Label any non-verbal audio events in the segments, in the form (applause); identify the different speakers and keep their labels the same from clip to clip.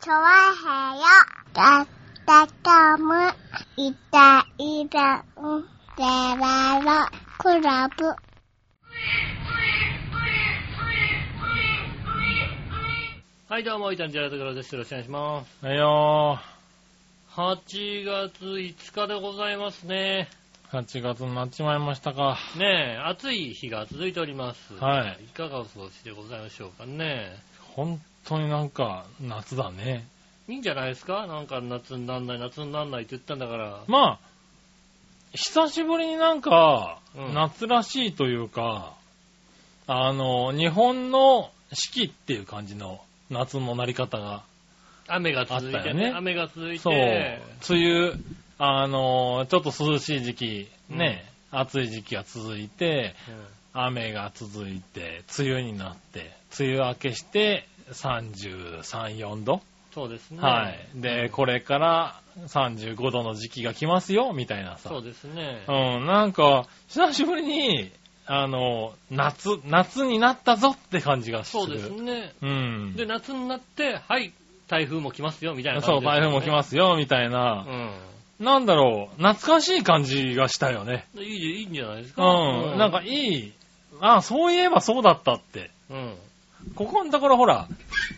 Speaker 1: チョワヘヨだったかむいたいたんでららクラブ
Speaker 2: はい、どうも、いたんじゃらところです。よろしくお願いします。
Speaker 3: はいよ
Speaker 2: 8月5日でございますね。
Speaker 3: ー。8月になっちまいましたか。
Speaker 2: ねえ、暑い日が続いております。
Speaker 3: はい。
Speaker 2: いかがお過ごしでございましょうかね。
Speaker 3: 本当になんか、夏だね。
Speaker 2: いいんじゃないですかなんか夏になんない、夏になんないって言ったんだから。
Speaker 3: まあ、久しぶりになんか、
Speaker 2: うん
Speaker 3: 夏らしいというか、あの、日本の四季っていう感じの夏のなり方が、
Speaker 2: 雨が続い
Speaker 3: あった
Speaker 2: て
Speaker 3: よ
Speaker 2: ね。
Speaker 3: ね
Speaker 2: 雨が続い
Speaker 3: そう、梅
Speaker 2: て。
Speaker 3: 雨、あの、ちょっと涼しい時期、ね、暑い時期が続いて、
Speaker 2: うん
Speaker 3: 雨が続いて、梅雨になって、梅雨明けして、33、4度、
Speaker 2: そうですね。
Speaker 3: はい。で、これから35度の時期が来ますよ、みたいなさ。
Speaker 2: そうですね。
Speaker 3: うん、なんか、久しぶりに、あの、夏、夏になったぞって感じがする。
Speaker 2: そうですね。
Speaker 3: うん。
Speaker 2: で、夏になって、はい、台風も来ますよ、みたいな
Speaker 3: そ
Speaker 2: 感
Speaker 3: う、
Speaker 2: じですよね、
Speaker 3: 台風も来ますよ、みたいな。
Speaker 2: う
Speaker 3: なんだろう、懐かしい感じがしたよね。
Speaker 2: ん。いいじゃいいんじゃないです
Speaker 3: う
Speaker 2: か。
Speaker 3: ん。なんかいい、あそういえばそうだったって。
Speaker 2: うん。
Speaker 3: ここのところほら、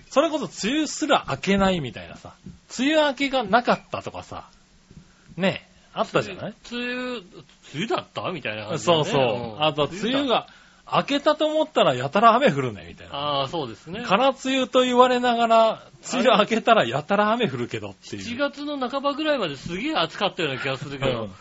Speaker 3: それこそ梅雨すら明けないみたいなさ。梅雨明けがなかったとかさ。ねえ、あったじゃない
Speaker 2: 梅雨、梅雨だったみたいな感じだ
Speaker 3: そ
Speaker 2: ね、
Speaker 3: うそう。あと、梅
Speaker 2: だ。
Speaker 3: 雨が明けたと思ったらやたら雨降るね、みたいな。
Speaker 2: ああ、そうですね。
Speaker 3: から梅雨と言われながら、梅雨明けたらやたら雨降るけどって
Speaker 2: 7
Speaker 3: いう。
Speaker 2: 月の半ばぐらいまですげえ暑かったような気がするけ
Speaker 3: う
Speaker 2: ど
Speaker 3: ん、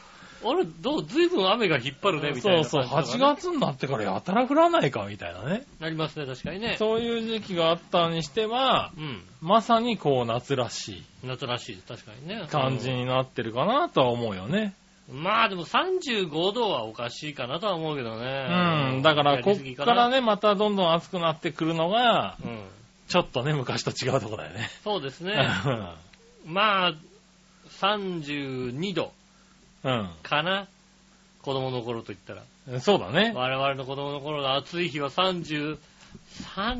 Speaker 2: あれ、どう、ずいぶん雨が引っ張るね、みたい
Speaker 3: そう
Speaker 2: な
Speaker 3: そう、
Speaker 2: 感じとかね
Speaker 3: 8月になってからやたら降らないか、みたいなね。
Speaker 2: なりますね、確かにね。
Speaker 3: そういう時期があったにしては、
Speaker 2: うん。
Speaker 3: まさにこう夏らし
Speaker 2: 夏らしいです、確かにね
Speaker 3: い。感じになってるかなとは思うよね。
Speaker 2: うん。まあでも35度はおかしいかなとは思うけどね。
Speaker 3: うん。だから、こ
Speaker 2: やりすぎ
Speaker 3: っから
Speaker 2: な。
Speaker 3: ね、またどんどん暑くなってくるのが、
Speaker 2: うん。
Speaker 3: ちょっとね、昔と違うとこだよね。
Speaker 2: そうですね。まあ、32度
Speaker 3: (laughs) うん。
Speaker 2: かな。子供の頃と言ったら。
Speaker 3: うんそうだね。
Speaker 2: 我々の子供の頃の暑い日は33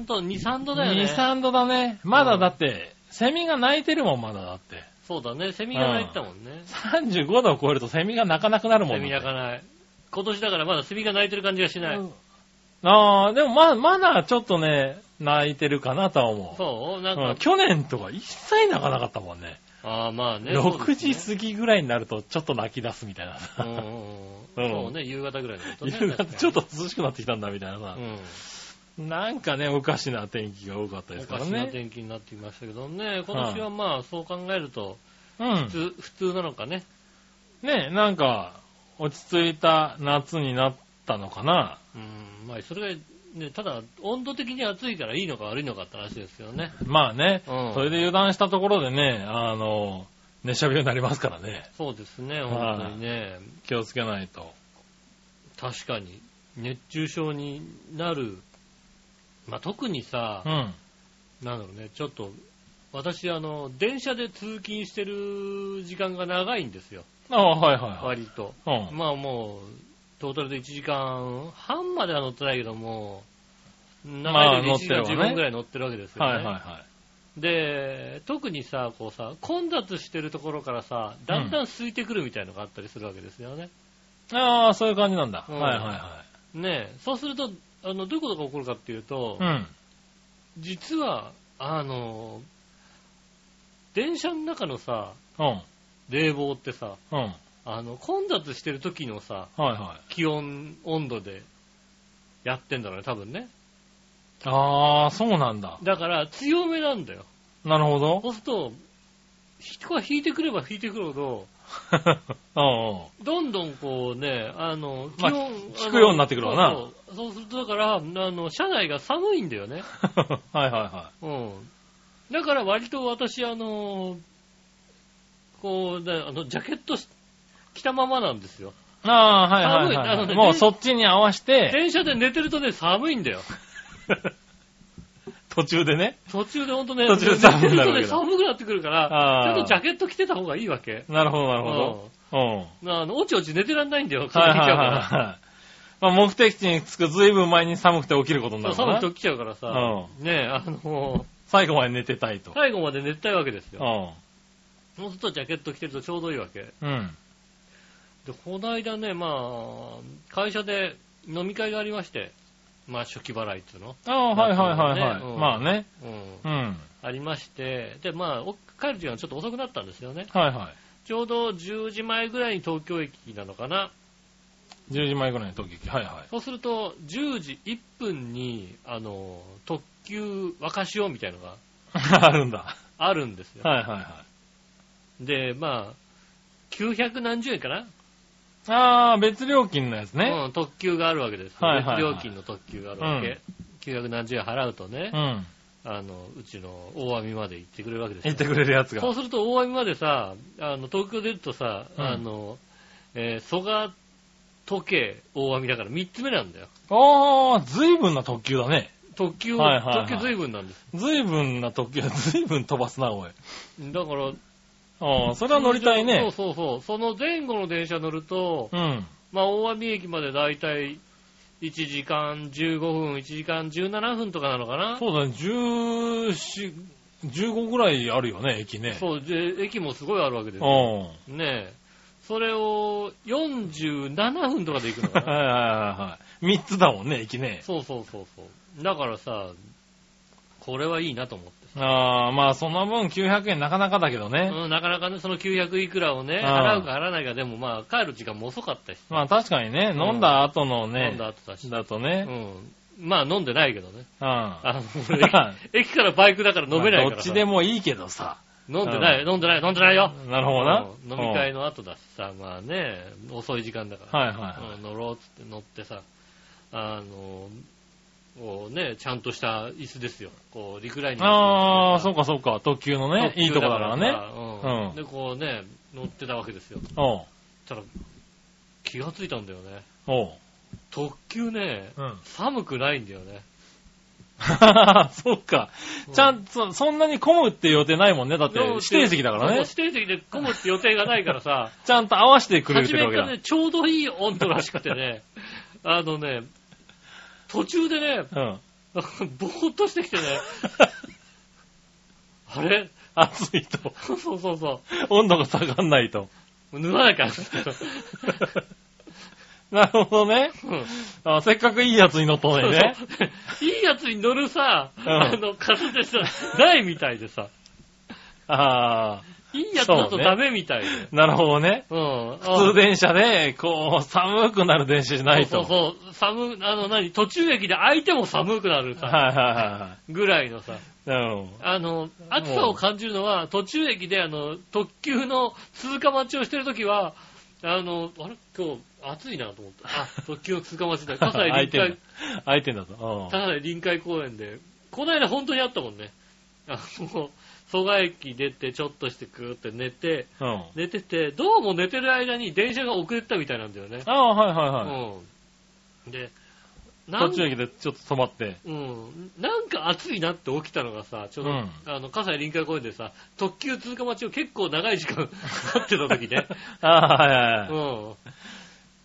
Speaker 2: 度、2、3度だよね。
Speaker 3: 2、3度だね。まだだって、セミが鳴いてるもん、まだだって。
Speaker 2: そうだね。セミが鳴いてたもんね。
Speaker 3: 35度を超えるとセミが鳴かなくなるもん
Speaker 2: セミ鳴かない。今年だからまだセミが鳴いてる感じがしない。
Speaker 3: うんああ、でもま、まだちょっとね、鳴いてるかなとは思
Speaker 2: そうな
Speaker 3: う。
Speaker 2: んか、
Speaker 3: うん去年とか一切鳴かなかったもんね。
Speaker 2: ああまあね。
Speaker 3: 6時
Speaker 2: そう
Speaker 3: 過ぎぐらいになるとちょっと泣き出すみたいな
Speaker 2: ですね
Speaker 3: さ。
Speaker 2: うんうんうん
Speaker 3: うん
Speaker 2: そうね、夕方ぐらいのことね。
Speaker 3: 夕方ちょっ
Speaker 2: と。
Speaker 3: と涼しくなってきたんだみたいなさ
Speaker 2: う。ん。
Speaker 3: なんかね、おかしな天気が多かったで
Speaker 2: お
Speaker 3: すか
Speaker 2: からしな
Speaker 3: ね。
Speaker 2: 天気になってきましたけどね。今年はまあ、そう考えると、
Speaker 3: うん
Speaker 2: 普。通、普通なのかね。
Speaker 3: ね、なんか、落ち着いた夏になったのかな。
Speaker 2: うん。まあ、それが、ね、ただ、温度的に暑いからいいのか悪いのかって話ですよね。
Speaker 3: まあね、
Speaker 2: うん
Speaker 3: それで油断したところでね、あの、熱射病になりますからね。
Speaker 2: そうですね、本当にね。
Speaker 3: 気をつけないと。
Speaker 2: 確かに。熱中症になる。まあ、特にさ
Speaker 3: う、ん。
Speaker 2: なんだろうね、ちょっと、私、あの、電車で通勤してる時間が長いんですよ、
Speaker 3: ああ、はいは
Speaker 2: 割と。
Speaker 3: いはい。うん。
Speaker 2: まあもう、トータルで1時間半までは乗ってないけども、長いで1時間
Speaker 3: 乗っ
Speaker 2: 10
Speaker 3: てるわね
Speaker 2: 分ぐらい乗ってるわけですよね。
Speaker 3: はいはいは
Speaker 2: で、特にさ、こうさ、混雑してるところからさ、だんだん空いてくるみたいのがあったりするわけですよね。
Speaker 3: い。ああ、そういう感じなんだ。
Speaker 2: うん
Speaker 3: はいは
Speaker 2: ねえ、そうすると、あの、どういうことが起こるかっていうと、
Speaker 3: いはい。うん。
Speaker 2: 実は、あの、電車の中のさ、
Speaker 3: うん。
Speaker 2: 冷房ってさ、
Speaker 3: うん。はい
Speaker 2: あの、混雑してる時のさ、
Speaker 3: はい。
Speaker 2: 気温、温度でやってんだろうね、多分ね。
Speaker 3: ああ、そうなんだ。
Speaker 2: だから、強めなんだよ。
Speaker 3: なるほど。 (laughs)
Speaker 2: そうすると、人が引いてくれば引いてくるほど、
Speaker 3: うんうん。
Speaker 2: どんどんこうね、あの、気
Speaker 3: まあ
Speaker 2: 温、
Speaker 3: ひ引くようになってくるわな
Speaker 2: あの。そうそうそうすると、だから、あの、車内が寒いんだよね。
Speaker 3: (laughs) はいはいは
Speaker 2: うん。だから割と私、あの、こう、ね、あの、ジャケットし着たままなんですよ。
Speaker 3: い。ああ、はいはい
Speaker 2: 寒いあの
Speaker 3: は
Speaker 2: ね
Speaker 3: い。もうそっちに合わせて、
Speaker 2: 電車で寝てるとね、寒いんだよ。
Speaker 3: (laughs) 途中でね。
Speaker 2: 途中でほんとね、
Speaker 3: 途中で
Speaker 2: 寝
Speaker 3: 寒
Speaker 2: て
Speaker 3: く
Speaker 2: る
Speaker 3: な
Speaker 2: と
Speaker 3: るわ
Speaker 2: ね、
Speaker 3: けだ
Speaker 2: 寒くなってくるから、
Speaker 3: あ
Speaker 2: ち
Speaker 3: ー
Speaker 2: ょっとジャケット着てた方がいいわけ。
Speaker 3: なるほどなるほど。うん。はい
Speaker 2: うん。あの、おちおち寝てらんないんだよ、風
Speaker 3: はい
Speaker 2: 邪ひいちゃうから。
Speaker 3: はいはい。まあ目的地に着く随分前に寒くて起きることにな
Speaker 2: そう
Speaker 3: るかな
Speaker 2: 寒くて起きちゃうからさ、ねえ、あの、
Speaker 3: 最後まで寝てたいと。
Speaker 2: 最後まで寝たいわけですよ。
Speaker 3: う
Speaker 2: そうするとジャケット着てるとちょうどいいわけ。
Speaker 3: ん。うん。
Speaker 2: で、この間ね、まあ、会社で飲み会がありまして、まあ、初期払いっていうの、
Speaker 3: ああ、はいはいはいはい。
Speaker 2: うん
Speaker 3: まあね。
Speaker 2: うん、
Speaker 3: うん。
Speaker 2: ありまして、で、まあ、お帰る時間がちょっと遅くなったんですよね。
Speaker 3: はいは
Speaker 2: ちょうど10時前ぐらいに東京駅なのかな。
Speaker 3: い。10時前ぐらいの時劇。はいはい。
Speaker 2: そうすると、10時1分に、あの、特急若潮みたいのが
Speaker 3: (laughs) あるんだ。
Speaker 2: あるんですよ。
Speaker 3: はいはいは
Speaker 2: で、まあ、900何十円かな、
Speaker 3: い。ああ、別料金のやつね。
Speaker 2: うん、特急があるわけですよ。
Speaker 3: はいはいはい
Speaker 2: 別料金の特急があるわけ。900何十円払うとね
Speaker 3: う、ん。
Speaker 2: あの、うちの大網まで行ってくれるわけです
Speaker 3: 言
Speaker 2: よ
Speaker 3: ってくれるやつが。
Speaker 2: そうすると大網までさ、あの、東京出るとさ、
Speaker 3: うん
Speaker 2: あの、えー、蘇我、時計、大網だから3つ目なんだよ。
Speaker 3: ああ、随分な特急だね。
Speaker 2: 特急を、
Speaker 3: はいはいはい
Speaker 2: 特急随分なんです。
Speaker 3: 随分な特急 (laughs) だ。随分飛ばすな、おい。
Speaker 2: だから、
Speaker 3: ああ、それは乗りたいね。
Speaker 2: そうそうそう。その前後の電車乗ると、
Speaker 3: うん。
Speaker 2: まあ、大網駅までだいたい1時間15分、1時間17分とかなのかな。
Speaker 3: そうだね、14、15ぐらいあるよね、駅ね。
Speaker 2: そう、で、駅もすごいあるわけです
Speaker 3: う
Speaker 2: よ。
Speaker 3: ん。はい
Speaker 2: ねえ。それを47分とかで行くのか
Speaker 3: はい
Speaker 2: な。
Speaker 3: はいはい。3つだもんね、駅ね。
Speaker 2: そうそうそうそう。だからさ、これはいいなと思って。
Speaker 3: ああ、まあその分900円なかなかだけどね。
Speaker 2: うん、なかなかね、その900いくらをね、
Speaker 3: あ
Speaker 2: 払うか払わないかでもまあ、帰る時間も遅かったし、
Speaker 3: まあ確かにね、飲んだ後のね、
Speaker 2: 飲んだ後だし。
Speaker 3: だと
Speaker 2: う
Speaker 3: ね、
Speaker 2: ん。まあ、飲んでないけどね。
Speaker 3: うん。
Speaker 2: あの、俺駅からバイクだから飲めない
Speaker 3: まあ
Speaker 2: か
Speaker 3: ど
Speaker 2: ら
Speaker 3: っ
Speaker 2: さ。
Speaker 3: ちでもいいけどさ。
Speaker 2: 飲んでない、飲んでない、飲んでないよ。
Speaker 3: なるほどな。
Speaker 2: うん飲み会の後だしさ、まあね、遅い時間だ
Speaker 3: うん
Speaker 2: か
Speaker 3: はいはい
Speaker 2: ら、
Speaker 3: は
Speaker 2: うん乗ろうっつって乗ってさ、あの、こうね、ちゃんとした椅子ですよ。こう、リクライニ
Speaker 3: い。
Speaker 2: ングの椅
Speaker 3: ああ、
Speaker 2: 子
Speaker 3: そうかそうか、特急のね、いいとこだからね。
Speaker 2: ね
Speaker 3: うん
Speaker 2: で、こうね、乗ってたわけですよ。
Speaker 3: おう
Speaker 2: たら、気がついたんだよね。
Speaker 3: おう
Speaker 2: 特急ね、
Speaker 3: うん。
Speaker 2: 寒くないんだよね。
Speaker 3: (laughs) そうか。ちゃんと、そんなに混むって予定ないもんね。だって、指定席だから
Speaker 2: そう
Speaker 3: ね
Speaker 2: 指。定席で混むって予定がないから
Speaker 3: (laughs)
Speaker 2: さ、
Speaker 3: ちゃんと合わせてくれるっ
Speaker 2: 初
Speaker 3: てわ
Speaker 2: め
Speaker 3: け
Speaker 2: から
Speaker 3: だ。
Speaker 2: ね、ちょうどいい温度らしくてね、 (laughs) あのね、途中でね、 (laughs)
Speaker 3: うん。
Speaker 2: ぼーっとしてきてね、あれ
Speaker 3: (laughs) 暑いと。
Speaker 2: そうそうそ
Speaker 3: 温度が下がんないと。 (laughs)
Speaker 2: う。脱がなきゃ。 (laughs)
Speaker 3: なるほどね。
Speaker 2: うん
Speaker 3: あせっかくいいやつに乗ったのにね。
Speaker 2: いいやつに乗るさ、
Speaker 3: ん
Speaker 2: あの、風でさ、ないみたいでさ、
Speaker 3: あ
Speaker 2: いいやつだ
Speaker 3: そ
Speaker 2: と
Speaker 3: うね
Speaker 2: ダメみたいで。
Speaker 3: あ、なるほどね。
Speaker 2: うん。
Speaker 3: 普通電車で、こう、寒くなる電車じゃない
Speaker 2: そ
Speaker 3: と。
Speaker 2: うそうそう。寒、あの、何、途中駅で相手も寒くなるさ、
Speaker 3: はいは
Speaker 2: ぐらいのさ、
Speaker 3: いはいはい。うん。
Speaker 2: あの、暑さを感じるのは、途中駅で、あの、特急の通過待ちをしてるときは、あの、あれ今日暑いなと思った。あ、 (laughs) 特急の通過待ちだ。葛
Speaker 3: 開
Speaker 2: 西
Speaker 3: いてんだ
Speaker 2: 臨。
Speaker 3: 開いてんだと
Speaker 2: 海、。葛西臨海公園で、この間本当にあったもんね。あの、蘇我駅出て、ちょっとしてくーって寝て、
Speaker 3: うん。うん。
Speaker 2: 寝てて、どうも寝てる間に電車が遅れてたみたいなんだよね。
Speaker 3: ああ、はいはいはい。
Speaker 2: うん。で、な
Speaker 3: 途
Speaker 2: ん
Speaker 3: 中駅でちょっと止まって。
Speaker 2: うん、なんか暑いなって起きたのがさ、ちょうど、
Speaker 3: うん
Speaker 2: あの、葛西臨海公園でさ、特急通過待ちを結構長い時
Speaker 3: (laughs)
Speaker 2: 間待ってた時ね。
Speaker 3: ああ、はいはいは
Speaker 2: う
Speaker 3: い。
Speaker 2: ん。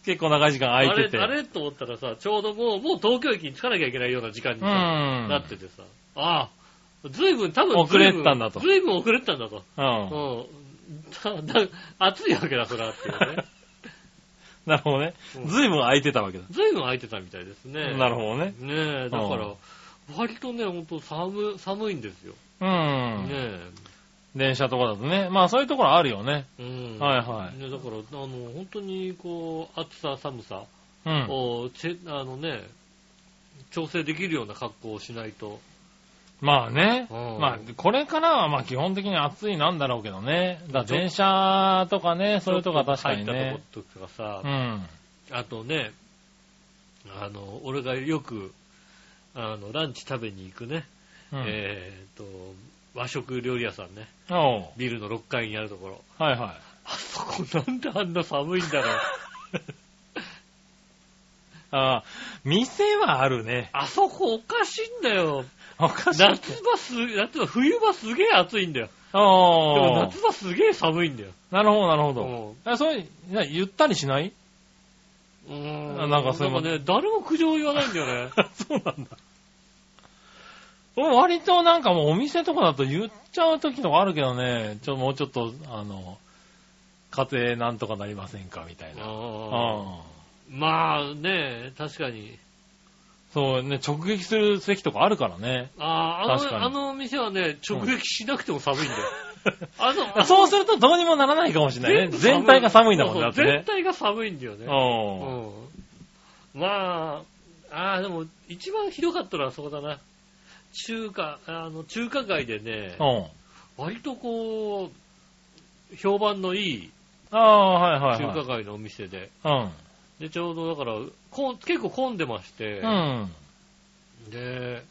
Speaker 3: 結構長い時間
Speaker 2: あ
Speaker 3: 空いて
Speaker 2: れ、
Speaker 3: て。
Speaker 2: あれと思ったらさ、ちょうどもう、もう東京駅に着かなきゃいけないような時間に
Speaker 3: う
Speaker 2: さ
Speaker 3: ん。
Speaker 2: なっててさ、ああ、ずいぶん、多分
Speaker 3: 遅れてたんだと
Speaker 2: ずいぶん遅れてたんだと。
Speaker 3: う。
Speaker 2: うんん。 (laughs) だだ暑いわけだ、それはっていう
Speaker 3: (laughs)
Speaker 2: ね。
Speaker 3: なるほどね
Speaker 2: う。ん
Speaker 3: ずいぶん空いてたわけだ。
Speaker 2: ずいぶん空いてたみたいですね。
Speaker 3: なるほどね。
Speaker 2: ど。ねえ、だか
Speaker 3: う
Speaker 2: ら、割とね、ほんと寒、寒いんですよ。
Speaker 3: う
Speaker 2: ね
Speaker 3: ん。
Speaker 2: え。
Speaker 3: 電車とかだとね。まあそういうところあるよね。
Speaker 2: うん
Speaker 3: はいはい
Speaker 2: ねだから、あの、本当に、こう、暑さ、寒さ
Speaker 3: うん。
Speaker 2: を、チェあのね、調整できるような格好をしないと。
Speaker 3: まあね。
Speaker 2: うん
Speaker 3: まあこれからはまあ基本的に暑いなんだろうけどね。だから電車とかね、そういうとこは確かに
Speaker 2: 入っ
Speaker 3: ね。
Speaker 2: たとことかさ
Speaker 3: う、ん。
Speaker 2: あとね、あの、俺がよく、あの、ランチ食べに行くね、
Speaker 3: うん。
Speaker 2: えーっと、和食料理屋さんね、
Speaker 3: おう
Speaker 2: ビルの6階にあるところ。
Speaker 3: はいは
Speaker 2: あそこなんであんな寒いんだろう。
Speaker 3: い。ああ、店はあるね。
Speaker 2: あそこおかしいんだよ。
Speaker 3: おかしい。
Speaker 2: 夏場す、夏場、冬場すげえ暑いんだよ。でも
Speaker 3: おー
Speaker 2: 夏場すげえ寒いんだよ。
Speaker 3: なるほど、なるほ
Speaker 2: う
Speaker 3: ど。
Speaker 2: ん
Speaker 3: え、それ、なゆったりしない
Speaker 2: うん
Speaker 3: なんかそういうもん (laughs)
Speaker 2: ね、誰も苦情言わないんだよね。
Speaker 3: そうなんだ。俺割となんかもうお店とかだと言っちゃう時とかあるけどね、ちょ、もうちょっと、あの、家庭なんとかなりませんかみたいな。
Speaker 2: あ
Speaker 3: うん
Speaker 2: ーまあね、確かに。
Speaker 3: そうね、直撃する席とかあるから (laughs) ね。
Speaker 2: ああ、あ
Speaker 3: 確かに
Speaker 2: の、あの店はね、直撃しなくても寒いんだよ。あの、
Speaker 3: (laughs)
Speaker 2: あの
Speaker 3: そうするとどうにもならないかもしれないね。全体が寒いんだもんね、だ
Speaker 2: そうそ
Speaker 3: って
Speaker 2: う
Speaker 3: ね
Speaker 2: 全。体が寒いんだよね。
Speaker 3: う
Speaker 2: うん。まあ、ああ、でも、一番ひどかったのはそこだな。中華、あの、中華街でね、
Speaker 3: ん。うん。
Speaker 2: 割とこう、評判のいい
Speaker 3: ああ、はいはい、
Speaker 2: 中華
Speaker 3: はい。
Speaker 2: 街のお店で、で、ちょうどだから、こん結構混んでまして
Speaker 3: う、ん。うん。
Speaker 2: で、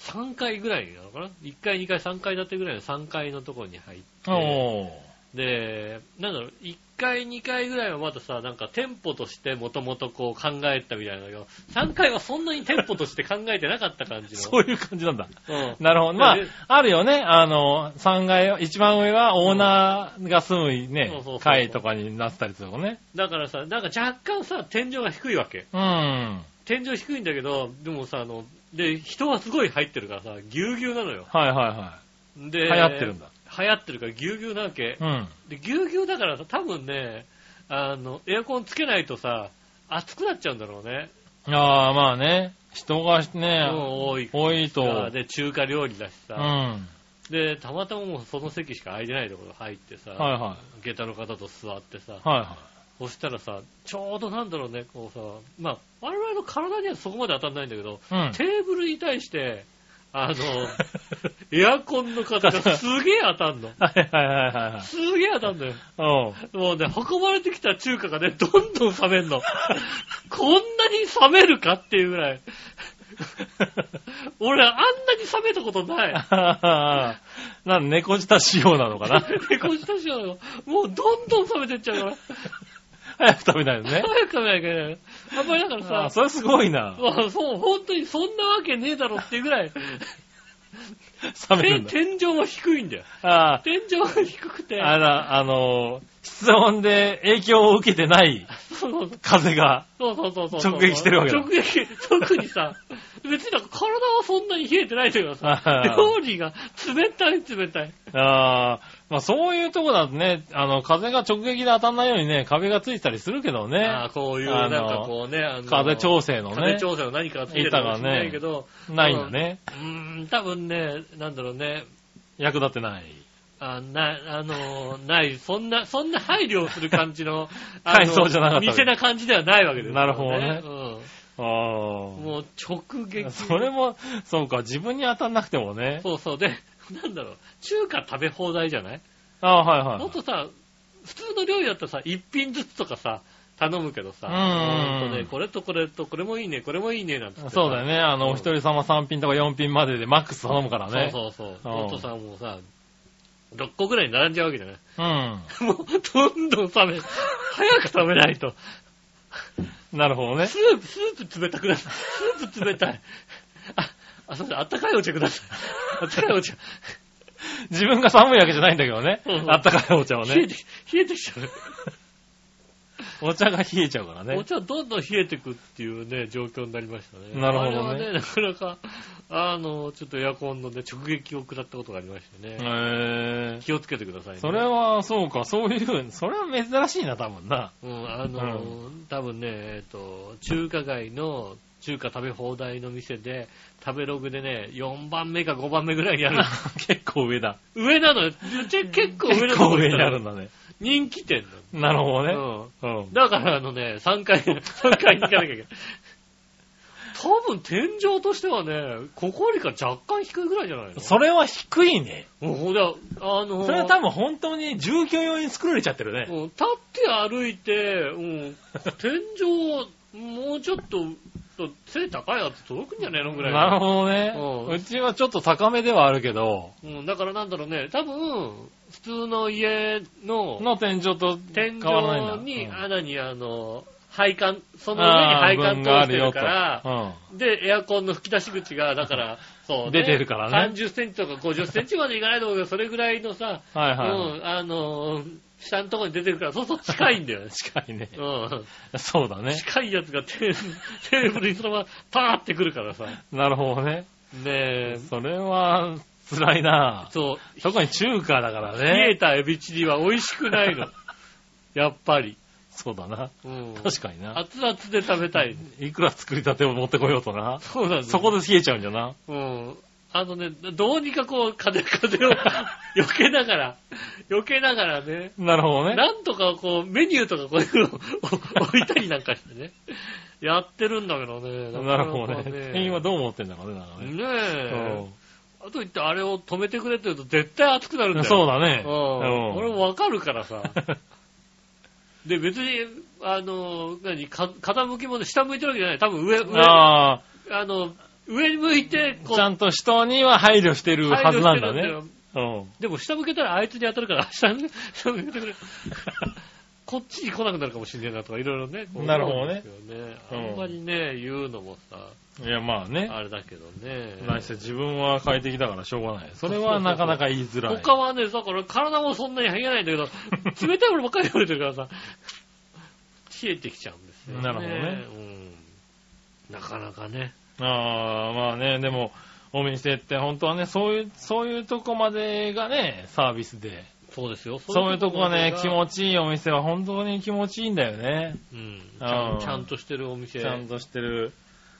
Speaker 2: 3階ぐらいなのかな ?1 階、2階、3階建てぐらいの3階のところに入って、
Speaker 3: おー。
Speaker 2: で、なんだろう、1階、2階ぐらいはまださ、なんか店舗としてもともとこう考えてたみたいなのよ。3階はそんなに店舗として考えてなかった感じの。
Speaker 3: (laughs) そういう感じなんだ。
Speaker 2: うん。
Speaker 3: なるほど。まあ
Speaker 2: で、
Speaker 3: あるよね。あの、3階、一番上はオーナーが住む
Speaker 2: そうそう
Speaker 3: ね
Speaker 2: そうそう、
Speaker 3: 階とかになったりするのね。
Speaker 2: だからさ、なんか若干さ、天井が低いわけ。
Speaker 3: うん。
Speaker 2: 天井低いんだけど、でもさ、あの、で、人はすごい入ってるからさ、ぎゅうぎゅうなのよ。
Speaker 3: はいはいは
Speaker 2: で、
Speaker 3: い。流行ってるんだ。
Speaker 2: 流行ってるからぎゅうぎゅうなわけ
Speaker 3: う。ん。
Speaker 2: で、ぎゅうぎゅうだからさ、多分ね、あの、エアコンつけないとさ、暑くなっちゃうんだろうね。
Speaker 3: ああ、まあね。人がね、
Speaker 2: もう多いか
Speaker 3: 多いと。
Speaker 2: ら。で、中華料理だし
Speaker 3: う
Speaker 2: さ。
Speaker 3: ん。は
Speaker 2: で、たまたまもうその席しか空いてないところ入ってさ、
Speaker 3: いはい。は
Speaker 2: 下駄の方と座ってさ、
Speaker 3: いは
Speaker 2: そしたらさ、ちょうどなんだろうね、こうさ、まあ、我々の体にはそこまで当たんないんだけど、
Speaker 3: い。うん。
Speaker 2: テーブルに対して、
Speaker 3: (laughs)
Speaker 2: あの、エアコンの方がすげえ当たんの。
Speaker 3: (laughs) はいはいはいはいはい。
Speaker 2: すげえ当たんのよ。
Speaker 3: うん。 (laughs)
Speaker 2: もうね、運ばれてきた中華がね、どんどん冷めんの。こんなに冷めるかっていうぐらい。俺、あんなに冷めたことない。
Speaker 3: あーなん猫舌仕様なの (laughs) かな
Speaker 2: 猫舌しようよ。もうどんどん冷めてっちゃうから。
Speaker 3: 早く食べないのね。
Speaker 2: 早く食べなきゃいけない。あんまりだか
Speaker 3: あ
Speaker 2: らさ、
Speaker 3: ーそれすごいな。
Speaker 2: まあそう、本当にそんなわけねえだろっていうぐらい、
Speaker 3: 冷める
Speaker 2: て
Speaker 3: んだ。
Speaker 2: 天井が低いんだよ。
Speaker 3: あ
Speaker 2: 天井が低くて
Speaker 3: ー、あら、あのー、室温で影響を受けてない
Speaker 2: そうそう (laughs)
Speaker 3: 風が。
Speaker 2: そうそうそうそう
Speaker 3: 直撃してるわけだ
Speaker 2: 直撃、特に
Speaker 3: (laughs)
Speaker 2: さ、別になんか体はそんなに冷えてないというかさ
Speaker 3: あ、ー
Speaker 2: 料理が冷たい冷たい。
Speaker 3: あーまあそういうとこだとね、あの、風が直撃で当たんないようにね、壁がついてたりするけど
Speaker 2: ああ
Speaker 3: ね
Speaker 2: ー、。こういう、な
Speaker 3: あの
Speaker 2: んかこうね、あの
Speaker 3: 風調整の
Speaker 2: 風
Speaker 3: ね、
Speaker 2: 調整の何かがついてるかもしれないけど、
Speaker 3: ないんだね。
Speaker 2: うーん、多分ね、なんだろうね、
Speaker 3: 役立ってない。
Speaker 2: あ、な、あのーない、そんな、そんな配慮をする感じ
Speaker 3: (laughs)
Speaker 2: の、あ
Speaker 3: はい
Speaker 2: の
Speaker 3: そうじゃなかった
Speaker 2: 店な感じではないわけですよ
Speaker 3: なるほどね
Speaker 2: う
Speaker 3: あー
Speaker 2: ん。もう直撃。
Speaker 3: それも、そうか、自分に当たんなくてもね。
Speaker 2: そうそう。で、なんだろう、中華食べ放題じゃない
Speaker 3: あーはいはい。
Speaker 2: もっとさ、普通の料理だったらさ、一品ずつとかさ、頼むけどさ、
Speaker 3: うん
Speaker 2: ほんとね、これとこれとこれもいいね、これもいいね、なんて。
Speaker 3: そうだよ。ね。あ
Speaker 2: うん
Speaker 3: の、お一人様3品とか4品まででマックス頼むからね。う
Speaker 2: そうそうそう。もっとさ、もうさ、6個ぐらい並んじゃうわけじゃない (laughs) もう、どんどん冷め、早く食べないと。
Speaker 3: ん。なるほどね
Speaker 2: ス。ープ、スープ冷たくなった。スープ冷たい。あ、あ、すいません、あったかいお茶ください。あったかいお茶。
Speaker 3: 自分が寒いわけじゃないんだけどね
Speaker 2: うんう。ん
Speaker 3: あったかいお茶を
Speaker 2: 冷え
Speaker 3: ね
Speaker 2: て。き、冷えてきちゃう。
Speaker 3: お茶が冷えちゃうから
Speaker 2: お
Speaker 3: ね。
Speaker 2: 茶どんどん冷えてくっていうね、状況になりましたね。
Speaker 3: なるほ
Speaker 2: あ
Speaker 3: どね
Speaker 2: れはね、なかなか、あの、ちょっとエアコンのね、直撃を食らったことがありましてね。
Speaker 3: へー
Speaker 2: 気をつけてくださいね。
Speaker 3: それは、そうか、そういう、それは珍しいな、多分な。
Speaker 2: うん、あの、多分ね、えっと、中華街の中華食べ放題の店で、食べログでね、4番目か5番目ぐらいにあ
Speaker 3: (laughs)
Speaker 2: る。
Speaker 3: 結構上だ。
Speaker 2: 上なのよ。ちょ結構上な
Speaker 3: 結
Speaker 2: の
Speaker 3: 構上にあるんだね。
Speaker 2: 人気店
Speaker 3: なる
Speaker 2: (laughs)
Speaker 3: ほ
Speaker 2: な
Speaker 3: どね。
Speaker 2: の。
Speaker 3: うん
Speaker 2: うん。。だからあのね、3階、3階に行かなきゃいけない。多分天井としてはね、ここよりか若干低いぐらいじゃないの
Speaker 3: それは低いね。
Speaker 2: うんだあの
Speaker 3: それは多分本当に住居用に作られちゃってるね。
Speaker 2: うん立って歩いて、うん、天井、もうちょっと、背高いやつ届くんじゃねえのぐらいの。
Speaker 3: なるほどね
Speaker 2: うん。
Speaker 3: うちはちょっと高めではあるけど、
Speaker 2: うん、だからなんだろうね、多分、普通の家の
Speaker 3: の天井と
Speaker 2: 天
Speaker 3: 変わらないんだ。
Speaker 2: 井に
Speaker 3: うん
Speaker 2: 穴にあの、配管、その
Speaker 3: あ
Speaker 2: 上
Speaker 3: あ
Speaker 2: に配管通してるから、
Speaker 3: 分があるよ
Speaker 2: で、エアコンの吹き出し口が、だから、そう、
Speaker 3: (laughs) 出てるからね
Speaker 2: 30センチとか50センチまでいかないと思うけど、それぐらいのさ、
Speaker 3: とうん。はいうはい。
Speaker 2: ん、あのー、下のところに出てるから、そうそう近いんだよね。
Speaker 3: 近いね。
Speaker 2: うん。
Speaker 3: そうだね。
Speaker 2: 近いやつがテーブルテーブルにそのままパーってくるからさ。
Speaker 3: なるほどね。
Speaker 2: ねえ。
Speaker 3: それは、辛いな
Speaker 2: そう。
Speaker 3: 特に中華だから
Speaker 2: 冷え
Speaker 3: ね。
Speaker 2: たエビチリは美味しくない
Speaker 3: (laughs)
Speaker 2: の。やっぱり。
Speaker 3: そうだな。
Speaker 2: うん。
Speaker 3: 確かにな。
Speaker 2: 熱々で食べたい。
Speaker 3: いくら作りたてを持ってこようとな。
Speaker 2: そうなんです
Speaker 3: そこで冷えちゃうんじゃな。
Speaker 2: うん。あのね、どうにかこう、風、風を避けながら、避けながらね、
Speaker 3: なるほどね。
Speaker 2: なんとかこう、メニューとかこういうのを置いたりなんかしてね、 (laughs) やってるんだけどね。
Speaker 3: なるほどね。店員は
Speaker 2: ど
Speaker 3: どう思ってんだかね、なんか
Speaker 2: ね
Speaker 3: ね。うん
Speaker 2: え。あと言ってあれを止めてくれって言うと絶対熱くなるんだよ。
Speaker 3: そうだね。
Speaker 2: う。
Speaker 3: うん
Speaker 2: 俺もわかるからさ。で、別に、あの、何、か傾きもね、下向いてるわけじゃない。多分上、
Speaker 3: ん
Speaker 2: 上、あ
Speaker 3: (laughs) ああ、
Speaker 2: の、上に向いて、こう
Speaker 3: ち、ゃんと人には配慮してるはずなんだ
Speaker 2: 配慮してる
Speaker 3: ね。
Speaker 2: よ。
Speaker 3: うん。
Speaker 2: でも下向けたらあいつに当たるから、 (laughs) 下向下向けてくれ。 (laughs) こっちに来なくなるかもしれないなとか、いろいろね。こう
Speaker 3: なるほどね
Speaker 2: 思うんですよ
Speaker 3: う
Speaker 2: ね
Speaker 3: ん
Speaker 2: あんまりね、言うのもさ、
Speaker 3: いや、まあね。
Speaker 2: あれだけどね。
Speaker 3: 何せ自分は快適だからしょうがない。それはなかなか言いづらい。
Speaker 2: 他はね、だから体もそんなに冷えないんだけど、冷たいものばっかり食べてるからさ、冷えてきちゃうんですよね。
Speaker 3: なるほどね
Speaker 2: うん。なかなかね。
Speaker 3: ああ、まあね、でも、お店って本当はね、そういう、そういうとこまでがね、サービスで。
Speaker 2: そうですよ。
Speaker 3: そういうとこね、気持
Speaker 2: ち。
Speaker 3: ちいいお店は本当に気持ちいいんだよね。
Speaker 2: うん。ちゃ
Speaker 3: うん
Speaker 2: んちゃんとしてるお店。
Speaker 3: ちゃんとしてる。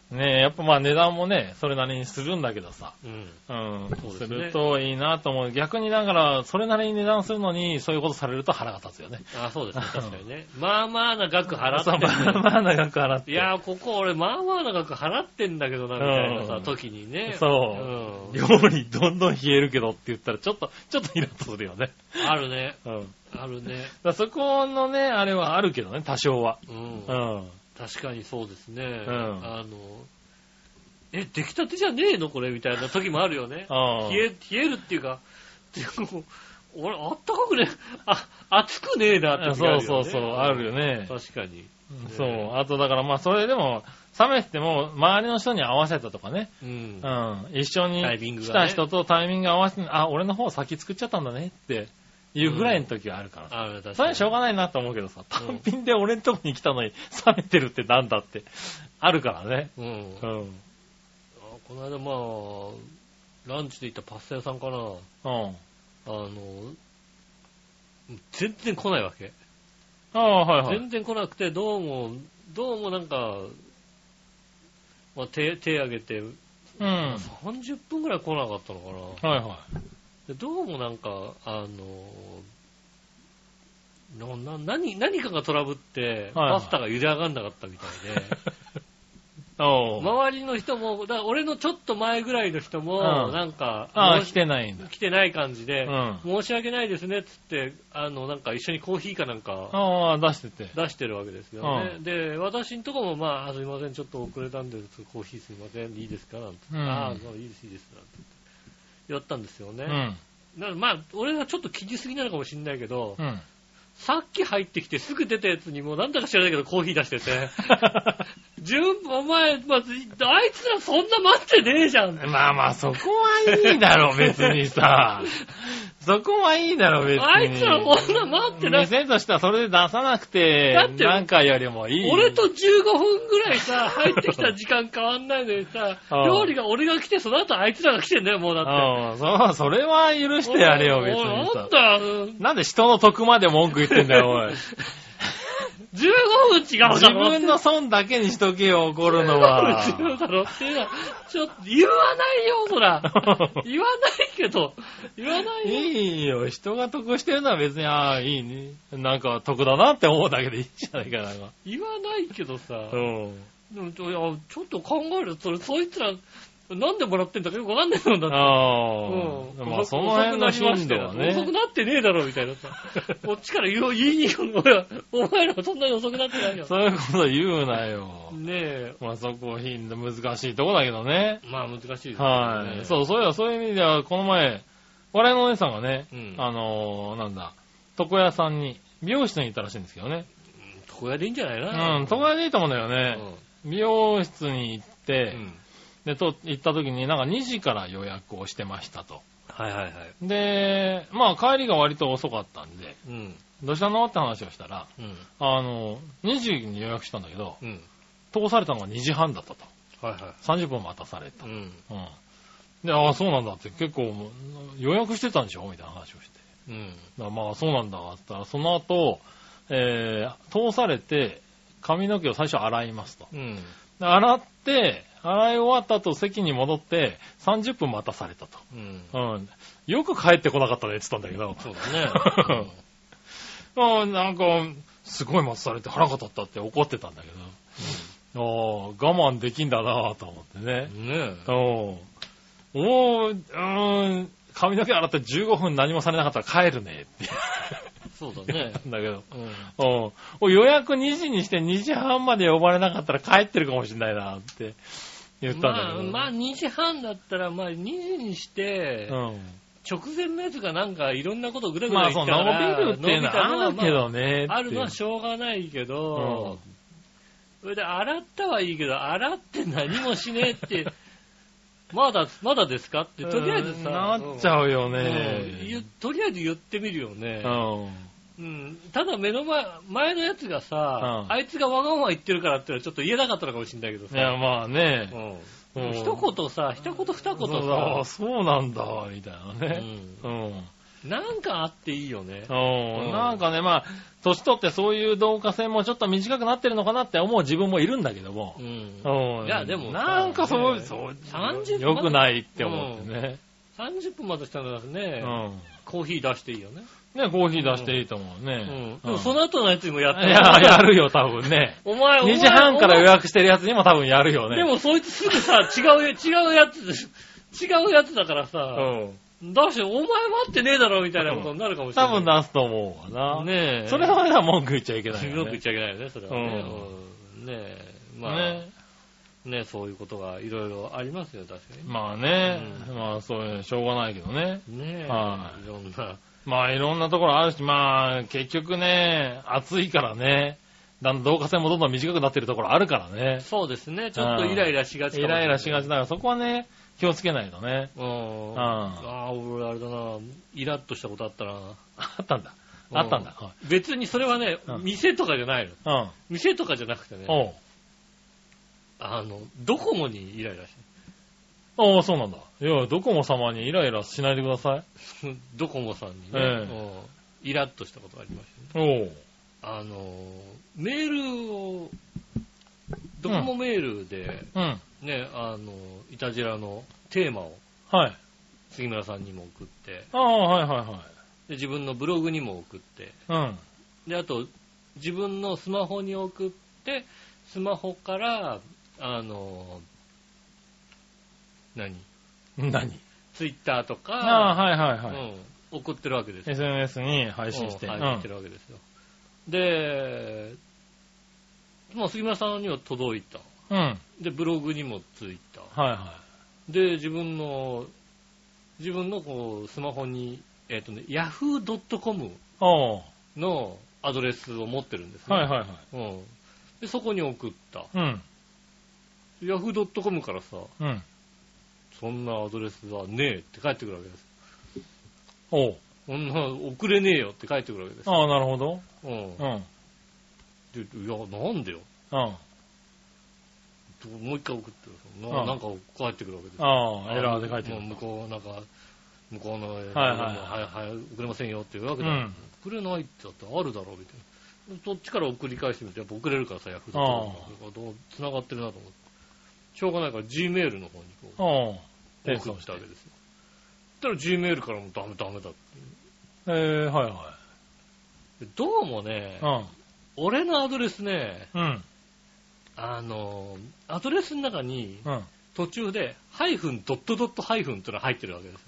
Speaker 3: ねやっぱまあ値段もね、それなりにするんだけどさ。
Speaker 2: うん。
Speaker 3: うん。
Speaker 2: そうです
Speaker 3: す
Speaker 2: ね
Speaker 3: るといいなと思う。逆にだから、それなりに値段するのに、そういうことされると腹が立つよね。
Speaker 2: あ、そうですね。確かにね。まあまあな額払って
Speaker 3: そうまあ
Speaker 2: る。
Speaker 3: まあ長く払って。
Speaker 2: いやー、ここ俺、まあまあな額払ってんだけどな、みたいな
Speaker 3: う
Speaker 2: さ、
Speaker 3: ん
Speaker 2: 時にね。
Speaker 3: そ
Speaker 2: う
Speaker 3: う。
Speaker 2: ん
Speaker 3: 料理どんどん冷えるけどって言ったら、ちょっと、ちょっとイラッとするよね。
Speaker 2: あるね。
Speaker 3: うん。だか
Speaker 2: あるね。
Speaker 3: らそこのね、あれはあるけどね、多少は。
Speaker 2: うん
Speaker 3: う。ん。
Speaker 2: 確かにそうですね。
Speaker 3: ん
Speaker 2: あの、え、出来たてじゃねえのこれみたいな時もあるよね。
Speaker 3: あ
Speaker 2: 冷え、冷えるっていうか、 (laughs) でも、俺、あったかくね、あ、暑くねえなって時あるよ
Speaker 3: そう
Speaker 2: ね。
Speaker 3: そうそう、あるよね。
Speaker 2: 確かに。
Speaker 3: そう。あとだからまあ、それでも、冷めても、周りの人に合わせたとかね。
Speaker 2: うん
Speaker 3: う。ん。一緒に
Speaker 2: タイミング
Speaker 3: 来
Speaker 2: が
Speaker 3: た
Speaker 2: ね
Speaker 3: 人とタイミング合わせて、あ、俺の方先作っちゃったんだねっていうぐらいの時はあるからさ。
Speaker 2: ある、確かに。
Speaker 3: それはしょうがないなと思うけどさ、単品で俺のとこに来たのに (laughs) 冷めてるってなんだって、あるからね。
Speaker 2: うん。
Speaker 3: う
Speaker 2: あ
Speaker 3: ん。
Speaker 2: この間まあ、ランチで行ったパスタ屋さんかな。あ
Speaker 3: うん。
Speaker 2: の、全然来ないわけ。
Speaker 3: ああ、はいはい。
Speaker 2: 全然来なくて、どうも、どうもなんか、まあ、手、手挙げて、
Speaker 3: うん。はい
Speaker 2: 30分ぐらい来なかったのかな。
Speaker 3: は
Speaker 2: でどうもなんか、あの、なな何何かがトラブって、
Speaker 3: はいは
Speaker 2: パ
Speaker 3: い
Speaker 2: スタが茹で上がんなかったみたい
Speaker 3: (laughs)
Speaker 2: で、
Speaker 3: い。おう。
Speaker 2: 周りの人も、だから俺のちょっと前ぐらいの人も、
Speaker 3: うん
Speaker 2: なんか、
Speaker 3: ああ、
Speaker 2: 申
Speaker 3: 来
Speaker 2: して
Speaker 3: ないんだ。
Speaker 2: 来てない感じ
Speaker 3: う
Speaker 2: で、
Speaker 3: ん。
Speaker 2: 申し訳ないですねっつって、あの、なんか一緒にコーヒーかなんか
Speaker 3: ああ、出してて。
Speaker 2: 出してるわけですよね。で、私んとこも、まああ、すいません、ちょっと遅れたんで、コーヒーすいません、いいですかなんて。
Speaker 3: うん
Speaker 2: ああ、いいです、いいです、なんて。やったんですよね。
Speaker 3: うん。
Speaker 2: なまあ、俺がちょっと気にすぎなのかもしれないけど、 (laughs)
Speaker 3: うん。
Speaker 2: さっき入ってきてすぐ出たやつにもうなんだか知らないけどコーヒー出してて、 (laughs) 順お前、まあ、あいつらそんな待ってねえじゃん。
Speaker 3: (laughs) まあまあ、そこはいいだろ、別に
Speaker 2: (laughs)
Speaker 3: さ。そこはいいだろ、別に。
Speaker 2: あいつらそんな待ってない。
Speaker 3: 店としてはそれで出さなくて、
Speaker 2: だって
Speaker 3: なんかよりもいい。
Speaker 2: 俺と15分ぐらいさ、入ってきた時間変わんないのにさ、
Speaker 3: ああ
Speaker 2: 料理が俺が来て、その後あいつらが来てんだよ、もうだって。
Speaker 3: うん、そう、それは許してやれよ、別
Speaker 2: おい
Speaker 3: に
Speaker 2: おいな
Speaker 3: さ
Speaker 2: ん。だ、あの15
Speaker 3: なんで人の得まで文句言ってんだよ、おい。
Speaker 2: 分違うだろ。
Speaker 3: 自分の損だけにしとけよ、怒るのは。
Speaker 2: 違うだろっていうのは、ちょっと言わないよ、そら。言わないけど、言わないよ。
Speaker 3: いいよ、人が得してるのは別に、ああ、いいね。なんか得だなって思うだけでいいんじゃないかな、今。
Speaker 2: 言わないけどさ、
Speaker 3: うん。
Speaker 2: でもいやちょっと考えると、それ、そいつら、なんでもらってんだかよくわかんないもんだって。
Speaker 3: ああ。まあ、その辺の頻度は
Speaker 2: 遅く
Speaker 3: ね。
Speaker 2: なってねえだろ、みたいなさ。こっちから言う言いに行くの、俺はお前らはそんなに遅くなってないよ。
Speaker 3: そういうこと言うなよ。
Speaker 2: ねえ。
Speaker 3: まあ、そこ頻度難しいとこだけどね。
Speaker 2: まあ、難しいですよね。
Speaker 3: はい。そう、そういえばそういう意味では、この前、我々のお姉さんがね、
Speaker 2: うん
Speaker 3: あのーなんだ、床屋さんに、美容室に行ったらしいんですけどね。
Speaker 2: 床屋でいいんじゃないな。
Speaker 3: うん、床屋でいいと思うんだよ
Speaker 2: う
Speaker 3: ね。
Speaker 2: ん。
Speaker 3: 美容室に行っ
Speaker 2: う
Speaker 3: て、
Speaker 2: ん。
Speaker 3: で、と、行った時になんか2時から予約をしてましたと。
Speaker 2: はいはいはい。
Speaker 3: で、まあ帰りが割と遅かったんで、
Speaker 2: うん。
Speaker 3: どうしたのって話をしたら、
Speaker 2: うん。
Speaker 3: あの、2時に予約したんだけど、
Speaker 2: うん。
Speaker 3: 通されたのが2時半だったと。
Speaker 2: はいは
Speaker 3: 30分待たされた。
Speaker 2: い。うん。
Speaker 3: うん。で、ああ、そうなんだって結構もう予約してたんでしょみたいな話をして。
Speaker 2: うん。
Speaker 3: だからまあ、そうなんだって言ったら、その後、えー、通されて、髪の毛を最初洗いますと。
Speaker 2: うん。
Speaker 3: で洗って、洗い終わった後席に戻って、30分待たされたと。
Speaker 2: うん。
Speaker 3: うん。よく帰ってこなかったねって言ってたんだけど、
Speaker 2: そうだね。
Speaker 3: ああなんか、すごい待たされて腹が立ったって怒ってたんだけど、ああ我慢できんだなぁと思ってね。
Speaker 2: うんねえ。
Speaker 3: おうもう、うーん、髪の毛洗って15分何もされなかったら帰るねって
Speaker 2: そうだ
Speaker 3: 言っ
Speaker 2: ね
Speaker 3: た。んだけど。
Speaker 2: うん。
Speaker 3: おうお予約2時にして2時半まで呼ばれなかったら帰ってるかもしれないなって言ったんだ
Speaker 2: ま
Speaker 3: け
Speaker 2: あ、
Speaker 3: ど。
Speaker 2: まあ、2時半だったら、まあ、2時にして、
Speaker 3: う
Speaker 2: 直前のやつがなんかいろんなことぐら
Speaker 3: ん。
Speaker 2: ぐ
Speaker 3: ま
Speaker 2: ら
Speaker 3: あ、
Speaker 2: 言
Speaker 3: そ
Speaker 2: ったから
Speaker 3: う、伸びるっていうのはあるけどねって。
Speaker 2: あるのはしょうがないけど、それで洗ったはいいけど、洗って何もしねえって、まだ、まだですかって、とりあえずさ、
Speaker 3: なっちゃうよ
Speaker 2: うん
Speaker 3: ね。
Speaker 2: うん言とりあえず言ってみるよね。
Speaker 3: うん。
Speaker 2: うんただ目の前、前のやつがさ、
Speaker 3: うん
Speaker 2: あいつがわがまま言ってるからってのはちょっと言えなかったのかもしれないけど
Speaker 3: い
Speaker 2: さ、
Speaker 3: や、まあね。
Speaker 2: うん
Speaker 3: うん
Speaker 2: 一言さ、一言二言
Speaker 3: そう
Speaker 2: さ
Speaker 3: だ、そうなんだ、みたいなね。うん。
Speaker 2: なんかあっていいよね。
Speaker 3: う、
Speaker 2: うんん
Speaker 3: なんかね、まあ、年取ってそういう導火線もちょっと短くなってるのかなって思う自分もいるんだけども
Speaker 2: う。ん
Speaker 3: うん。
Speaker 2: いやでもさ
Speaker 3: なんかそう、
Speaker 2: ね
Speaker 3: そう、
Speaker 2: 30
Speaker 3: 良くないって思ってね。
Speaker 2: 30分までしたら
Speaker 3: う
Speaker 2: ね、
Speaker 3: ん。
Speaker 2: コーヒー出していいよね。
Speaker 3: ね、コーヒー出していいと思う
Speaker 2: う
Speaker 3: ね
Speaker 2: ん。。でもそ
Speaker 3: の、
Speaker 2: の後のやつにもやっ
Speaker 3: い
Speaker 2: て
Speaker 3: や、やるよ、多分ね。
Speaker 2: お前、お前
Speaker 3: 2時半から予
Speaker 2: や
Speaker 3: 約してるやつにも多分やるよね。
Speaker 2: で、もそいつすぐさ、違うや、違うやつ、違うやつだからさ、
Speaker 3: うん。
Speaker 2: だし、お前待ってねえだろみたいなことになるかもしれ
Speaker 3: 多
Speaker 2: ない。
Speaker 3: 分出すと思うわな。
Speaker 2: ねえ。
Speaker 3: それはまだ文句言っちゃいけないよね。
Speaker 2: 文句言っちゃいけないよね、それはね。うんねえ。まあ、
Speaker 3: ね
Speaker 2: ねそういうことがいろいろありますよ、確かに。
Speaker 3: まあね、
Speaker 2: う
Speaker 3: まあそういう、しょうがないけどね。
Speaker 2: ねえ。
Speaker 3: はい
Speaker 2: ろんな。
Speaker 3: まあいろんなところあるし、まあ結局ね、暑いからね、だんだん導火線もどんどん短くなってるところあるからね。
Speaker 2: そうですね、ちょっとイライラしがち
Speaker 3: イ
Speaker 2: かもれ
Speaker 3: ラ
Speaker 2: ない
Speaker 3: イラしがちだからそこはね、気をつけないとね。
Speaker 2: うん。
Speaker 3: うん。
Speaker 2: あ
Speaker 3: あ
Speaker 2: あ、俺あれだな、イラッとしたことあったな。
Speaker 3: ったんだ。あったんだ。はい
Speaker 2: 別にそれはね
Speaker 3: う、ん
Speaker 2: 店とかじゃないの。
Speaker 3: うん。
Speaker 2: 店とかじゃなくてね、
Speaker 3: おう
Speaker 2: あの、ドコモにイライラし
Speaker 3: おうそうなんだ。いや、ドコモ様にイライラしないでください。
Speaker 2: てる、ドコモさんにね、
Speaker 3: ええ
Speaker 2: うんイラッとしたことがありましたね。
Speaker 3: おう
Speaker 2: あの、メールを、ドコモメールで、
Speaker 3: うん。
Speaker 2: ね、あの、いたじらのテーマを
Speaker 3: はい。
Speaker 2: 杉村さんにも送って、
Speaker 3: ああ、はいは
Speaker 2: で自分のブログにも送って、
Speaker 3: いはい。うん。
Speaker 2: で、あと、自分のスマホに送って、スマホから、あの、何
Speaker 3: 何
Speaker 2: ツイッターとか、
Speaker 3: ああ、はいはいはい。
Speaker 2: うん、送ってるわけですよ。
Speaker 3: SNS に配信して。
Speaker 2: う
Speaker 3: うんん。
Speaker 2: 配信してるわけですよ。で、まあ、杉村さんには届いた。
Speaker 3: うん。はい
Speaker 2: で、ブログにもついた。
Speaker 3: は
Speaker 2: で、自分の、自分のこう、スマホに、えっ、とね、yahoo.com
Speaker 3: い。おう
Speaker 2: のアドレスを持ってるんですね。
Speaker 3: はいはいはい。
Speaker 2: うん。で、そこに送った。
Speaker 3: うん。
Speaker 2: yahoo.com からさ、
Speaker 3: うん。
Speaker 2: そんなアドレスはねえって返ってくるわけです。
Speaker 3: おう
Speaker 2: そんな送れねえよって返ってくるわけです。
Speaker 3: ああ、なるほど。
Speaker 2: うん
Speaker 3: う。ん。
Speaker 2: でいや、なんでよ。
Speaker 3: うん。
Speaker 2: どもう一回送ってる。
Speaker 3: う
Speaker 2: なんなんか返ってくるわけです。
Speaker 3: ああ、エラーで書いてる
Speaker 2: もう。向こう、なんか、向こうの、はい
Speaker 3: はい
Speaker 2: はい、はい、送れませんよっていうわけ
Speaker 3: う
Speaker 2: だ。
Speaker 3: ん。
Speaker 2: 送れないってだってあるだろうみたいな。そっちから送り返してみて、やっぱ送れるからさ、ヤフーとか、繋がってるなと思って。しょうがないから Gmail の方にこう、
Speaker 3: おうテス
Speaker 2: 送
Speaker 3: ト
Speaker 2: っ
Speaker 3: したて
Speaker 2: わ。けですよ。そしたら Gmail からもダメダメだって。
Speaker 3: えー、はいは
Speaker 2: でどうもね
Speaker 3: い。、う
Speaker 2: 俺のアドレスね、
Speaker 3: ん。うん。
Speaker 2: あの、アドレスの中に
Speaker 3: うん。
Speaker 2: 途中で、ハイフン、ドットドットハイフンってのが入ってるわけです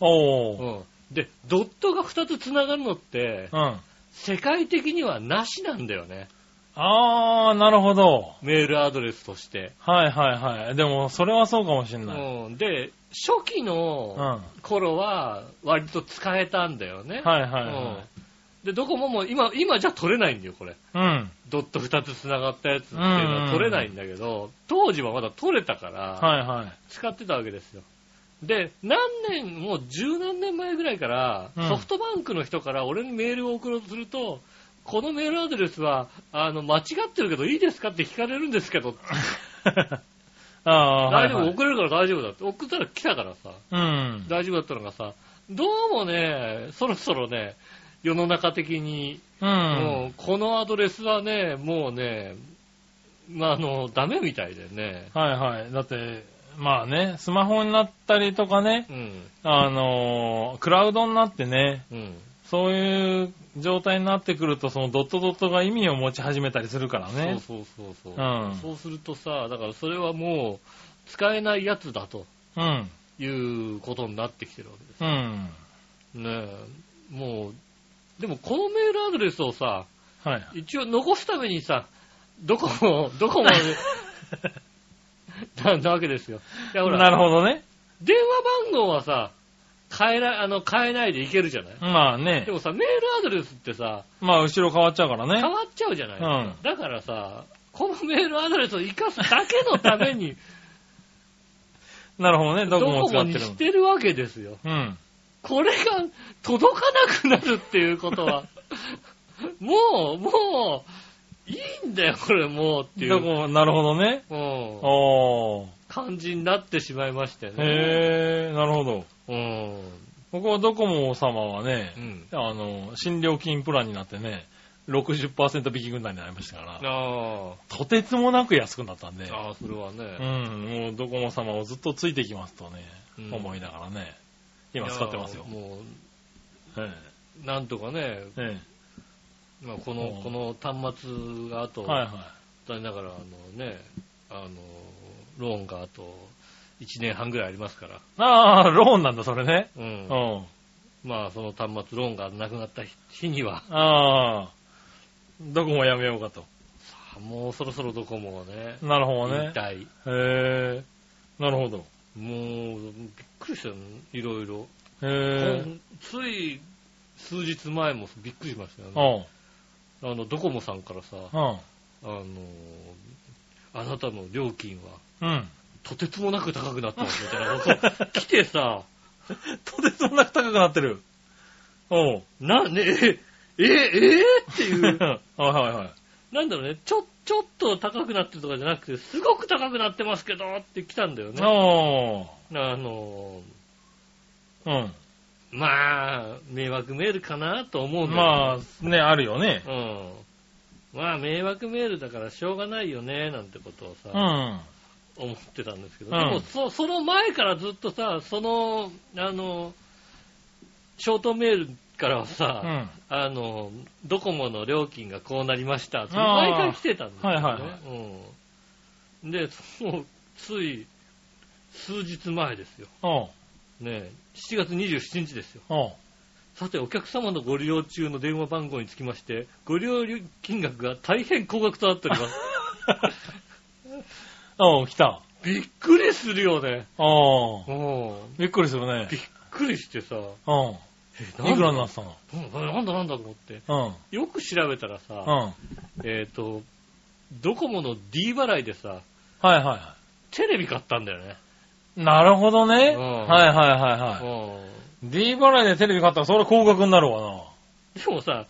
Speaker 3: おう
Speaker 2: よ。うん。で、ドットが2つ繋がるのって、
Speaker 3: うん。
Speaker 2: 世界的にはなしなんだよね。
Speaker 3: ああ、なるほど。
Speaker 2: メールアドレスとして。
Speaker 3: はいはいはい。でも、それはそうかもしんない。
Speaker 2: うん。で、初期
Speaker 3: うん。
Speaker 2: の
Speaker 3: は
Speaker 2: 頃は、割と使えたんだよね。
Speaker 3: いはいうは
Speaker 2: ん。で、ドコモも今、今じゃ取れないんだよ、これ。
Speaker 3: い。うん。
Speaker 2: ドット2つ繋がったやつっていうのは取れないんだけど、当時はまだ取れたから、
Speaker 3: はいはい。
Speaker 2: 使ってたわけですよ。で、何年、もう十何年前ぐらいから、
Speaker 3: うん
Speaker 2: ソフトバンクの人から俺にメールを送ろうとすると、このメール
Speaker 3: (laughs)
Speaker 2: アドレスは、あの、間違ってるけどいいですかって聞かれるんですけど、
Speaker 3: ああ、は
Speaker 2: 大
Speaker 3: い、
Speaker 2: 丈
Speaker 3: は
Speaker 2: 夫、
Speaker 3: い。
Speaker 2: 送れるから大丈夫だって。送ったら来たからさ、
Speaker 3: うん。
Speaker 2: 大丈夫だったのがさ、どうもね、そろそろね、世の中的に、
Speaker 3: うん。
Speaker 2: もう、このアドレスはね、もうね、まあ、あの、ダメみたいだよね。
Speaker 3: はいはい。だって、まあね、スマホになったりとかね、
Speaker 2: うん、
Speaker 3: あのークラウドになってね、
Speaker 2: うん。
Speaker 3: そういう状態になってくると、そのドットドットが意味を持ち始めたりするからね。
Speaker 2: そうそうそうそう。
Speaker 3: うん
Speaker 2: そうするとさ、だからそれはもう、使えないやつだと
Speaker 3: うん。
Speaker 2: いうことになってきてるわけです。
Speaker 3: うん。
Speaker 2: ねえ。もう、でもこのメールアドレスをさ、
Speaker 3: はい。
Speaker 2: 一応残すためにさ、どこ
Speaker 3: (laughs)
Speaker 2: も、どこも、ななわけですよ。いやほら、
Speaker 3: なるほどね。
Speaker 2: 電話番号はさ、変えない、あの、変えないでいけるじゃない
Speaker 3: まあね
Speaker 2: で。もさ、メールアドレスってさ、
Speaker 3: まあ、後ろ変わっちゃうから
Speaker 2: 変
Speaker 3: ね。
Speaker 2: わっちゃうじゃない、
Speaker 3: うん
Speaker 2: だからさ、このメールアドレスを活かすだけのために、
Speaker 3: なるほどね。
Speaker 2: ド
Speaker 3: ドコモを
Speaker 2: コ
Speaker 3: 使
Speaker 2: モ
Speaker 3: っ
Speaker 2: に
Speaker 3: てる
Speaker 2: してるわけですよ。
Speaker 3: の。うん。
Speaker 2: これが届かなくなるっていうこと
Speaker 3: (laughs)
Speaker 2: は、もう、もう、いいんだよ、これもうってい
Speaker 3: ドコ
Speaker 2: う、
Speaker 3: モ、なるほどね。
Speaker 2: うん、
Speaker 3: おー。
Speaker 2: 感じになってしまいましたよね。
Speaker 3: へー、なるほど。
Speaker 2: うん。
Speaker 3: 僕はドコモ様はね
Speaker 2: う、ん。
Speaker 3: あの、新料金プランになってね、60%引き軍団になりましたから、
Speaker 2: あ
Speaker 3: とてつもなく安くなったんで
Speaker 2: あ、、ああ、それは
Speaker 3: う
Speaker 2: ね。
Speaker 3: ん、もうドコモ様をずっとついてきますとね、
Speaker 2: うん
Speaker 3: 思いながらね、今使ってますよ
Speaker 2: い。やも
Speaker 3: え
Speaker 2: う、なんとかね、
Speaker 3: ええ
Speaker 2: まあ、この
Speaker 3: う、ん
Speaker 2: この端末があと、
Speaker 3: えはいはい。
Speaker 2: だから、あのね、あの、ローンがあと、1年半ぐらいありますから。
Speaker 3: ああ、ローンなんだ、それね。
Speaker 2: う。
Speaker 3: うんん。
Speaker 2: まあ、その端末、ローンがなくなった日には、 (laughs)
Speaker 3: ああ、ドコモやめようかと。
Speaker 2: あもうそろそろドコモをね、
Speaker 3: なるほど
Speaker 2: 引
Speaker 3: ね。
Speaker 2: 退。
Speaker 3: へえ、なるほど。
Speaker 2: もう、びっくりしたよ、いろいろ。
Speaker 3: へえ、
Speaker 2: つい、数日前もびっくりしましたよ
Speaker 3: う
Speaker 2: ね。
Speaker 3: ん、
Speaker 2: あの、ドコモさんからさ、
Speaker 3: うん、
Speaker 2: あの、あなたの料金は、
Speaker 3: うん。
Speaker 2: とてつもなく高くなったんですみたいな
Speaker 3: (laughs)
Speaker 2: こと、来てさ、
Speaker 3: とてつもなく高くなってる。おう。
Speaker 2: な、ね、え、え、えっていう、
Speaker 3: (laughs) はいはいはい。
Speaker 2: なんだろうね、ちょ、ちょっと高くなってるとかじゃなくて、すごく高くなってますけどって来たんだよね。
Speaker 3: お
Speaker 2: あの、
Speaker 3: ー。
Speaker 2: まあ、迷惑メールかなと思
Speaker 3: う
Speaker 2: うん
Speaker 3: ん。
Speaker 2: だよ
Speaker 3: まあ、ね、あるよね。
Speaker 2: うん。まあ、迷惑メールだからしょうがないよね、なんてことをさ、
Speaker 3: うん。
Speaker 2: 思ってたんですけど、
Speaker 3: うん
Speaker 2: でもそ、その前からずっとさ、その、あの、ショートメールからは
Speaker 3: う
Speaker 2: さ、
Speaker 3: ん。
Speaker 2: あの、ドコモの料金がこうなりました。それ毎回来てたんですよ、ね。
Speaker 3: はいはいは
Speaker 2: うん。で、もう、つい、数日前ですよ。 (laughs)
Speaker 3: おう。
Speaker 2: ねえ、7月27日ですよ。
Speaker 3: おう。
Speaker 2: さて、お客様のご利用中の電話番号につきまして、ご利用金額が大変高額となっており
Speaker 3: (laughs)
Speaker 2: ます。
Speaker 3: おう、来た。
Speaker 2: びっくりするよね。
Speaker 3: おう。
Speaker 2: うん。
Speaker 3: びっくりするね
Speaker 2: び。っくりしてさ、
Speaker 3: おう。
Speaker 2: え
Speaker 3: いくらになってたの
Speaker 2: うんなんだなんだと思って。
Speaker 3: うん。
Speaker 2: よく調べたら
Speaker 3: うん。
Speaker 2: さ、
Speaker 3: はい
Speaker 2: えっ、と、ドコモの D 払いでさ、
Speaker 3: はいは
Speaker 2: テレビ買ったんだよね。
Speaker 3: い。なるほどね。
Speaker 2: うん
Speaker 3: はいはいはいは
Speaker 2: う
Speaker 3: い。D 払いでテレビ買ったらそれ高額になる
Speaker 2: (laughs)
Speaker 3: わ
Speaker 2: ん。でもさ、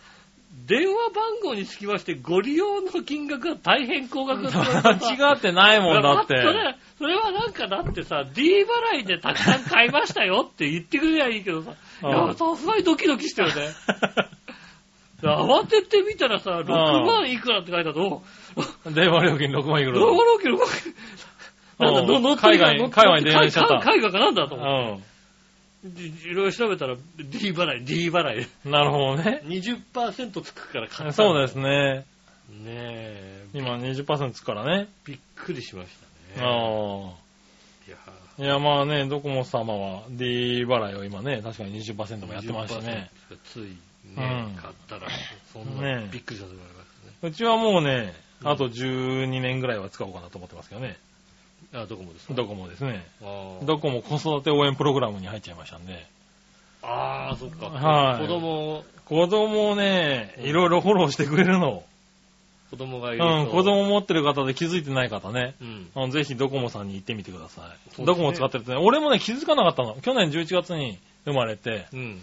Speaker 2: 電話番号につきましてご利用の金額が大変高額
Speaker 3: な。
Speaker 2: って言われてさ
Speaker 3: 間違ってないもんだ
Speaker 2: (laughs)
Speaker 3: って。
Speaker 2: それそれはなんかだってさ、D 払いでたくさん買いましたよって言ってくれりゃいいけどさ、い
Speaker 3: うん
Speaker 2: や、さすがにドキドキしたよね。慌ててみたらさ、6万いくらって書いてあったと、
Speaker 3: 電話料金6万いくらだ。
Speaker 2: ロゴロキロゴなんだ、
Speaker 3: うん
Speaker 2: の乗ってるか
Speaker 3: 海外
Speaker 2: 乗ってるか
Speaker 3: 海外に電話しちゃった
Speaker 2: 海外かなんだと思っ
Speaker 3: う
Speaker 2: て。いいろいろ調べたら、D 払い、D 払い。
Speaker 3: ん。なるほどね。
Speaker 2: 20%つくから買った。。
Speaker 3: そうですすね。
Speaker 2: ねえ、
Speaker 3: 今20%つくからね。
Speaker 2: びっくりしましたね。
Speaker 3: あ
Speaker 2: いや
Speaker 3: あ。いや、まあね、ドコモ様は D 払いを今ね、確かに20%もやってましたね。。
Speaker 2: ついね、
Speaker 3: うん
Speaker 2: 買ったら、そんな
Speaker 3: ね
Speaker 2: びっくりしたと思いますね。
Speaker 3: うちはもうね、
Speaker 2: うん
Speaker 3: あと12年ぐらいは使おうかなと思ってますけどね。
Speaker 2: あ、ドコモですか
Speaker 3: ドコモですね。
Speaker 2: あー
Speaker 3: ドコモ子育て応援プログラムに入っちゃいましたんで。
Speaker 2: あー、そっか。
Speaker 3: は
Speaker 2: 子
Speaker 3: い
Speaker 2: 供、
Speaker 3: 子供をね、いろいろフォローしてくれるの。
Speaker 2: 子供がいうると。
Speaker 3: ん、子供持ってる方で気づいてない方ね。
Speaker 2: うん。
Speaker 3: あのぜひドコモさんに行ってみてください。
Speaker 2: すね
Speaker 3: ドコモ使ってるとね、俺もね、気づかなかったの。去年11月に生まれて、
Speaker 2: うん。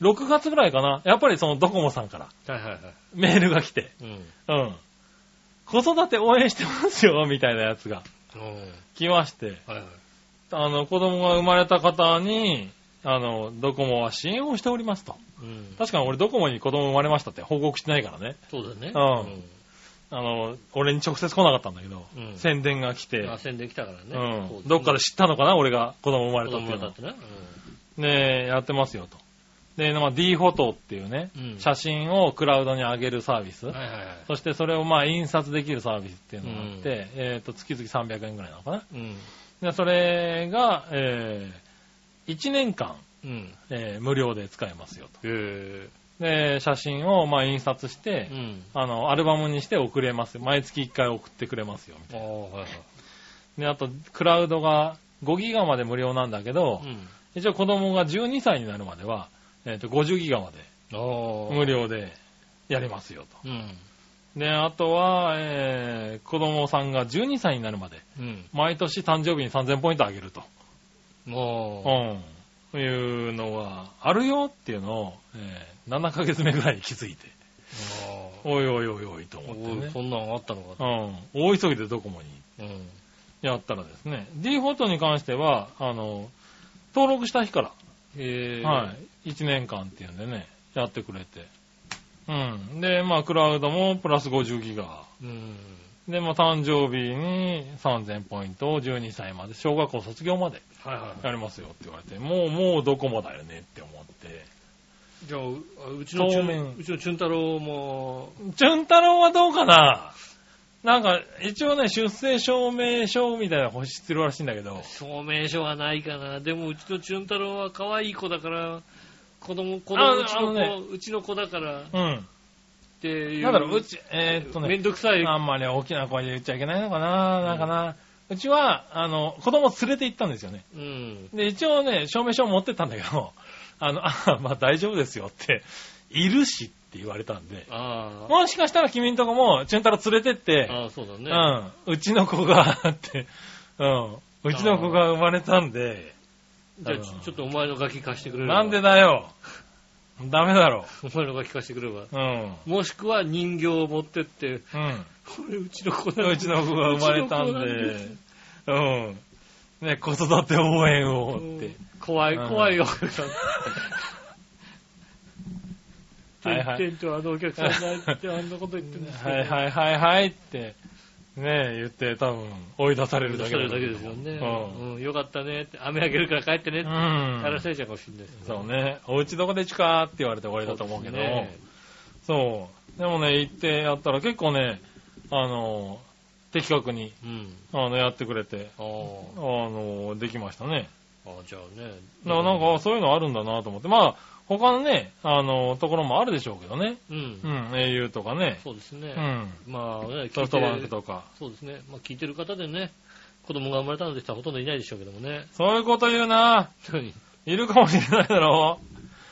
Speaker 3: 6月ぐらいかな。やっぱりそのドコモさんから
Speaker 2: はいはいはい。
Speaker 3: メールが来て、
Speaker 2: うん。
Speaker 3: うん。子育て応援してますよ、みたいなやつが。
Speaker 2: うん。はい
Speaker 3: 来まして、
Speaker 2: はい。
Speaker 3: あの、子供が生まれた方に、あの、ドコモは支援をしておりますと。
Speaker 2: うん。
Speaker 3: 確かに俺ドコモに子供生まれましたって報告してないからね。
Speaker 2: そうだね。
Speaker 3: あの、俺に直接来なかったんだけど、
Speaker 2: うん
Speaker 3: 宣伝が来
Speaker 2: う
Speaker 3: て、。
Speaker 2: ん。宣伝来たからね。そううん
Speaker 3: どっかで知ったのかな俺が子供生ま
Speaker 2: だ
Speaker 3: れ
Speaker 2: ね
Speaker 3: た
Speaker 2: 子
Speaker 3: って
Speaker 2: 供
Speaker 3: い
Speaker 2: がだ
Speaker 3: うの
Speaker 2: ってね。
Speaker 3: ねやってますよと。で、まあ、D フォトっていうね、
Speaker 2: うん
Speaker 3: 写真をクラウドに上げるサービス、
Speaker 2: うん。はいはいはい。
Speaker 3: そしてそれをまあ印刷できるサービスっていうのがあって、えっ、と、月々300円ぐらいなのかな。
Speaker 2: うん。
Speaker 3: で、それが、え1年間、
Speaker 2: うん。
Speaker 3: えー無料で使えますよ
Speaker 2: へえ。
Speaker 3: と。で、写真をまあ印刷して、
Speaker 2: うん。
Speaker 3: あの、アルバムにして送れますよ。毎月1回送ってくれますよ。
Speaker 2: ああ、はいはい。
Speaker 3: で、あと、クラウドが5ギガまで無料なんだけど、
Speaker 2: うん。
Speaker 3: 一応子供が12歳になるまでは、えっ、と、50ギガまで
Speaker 2: ああ。
Speaker 3: 無料でやりますよ
Speaker 2: うん。
Speaker 3: と。で、あとは、えー子供さんが12歳になるまで、
Speaker 2: うん。
Speaker 3: 毎年誕生日に3000ポイントあげると。
Speaker 2: も
Speaker 3: うん。いうのがあるよっていうのを、えー7ヶ月目ぐらいに気づいて、
Speaker 2: う、ああ。
Speaker 3: おいおいおいおいと思って
Speaker 2: おい
Speaker 3: ね
Speaker 2: そ。んなのあったのか。
Speaker 3: うん。大急ぎでドコモに
Speaker 2: うん。
Speaker 3: やったらですね、D フォトに関しては、あの、登録した日から、
Speaker 2: へえ。
Speaker 3: はい。1年間っていうんでね、やってくれて。うん。で、まあ、クラウドもプラス50ギガ。
Speaker 2: い。うん。
Speaker 3: で、まあ、誕生日に3000ポイントを12歳まで、小学校卒業まで
Speaker 2: はいはい。
Speaker 3: やりますよって言われて、もう、もうドコモだよねって思って。
Speaker 2: じゃあ、ううちのチュ
Speaker 3: 当面
Speaker 2: ン、うちのチュン太郎も、
Speaker 3: チュン太郎はどうかななんか、一応ね、出生証明書みたいなの欲してるらしいんだけど、
Speaker 2: 証明書はないかな。でも、うちのチュン太郎は可愛い子だから、子供、子
Speaker 3: あ
Speaker 2: 供、うちの
Speaker 3: あの
Speaker 2: 子、
Speaker 3: ね
Speaker 2: うちの子だからっ
Speaker 3: うん。
Speaker 2: ていう。
Speaker 3: なんだろう、うち、えーっと
Speaker 2: め
Speaker 3: ね
Speaker 2: ん、どくさい。
Speaker 3: (laughs) あんまり大きな声で言っちゃいけないのかななんかな、うちは、あの、子供連れて行ったんですよね。
Speaker 2: うん。
Speaker 3: で、一応ね、証明書を持ってったんだけど、 (laughs) あの、あ、まあ大丈夫ですよって、いるしって言われたんで、
Speaker 2: あ
Speaker 3: もしかしたら君んとこも、チュンタロ連れてって
Speaker 2: あ。、ああ、そうだね。
Speaker 3: うん、うちの子が、って、うん、うちの子が生まれたんで、
Speaker 2: じゃあ、ちちょっとお前のガキ貸してくれれば。
Speaker 3: なんでだよ。ダメだろ。
Speaker 2: お前のガキ貸してくれれば。
Speaker 3: うん。
Speaker 2: もしくは人形を持ってって、
Speaker 3: うん。
Speaker 2: これうちの子だ
Speaker 3: うちの子が生まれた (laughs) ん
Speaker 2: う
Speaker 3: で
Speaker 2: ち、
Speaker 3: うん。ね、子育て応援
Speaker 2: の
Speaker 3: を
Speaker 2: 子なん
Speaker 3: っ
Speaker 2: で
Speaker 3: て。
Speaker 2: 怖い、
Speaker 3: うん
Speaker 2: 怖 (laughs) いよ。
Speaker 3: はいはい
Speaker 2: 店長、あのお客さんが言って、あんなこと言ってんですけど。
Speaker 3: はいはいはいはいって、ね、言って多分追い出されるだけ
Speaker 2: それだけですよね。
Speaker 3: うん。
Speaker 2: うん。よかったねって、雨あげるから帰ってねって、や
Speaker 3: う
Speaker 2: ら
Speaker 3: ん。
Speaker 2: されちゃうかもしれないですね。
Speaker 3: そうね、お家どこで行くかって言われて終わりだと思うけど、そう。でもね、行ってやったら結構ね、あの、的確に、
Speaker 2: うん。
Speaker 3: あの、やってくれて、
Speaker 2: あ
Speaker 3: あの、できましたね。
Speaker 2: あ、ああじゃあね。
Speaker 3: ななんか、、そういうのあるんだなと思って。まあ、他のね、あの、ところもあるでしょうけどね。
Speaker 2: うん
Speaker 3: う。ん、au とかね。
Speaker 2: そうです
Speaker 3: う
Speaker 2: ね。
Speaker 3: ん。
Speaker 2: まあね、
Speaker 3: ソフトバンクとか。
Speaker 2: そうですね。まあ聞いてる方でね、子供が生まれたのでしたらほとんどいないでしょうけどもね。 (laughs)
Speaker 3: そういうこと言うな。
Speaker 2: 何
Speaker 3: いるかもしれないだろ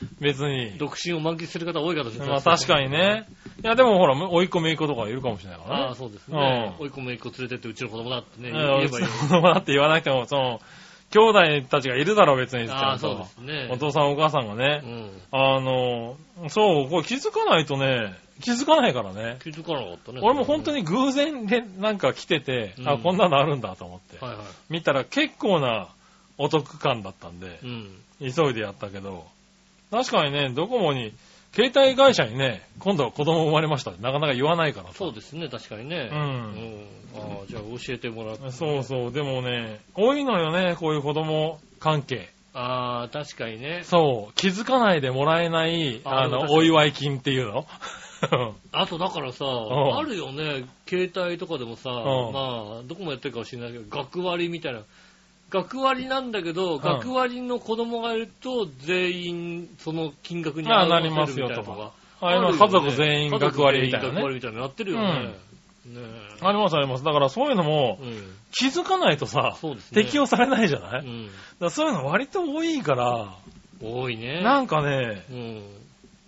Speaker 3: う。別に。
Speaker 2: 独身を満喫する方多い方です
Speaker 3: まあ確かにね。。いや、でもほら、追い込みい子とかいるかもしれないから
Speaker 2: ああ、
Speaker 3: ね。
Speaker 2: そうですね。
Speaker 3: う
Speaker 2: 追い込め一個連れてってうちの子供だってね、
Speaker 3: う
Speaker 2: 言
Speaker 3: ん
Speaker 2: え
Speaker 3: う
Speaker 2: ば
Speaker 3: ち
Speaker 2: いい
Speaker 3: の。子供だって言わなくても、その、兄弟たちがいるだろう、別に。ち
Speaker 2: あ
Speaker 3: ゃ
Speaker 2: あ、
Speaker 3: ん
Speaker 2: そう
Speaker 3: と
Speaker 2: で。すね。
Speaker 3: お父さんお母さんが
Speaker 2: う
Speaker 3: ね。
Speaker 2: ん。
Speaker 3: あの、そう、これ気づかないとね、気づかないからね。
Speaker 2: 気づかなかったね。
Speaker 3: 俺も本当
Speaker 2: に。
Speaker 3: に偶然でなんか来てて、
Speaker 2: う
Speaker 3: あ、
Speaker 2: ん
Speaker 3: こんなのあるんだと思って、
Speaker 2: はいは
Speaker 3: 見たら結構なお得感だったんで
Speaker 2: い。う、ん。
Speaker 3: 急いでやったけど、確かにね、ドコモに、携帯会社にね、今度は子供生まれましたってなかなか言わないからさ
Speaker 2: そうですね、確かにね。
Speaker 3: うん。
Speaker 2: うんああ、じゃあ教えてもらって。
Speaker 3: そうそう、でもね、多いのよね、こういう子供関係。
Speaker 2: ああ、確かにね。
Speaker 3: そう、気づかないでもらえない、
Speaker 2: あ
Speaker 3: あ
Speaker 2: でも確
Speaker 3: の、
Speaker 2: かに
Speaker 3: お祝い金っていう
Speaker 2: (laughs)
Speaker 3: の
Speaker 2: あとだからさ、
Speaker 3: ん
Speaker 2: あるよね、携帯とかでもさ、
Speaker 3: ん
Speaker 2: まあ、どこもやってるかもしれないけど、学割みたいな。学割なんだけど、
Speaker 3: ん
Speaker 2: 学割の子供がいると、全員、その金額に
Speaker 3: まあ
Speaker 2: 合わせる
Speaker 3: なりますよ
Speaker 2: みたいな
Speaker 3: と
Speaker 2: のが
Speaker 3: あれ
Speaker 2: るよ
Speaker 3: の
Speaker 2: ね
Speaker 3: 家族全員学割みたい
Speaker 2: 家族全員
Speaker 3: な
Speaker 2: 学
Speaker 3: ね。
Speaker 2: 割みたいなのやってるよね。ね
Speaker 3: ありますあります。だからそういうのも
Speaker 2: え。うん。
Speaker 3: 気づかないとさ、
Speaker 2: そうですね。
Speaker 3: 適用されないじゃない、
Speaker 2: う
Speaker 3: だか
Speaker 2: ん。
Speaker 3: らそういうの割と多いから、
Speaker 2: 多いね。
Speaker 3: なんかね、
Speaker 2: うん。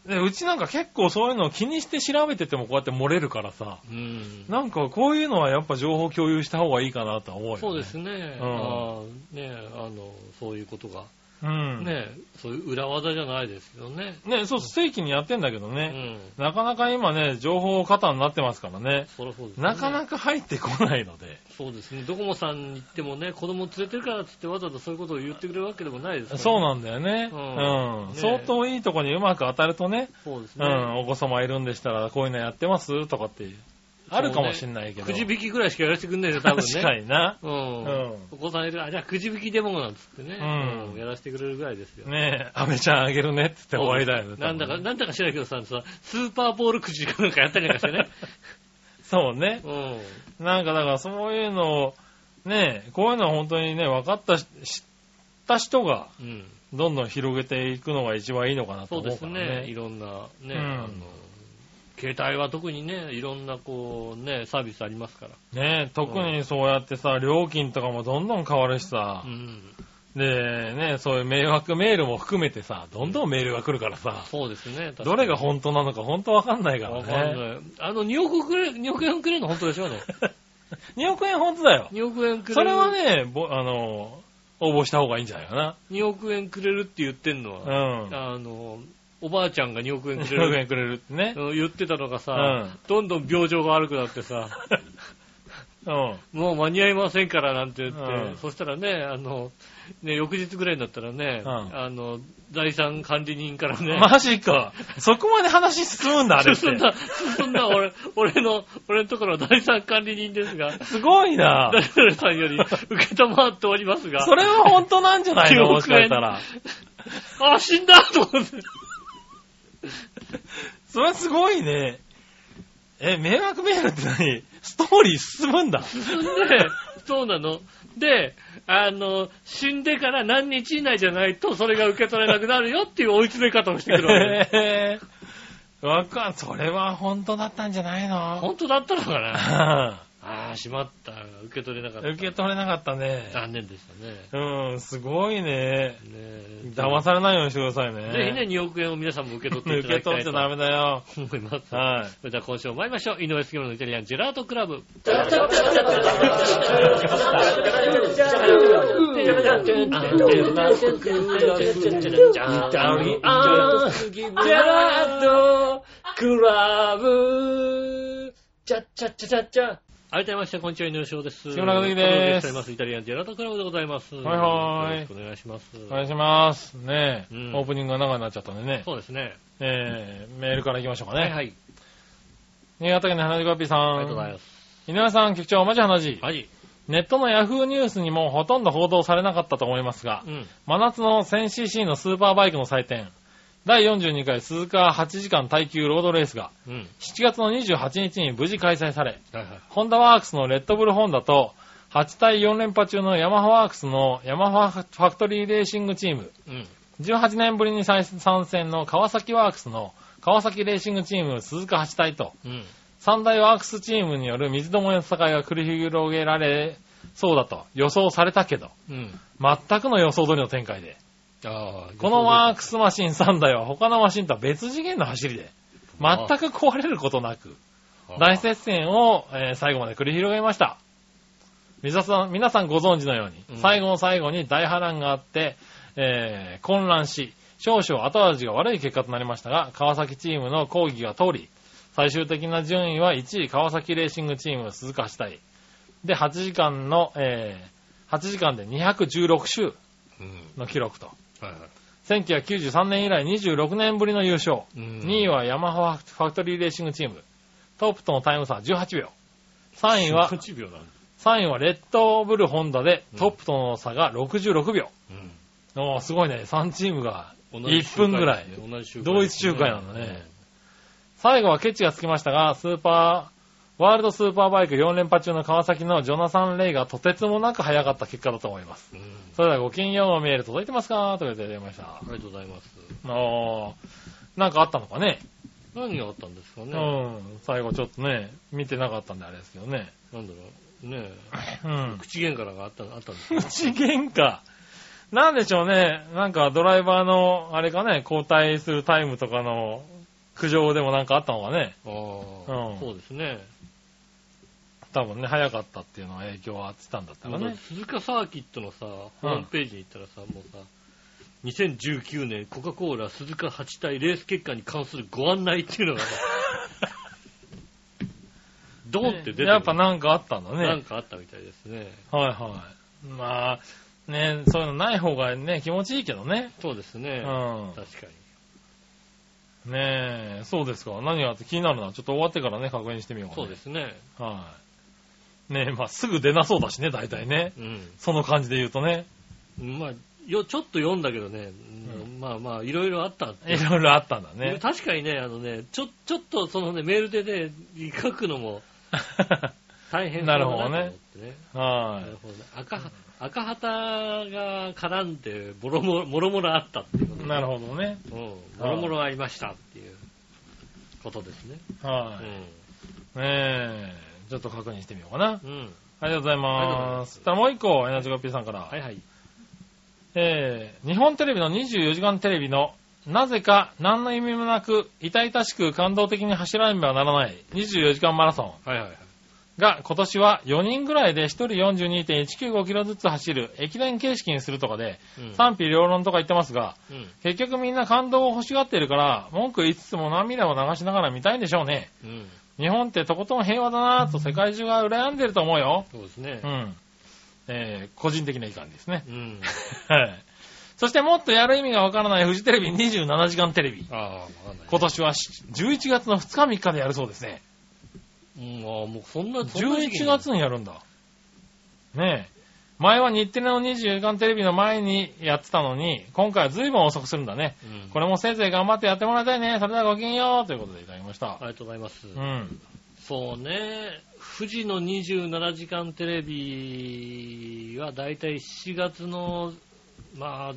Speaker 3: でうちなんか結構そういうのを気にして調べててもこうやって漏れるからさ、
Speaker 2: うん。
Speaker 3: なんかこういうのはやっぱ情報共有した方がいいかなとは思うよ、ね。
Speaker 2: そうですね。
Speaker 3: うん
Speaker 2: ああねえあの、そういうことが
Speaker 3: ううん。ね
Speaker 2: ね、そういう裏技じゃないですけどね。
Speaker 3: そう、ステーキにやってんだけど
Speaker 2: う
Speaker 3: ね、
Speaker 2: ん。
Speaker 3: なかなか今ね、情報過多になってますからね、
Speaker 2: そりゃそうです、ね。
Speaker 3: なかなか入ってこないので、
Speaker 2: そうですね。ドコモさんに行ってもね、子供連れてるからって言ってわざわざそういうことを言ってくれるわけでもないですから、ね。
Speaker 3: そうなんだよね。
Speaker 2: う
Speaker 3: うん
Speaker 2: ね
Speaker 3: ん。相当いいとこにうまく当たるとね、
Speaker 2: そうです
Speaker 3: う
Speaker 2: ね。
Speaker 3: ん、お子様いるんでしたら、こういうのやってますとかって、あるかもしんないけど。
Speaker 2: くじ引きぐらいしかやらせてくんないですよ、多分ね。
Speaker 3: 確かにな。
Speaker 2: うん。
Speaker 3: うん
Speaker 2: お子さんいる、あ、じゃあくじ引きでもなんつってね、
Speaker 3: うん
Speaker 2: やらせてくれるぐらいですよ。
Speaker 3: ねえ、アメちゃんあげるねって言って終わりだよね。
Speaker 2: なんだか、
Speaker 3: 多分ね
Speaker 2: なんだか知らんけどさ、さスーパーボールくじかなんかやったりなんかして
Speaker 3: (laughs)
Speaker 2: ね。
Speaker 3: そうね。
Speaker 2: うん。
Speaker 3: なんかだからそういうのを、ねえ、こういうのは本当にね、分かったし、知った人が
Speaker 2: うん。
Speaker 3: どんどん広げていくのが一番いいのかなと
Speaker 2: そう
Speaker 3: 思
Speaker 2: で
Speaker 3: う
Speaker 2: す
Speaker 3: から
Speaker 2: ね。
Speaker 3: ね。
Speaker 2: いろんなね、
Speaker 3: うん
Speaker 2: あの、携帯は特にね、いろんなこうね、サービスありますから。
Speaker 3: ねえ、特にそうやってさ、料金とかもどんどん変わるしさ
Speaker 2: う、ん。
Speaker 3: で、ね、そういう迷惑メールも含めてさ、どんどんメールが来るからさ、
Speaker 2: そうですね。確かに
Speaker 3: どれが本当なのか本当わかんないか
Speaker 2: わかんな
Speaker 3: らね。
Speaker 2: い。あの、2億くれ、2億円くれるの本当でしょう
Speaker 3: (laughs)
Speaker 2: ね。
Speaker 3: 2億円本当だよ。
Speaker 2: 2億円くれる。
Speaker 3: それはね、ぼあの、応募した方がいいんじゃないかな。
Speaker 2: 2億円くれるって言ってんのは、
Speaker 3: うん。
Speaker 2: あの、おばあちゃんが2億円くれ
Speaker 3: 2億
Speaker 2: る。
Speaker 3: 円くれるってね。
Speaker 2: 言ってたのがさ、
Speaker 3: うん
Speaker 2: どんどん病状が悪くなってさ、
Speaker 3: うん。
Speaker 2: もう間に合いませんからなんて言って、
Speaker 3: うん
Speaker 2: そしたらね、あの、ね、翌日ぐらいになったらね、
Speaker 3: うん
Speaker 2: あの、財産管理人からね、
Speaker 3: マジか。そこまで話進むんだ、あれって。
Speaker 2: 進んだ、進んだ、俺、俺の、俺のところは財産管理人ですが、
Speaker 3: すごいな。
Speaker 2: 誰々さんより受けたまっておりますが、
Speaker 3: それは本当なんじゃないの
Speaker 2: 記憶
Speaker 3: もしかしたら。
Speaker 2: あ、死んだと思って。
Speaker 3: それはすごいね。え、迷惑メールって何ストーリー進むんだ。
Speaker 2: で、そうなの。で、あの、死んでから何日以内じゃないと、それが受け取れなくなるよっていう追い詰め方をしてくるわ
Speaker 3: (laughs)
Speaker 2: け。
Speaker 3: えーわかん、それは本当だったんじゃないの
Speaker 2: 本当だったのかな
Speaker 3: う
Speaker 2: ああ、しまった。受け取れなかっ
Speaker 3: ん
Speaker 2: た。
Speaker 3: 受け取れなかったね。
Speaker 2: 残念でしたね。ね
Speaker 3: うん、すごいね。
Speaker 2: え
Speaker 3: 騙されないようにしてくださいね。
Speaker 2: ぜひね、2億円を皆さんも受け取ってい
Speaker 3: 受
Speaker 2: ただ
Speaker 3: け
Speaker 2: きた
Speaker 3: 取っ
Speaker 2: い
Speaker 3: ち
Speaker 2: と
Speaker 3: ゃダメだよ。
Speaker 2: 思います。
Speaker 3: はい。
Speaker 2: それでは今週も参りましょう。井上杉村のイタリアンジェラートクラブ。改めまして、こんにちは、井上翔です。
Speaker 3: 木村和樹です
Speaker 2: お届けしております。イタリアンジェラートクラブでございます。
Speaker 3: はいはーい
Speaker 2: よろしくお願いします。
Speaker 3: お願いします。ねえ、
Speaker 2: うん
Speaker 3: オープニングが長くなっちゃったんでね。
Speaker 2: そうですね。
Speaker 3: えー、メールから行きましょうかね。
Speaker 2: はいはい。
Speaker 3: 新潟県の花地コピーさん。
Speaker 2: ありがとうございます。
Speaker 3: 井上さん、局長、マジ話。
Speaker 2: はい。
Speaker 3: ネットのヤフーニュースにもほとんど報道されなかったと思いますが、
Speaker 2: うん。
Speaker 3: 真夏の 1000cc のスーパーバイクの祭典、第42回鈴鹿8時間耐久ロードレースが、
Speaker 2: うん。
Speaker 3: 7月の28日に無事開催され、
Speaker 2: はいはい。
Speaker 3: ホンダワークスのレッドブルホンダと、8対4連覇中のヤマハワークスのヤマハファクトリーレーシングチーム、
Speaker 2: うん。
Speaker 3: 18年ぶりに再参戦の川崎ワークスの川崎レーシングチーム鈴鹿8体と、
Speaker 2: うん。
Speaker 3: 三大ワークスチームによる水どもえの戦いが繰り広げられそうだと予想されたけど、
Speaker 2: うん。
Speaker 3: 全くの予想通りの展開で、
Speaker 2: ああ、
Speaker 3: このワークスマシン3台は他のマシンとは別次元の走りで、全く壊れることなく、大接戦を、えー最後まで繰り広げました。皆さん、皆さんご存知のよう
Speaker 2: うん
Speaker 3: に、最後の最後に大波乱があって、えー混乱し、少々後味が悪い結果となりましたが、川崎チームの抗議が通り、最終的な順位は1位川崎レーシングチーム鈴鹿死体。で、8時間の、えー8時間で216周
Speaker 2: うん。
Speaker 3: の記録と。
Speaker 2: はいはい。
Speaker 3: 1993年以来26年ぶりの優勝。2位
Speaker 2: は
Speaker 3: はヤマハファクトリーレーシングチーム。トップとのタイム差は18秒。3位は、
Speaker 2: 8秒だね。
Speaker 3: 3位はレッドブルホンダで、トップとの差が66秒。おーすごいね。3チームが。1分ぐらい
Speaker 2: 同じ周回ですね。
Speaker 3: 同一周回なんだね最後はケチがつきましたが、スーパー、ワールドスーパーバイク4連覇中の川崎のジョナサン・レイがとてつもなく早かった結果だと思います。
Speaker 2: うん。うん
Speaker 3: それではごきげんようのメール届いてますかということで出ました
Speaker 2: あ。りがとうございます。
Speaker 3: おーなんかあったのかね
Speaker 2: 何があったんですかね。
Speaker 3: うん。最後ちょっとね、見てなかったんであれですけどね。
Speaker 2: なんだろう。ね
Speaker 3: うん
Speaker 2: え。。口喧嘩なんかあった、あったん
Speaker 3: (laughs)
Speaker 2: ですか
Speaker 3: 口喧嘩。なんでしょうね。なんかドライバーの、あれかね、交代するタイムとかの苦情でもなんかあったのかね。
Speaker 2: ああ
Speaker 3: う、ん
Speaker 2: そうですね。
Speaker 3: 多分ね、早かったっていうのは影響はあってたんだった
Speaker 2: あ
Speaker 3: ら
Speaker 2: の
Speaker 3: ね。
Speaker 2: 鈴鹿サーキットのさ、ホームページに行ったらさ、もうさ、 2019年コカ・コーラ鈴鹿8体レース結果に関するご案内っていうのが、ドンって出てる
Speaker 3: やっぱなんかあったんだね。
Speaker 2: なんかあったみたいですね。
Speaker 3: はいはい。まあ、ね、そういうのない方がね、気持ちいいけどね。
Speaker 2: そうですね。
Speaker 3: うん
Speaker 2: 確かに。
Speaker 3: ねえ、そうですか。何があって気になるな。ちょっと終わってからね、確認してみようか、ね。
Speaker 2: そうですね。
Speaker 3: す。はい。ねえ、まあ、すぐ出なそうだしね、大体ね。
Speaker 2: う
Speaker 3: その感じで言うとね。
Speaker 2: ん。まあ、よ、ちょっと読んだけどね、うんまあまあ、いろいろあったって
Speaker 3: いろいろあったんだね。
Speaker 2: 確かにね、あのね、ちょ、ちょっとそのね、メールでね、書くのも大変そうだと思って
Speaker 3: なるは
Speaker 2: なるほどね。赤は、赤旗が絡んで、もろもろ、もろもろあったっていうこと
Speaker 3: い。なるほどね。
Speaker 2: うん。もろもろありましたっていうことですね。
Speaker 3: は
Speaker 2: うん
Speaker 3: い。ねえ、ちょっと確認してみようかな。
Speaker 2: うん。
Speaker 3: ありが
Speaker 2: あり
Speaker 3: とうござい
Speaker 2: がとうござい
Speaker 3: ま。
Speaker 2: ますす
Speaker 3: そしたらもう一個、エナジーガッピーさんから。
Speaker 2: はいはい。
Speaker 3: えー、日本テレビの24時間テレビの、なぜか何の意味もなく、痛々しく感動的に走らねばならない24時間マラソン
Speaker 2: はいはいはい。
Speaker 3: が今年は4人ぐらいで1人42.195キロずつ走る駅伝形式にするとかで
Speaker 2: うん
Speaker 3: 賛否両論とか言ってますが、
Speaker 2: うん。
Speaker 3: 結局みんな感動を欲しがってるから、文句言いつつも涙を流しながら見たいんでしょうね。
Speaker 2: うん。
Speaker 3: 日本ってとことん平和だなぁと世界中が羨んでると思うよ。
Speaker 2: そうですね
Speaker 3: う。ん。えー、個人的な意見ですね。 (laughs)
Speaker 2: うん。
Speaker 3: はい。そしてもっとやる意味がわからないフジテレビ27時間テレビ。
Speaker 2: ああ、わかんない。
Speaker 3: 今年はし11月の2日3日でやるそうですね。
Speaker 2: うん、ああ、もうそんな、そんな時期
Speaker 3: 11
Speaker 2: に
Speaker 3: 月にやるんだ。ねえ。前は日テレの24時間テレビの前にやってたのに、今回は随分遅くするんだね。
Speaker 2: うん
Speaker 3: これもせいぜい頑張ってやってもらいたいね。それではごきげんようということでいただきました
Speaker 2: あ。りがとうございます。
Speaker 3: うん。
Speaker 2: そうね、富士の27時間テレビはだいたい7月の、まあ、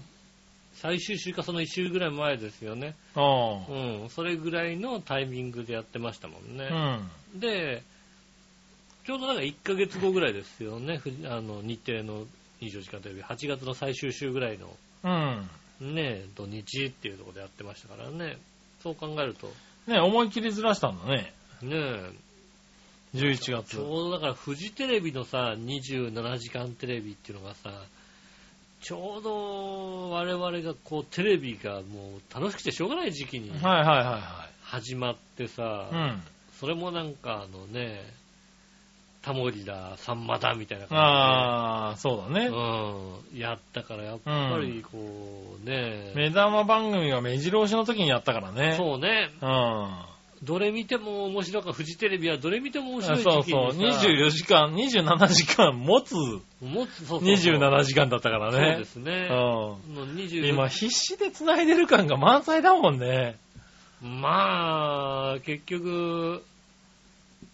Speaker 2: 最終週かその1週ぐらい前ですよね。
Speaker 3: ああ。
Speaker 2: うん、それぐらいのタイミングでやってましたもん
Speaker 3: う
Speaker 2: ね。
Speaker 3: ん。
Speaker 2: で、ちょうどなんか1ヶ月後ぐらいですよね、富士あの日テレの24時間テレビ、8月の最終週ぐらいの、
Speaker 3: うん。
Speaker 2: ね、土日っていうところでやってましたからね。そう考えると、
Speaker 3: ねえ思い切りずらしたんだね。
Speaker 2: ねえ、
Speaker 3: 11
Speaker 2: ち
Speaker 3: 月。
Speaker 2: ょうどだからフジテレビのさ、27時間テレビっていうのがさ、ちょうど我々がこうテレビがもう楽しくてしょうがない時期に
Speaker 3: はいはいは
Speaker 2: 始まってさ、
Speaker 3: いはい。うん。
Speaker 2: それもなんかあのね、タモリだ、サンマだみたいな感
Speaker 3: ああ、そうだね
Speaker 2: じで、。うん、やったからやっぱりこうね、
Speaker 3: 目玉番組が目白押しの時にやったからね。う。
Speaker 2: そうね、
Speaker 3: うん。あ
Speaker 2: どれ見ても面白いから、フジテレビはどれ見ても面
Speaker 3: そ
Speaker 2: 白
Speaker 3: う
Speaker 2: い
Speaker 3: そう
Speaker 2: 時期にさ、
Speaker 3: 24時間、27時間持つ
Speaker 2: もっとそうそう
Speaker 3: 27時間だったから
Speaker 2: そうで
Speaker 3: ね。
Speaker 2: すね。
Speaker 3: う。
Speaker 2: もうん24
Speaker 3: 今必死で繋いでる感が満載だもんね。
Speaker 2: まあ、結局、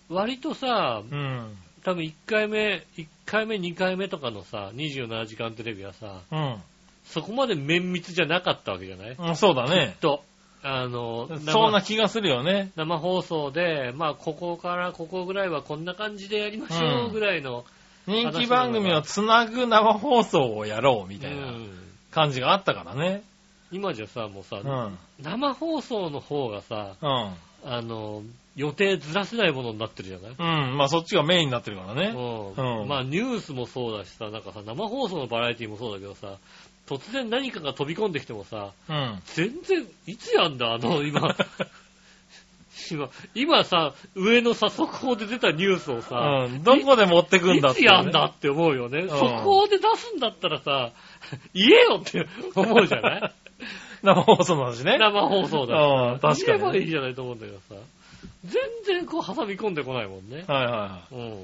Speaker 2: 割とさ、
Speaker 3: うん。
Speaker 2: 多分1回目、1回目、2回目とかのさ、27時間テレビはさ、
Speaker 3: うん。
Speaker 2: そこまで綿密じゃなかったわけじゃない
Speaker 3: うん、そうだね。
Speaker 2: と、あの、生
Speaker 3: そんな気がするよね。
Speaker 2: 生放送で、まあ、ここからここぐらいはこんな感じでやりましょ
Speaker 3: うん
Speaker 2: うぐらいの、
Speaker 3: 人気番組を繋ぐ生放送をやろうみたいうなん感じがあったからね。
Speaker 2: 今じゃさ、もうさ、
Speaker 3: うん。
Speaker 2: 生放送の方がさ、
Speaker 3: うん。
Speaker 2: あの、予定ずらせないものになってるじゃない
Speaker 3: うん。まあそっちがメインになってるからね。
Speaker 2: うん
Speaker 3: うん
Speaker 2: まあニュースもそうだしさ、なんかさ、生放送のバラエティもそうだけどさ、突然何かが飛び込んできてもさ、
Speaker 3: うん。
Speaker 2: 全然、いつやんだ、あの、今、 (laughs) 今、今さ、上のさ、速報で出たニュースをさ、
Speaker 3: うん。どこで持ってくんだ
Speaker 2: い
Speaker 3: って
Speaker 2: つ
Speaker 3: いうね、
Speaker 2: やんだって思うよね。
Speaker 3: ん
Speaker 2: 速報で出すんだったらさ、 (laughs) 言えよって思うじゃない
Speaker 3: 生放送の話ね。
Speaker 2: 生放送だ
Speaker 3: うん
Speaker 2: ら
Speaker 3: 確
Speaker 2: さ
Speaker 3: か
Speaker 2: 言
Speaker 3: に
Speaker 2: えばいいじゃないと思うんだけどさ、全然こう挟み込んでこないもんね。
Speaker 3: はいは
Speaker 2: うん。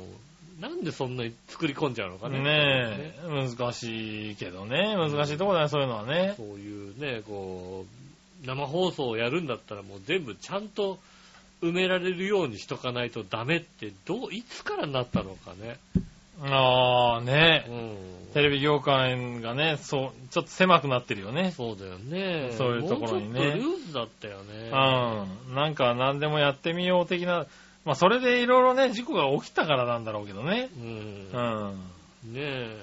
Speaker 2: なんでそんなに作り込んじゃうのか
Speaker 3: いは
Speaker 2: ね。
Speaker 3: い。ねえ、難しいけどね。難しいとこだね、そういうのはね。
Speaker 2: そういうね、こう、生放送をやるんだったらもう全部ちゃんと埋められるようにしとかないとダメって、どう、いつからなったのかね。
Speaker 3: ああ、ね
Speaker 2: う
Speaker 3: え。
Speaker 2: ん。
Speaker 3: テレビ業界がね、そう、ちょっと狭くなってるよね。
Speaker 2: そうだよね。
Speaker 3: そういうところにね
Speaker 2: もうちょっとルーズだったよ
Speaker 3: う
Speaker 2: ね
Speaker 3: ん。。なんか何でもやってみよう的な。まあそれでいろいろね、事故が起きたからなんだろうけどね。
Speaker 2: うん
Speaker 3: う。
Speaker 2: ね
Speaker 3: ん。
Speaker 2: え、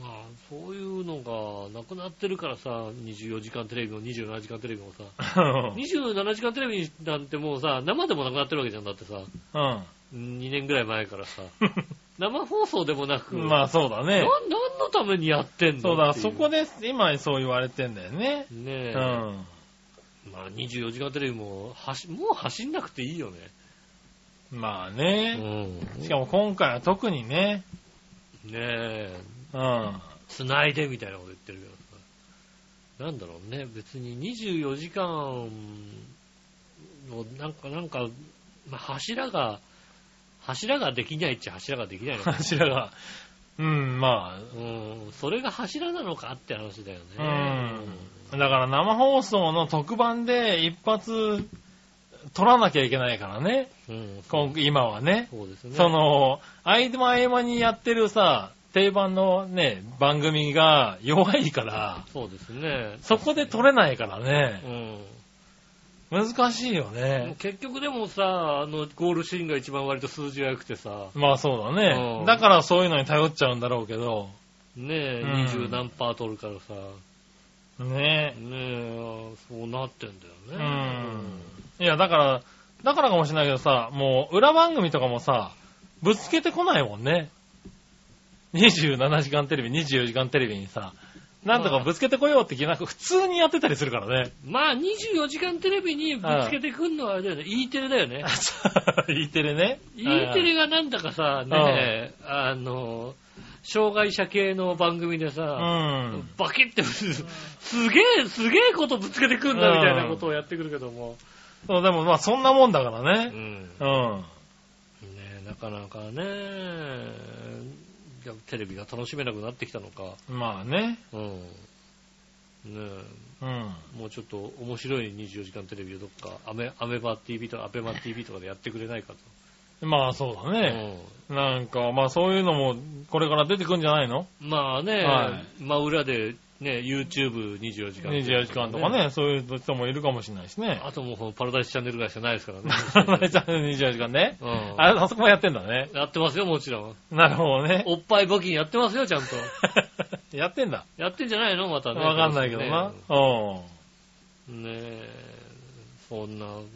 Speaker 2: まあ、そういうのがなくなってるからさ、24時間テレビも27時間テレビもさ、27時間テレビなんてもうさ、生でもなくなってるわけじゃんだってさ、
Speaker 3: うん。
Speaker 2: 2年ぐらい前からさ、生放送でもな (laughs) く、
Speaker 3: まあそうだ
Speaker 2: な
Speaker 3: ね。
Speaker 2: 何のためにやってんの
Speaker 3: そうだ、
Speaker 2: ってい
Speaker 3: そこで今そう言われてんだよね。
Speaker 2: ね
Speaker 3: う
Speaker 2: え、
Speaker 3: ん。
Speaker 2: まあ24時間テレビも、はし、もう走んなくていいよね。
Speaker 3: まあ
Speaker 2: う
Speaker 3: ね。
Speaker 2: ん。
Speaker 3: しかも今回は特にね、
Speaker 2: ねえ、
Speaker 3: うん。
Speaker 2: 繋いでみたいなこと言ってるけど。なんだろうね、別に24時間の、なんか、なんか、まあ、柱が、柱ができないっちゃ柱ができないのか。
Speaker 3: 柱が、うん、ま
Speaker 2: うん、それが柱なのかって話だよね。
Speaker 3: あ、うん。だから生放送の特番で一発撮らなきゃいけないからね。
Speaker 2: うん。うん
Speaker 3: 今今はね。
Speaker 2: そうですね。
Speaker 3: その、合間合間にやってるさ、定番のね、番組が弱いから、
Speaker 2: そうですね。
Speaker 3: そこで撮れないから
Speaker 2: う
Speaker 3: ね、
Speaker 2: ん。
Speaker 3: 難しいよね。
Speaker 2: 結局でもさ、あの、ゴールシーンが一番割と数字が良くてさ、
Speaker 3: まあそうだ
Speaker 2: う
Speaker 3: ね
Speaker 2: ん。
Speaker 3: だからそういうのに頼っちゃうんだろうけど、
Speaker 2: ねえ、
Speaker 3: うん
Speaker 2: 二十何パー取るからさ、
Speaker 3: ね
Speaker 2: ねえ、そうなってんだよね。
Speaker 3: いや、だから、だからかもしれないけどさ、もう裏番組とかもさ、ぶつけてこないもんね。27時間テレビ、24時間テレビにさ、なんとかぶつけてこようって気なく、普通にやってたりするから
Speaker 2: (laughs)
Speaker 3: ね。
Speaker 2: まあ、24時間テレビにぶつけてくんのはあれだよね、E テレだよ
Speaker 3: (laughs)
Speaker 2: ね。
Speaker 3: E テレね。
Speaker 2: E テレがなんだかさ、ねえ、あの、障害者系の番組でさ、
Speaker 3: うん。
Speaker 2: バキって、すげえ、すげえことぶつけてくんだみたいなことをやってくるけども。
Speaker 3: そう、でもまあそんなもんだから
Speaker 2: う
Speaker 3: ね。
Speaker 2: ん
Speaker 3: うん。
Speaker 2: ねえ、なかなかね、いやテレビが楽しめなくなってきたのか、
Speaker 3: まあね。
Speaker 2: うん。ね
Speaker 3: うん。
Speaker 2: え、もうちょっと面白い24時間テレビをどっか、アメ、アメバ TV とかアベマ TV とかでやってくれないかと。
Speaker 3: まあそうだね。
Speaker 2: うん
Speaker 3: なんか、まあそういうのもこれから出てくんじゃないの
Speaker 2: まあね、
Speaker 3: は
Speaker 2: 真裏でね、YouTube24 時間、
Speaker 3: ?24 時間とか。ね、そういう人もいるかもしれないしね。
Speaker 2: あともうこのパラダイスチャンネルぐらいしかないですから (laughs)
Speaker 3: (laughs)
Speaker 2: ね。
Speaker 3: 花江ちゃんの24時間ね。
Speaker 2: うん
Speaker 3: あ、あそこもやってんだね。
Speaker 2: やってますよ、もちろん。
Speaker 3: なるほどね。
Speaker 2: おっぱい募金やってますよ、ちゃんと。
Speaker 3: (laughs) やってんだ。
Speaker 2: やってんじゃないのまたね。
Speaker 3: わかんないけどな。うん。
Speaker 2: ねえ、そんな、うん、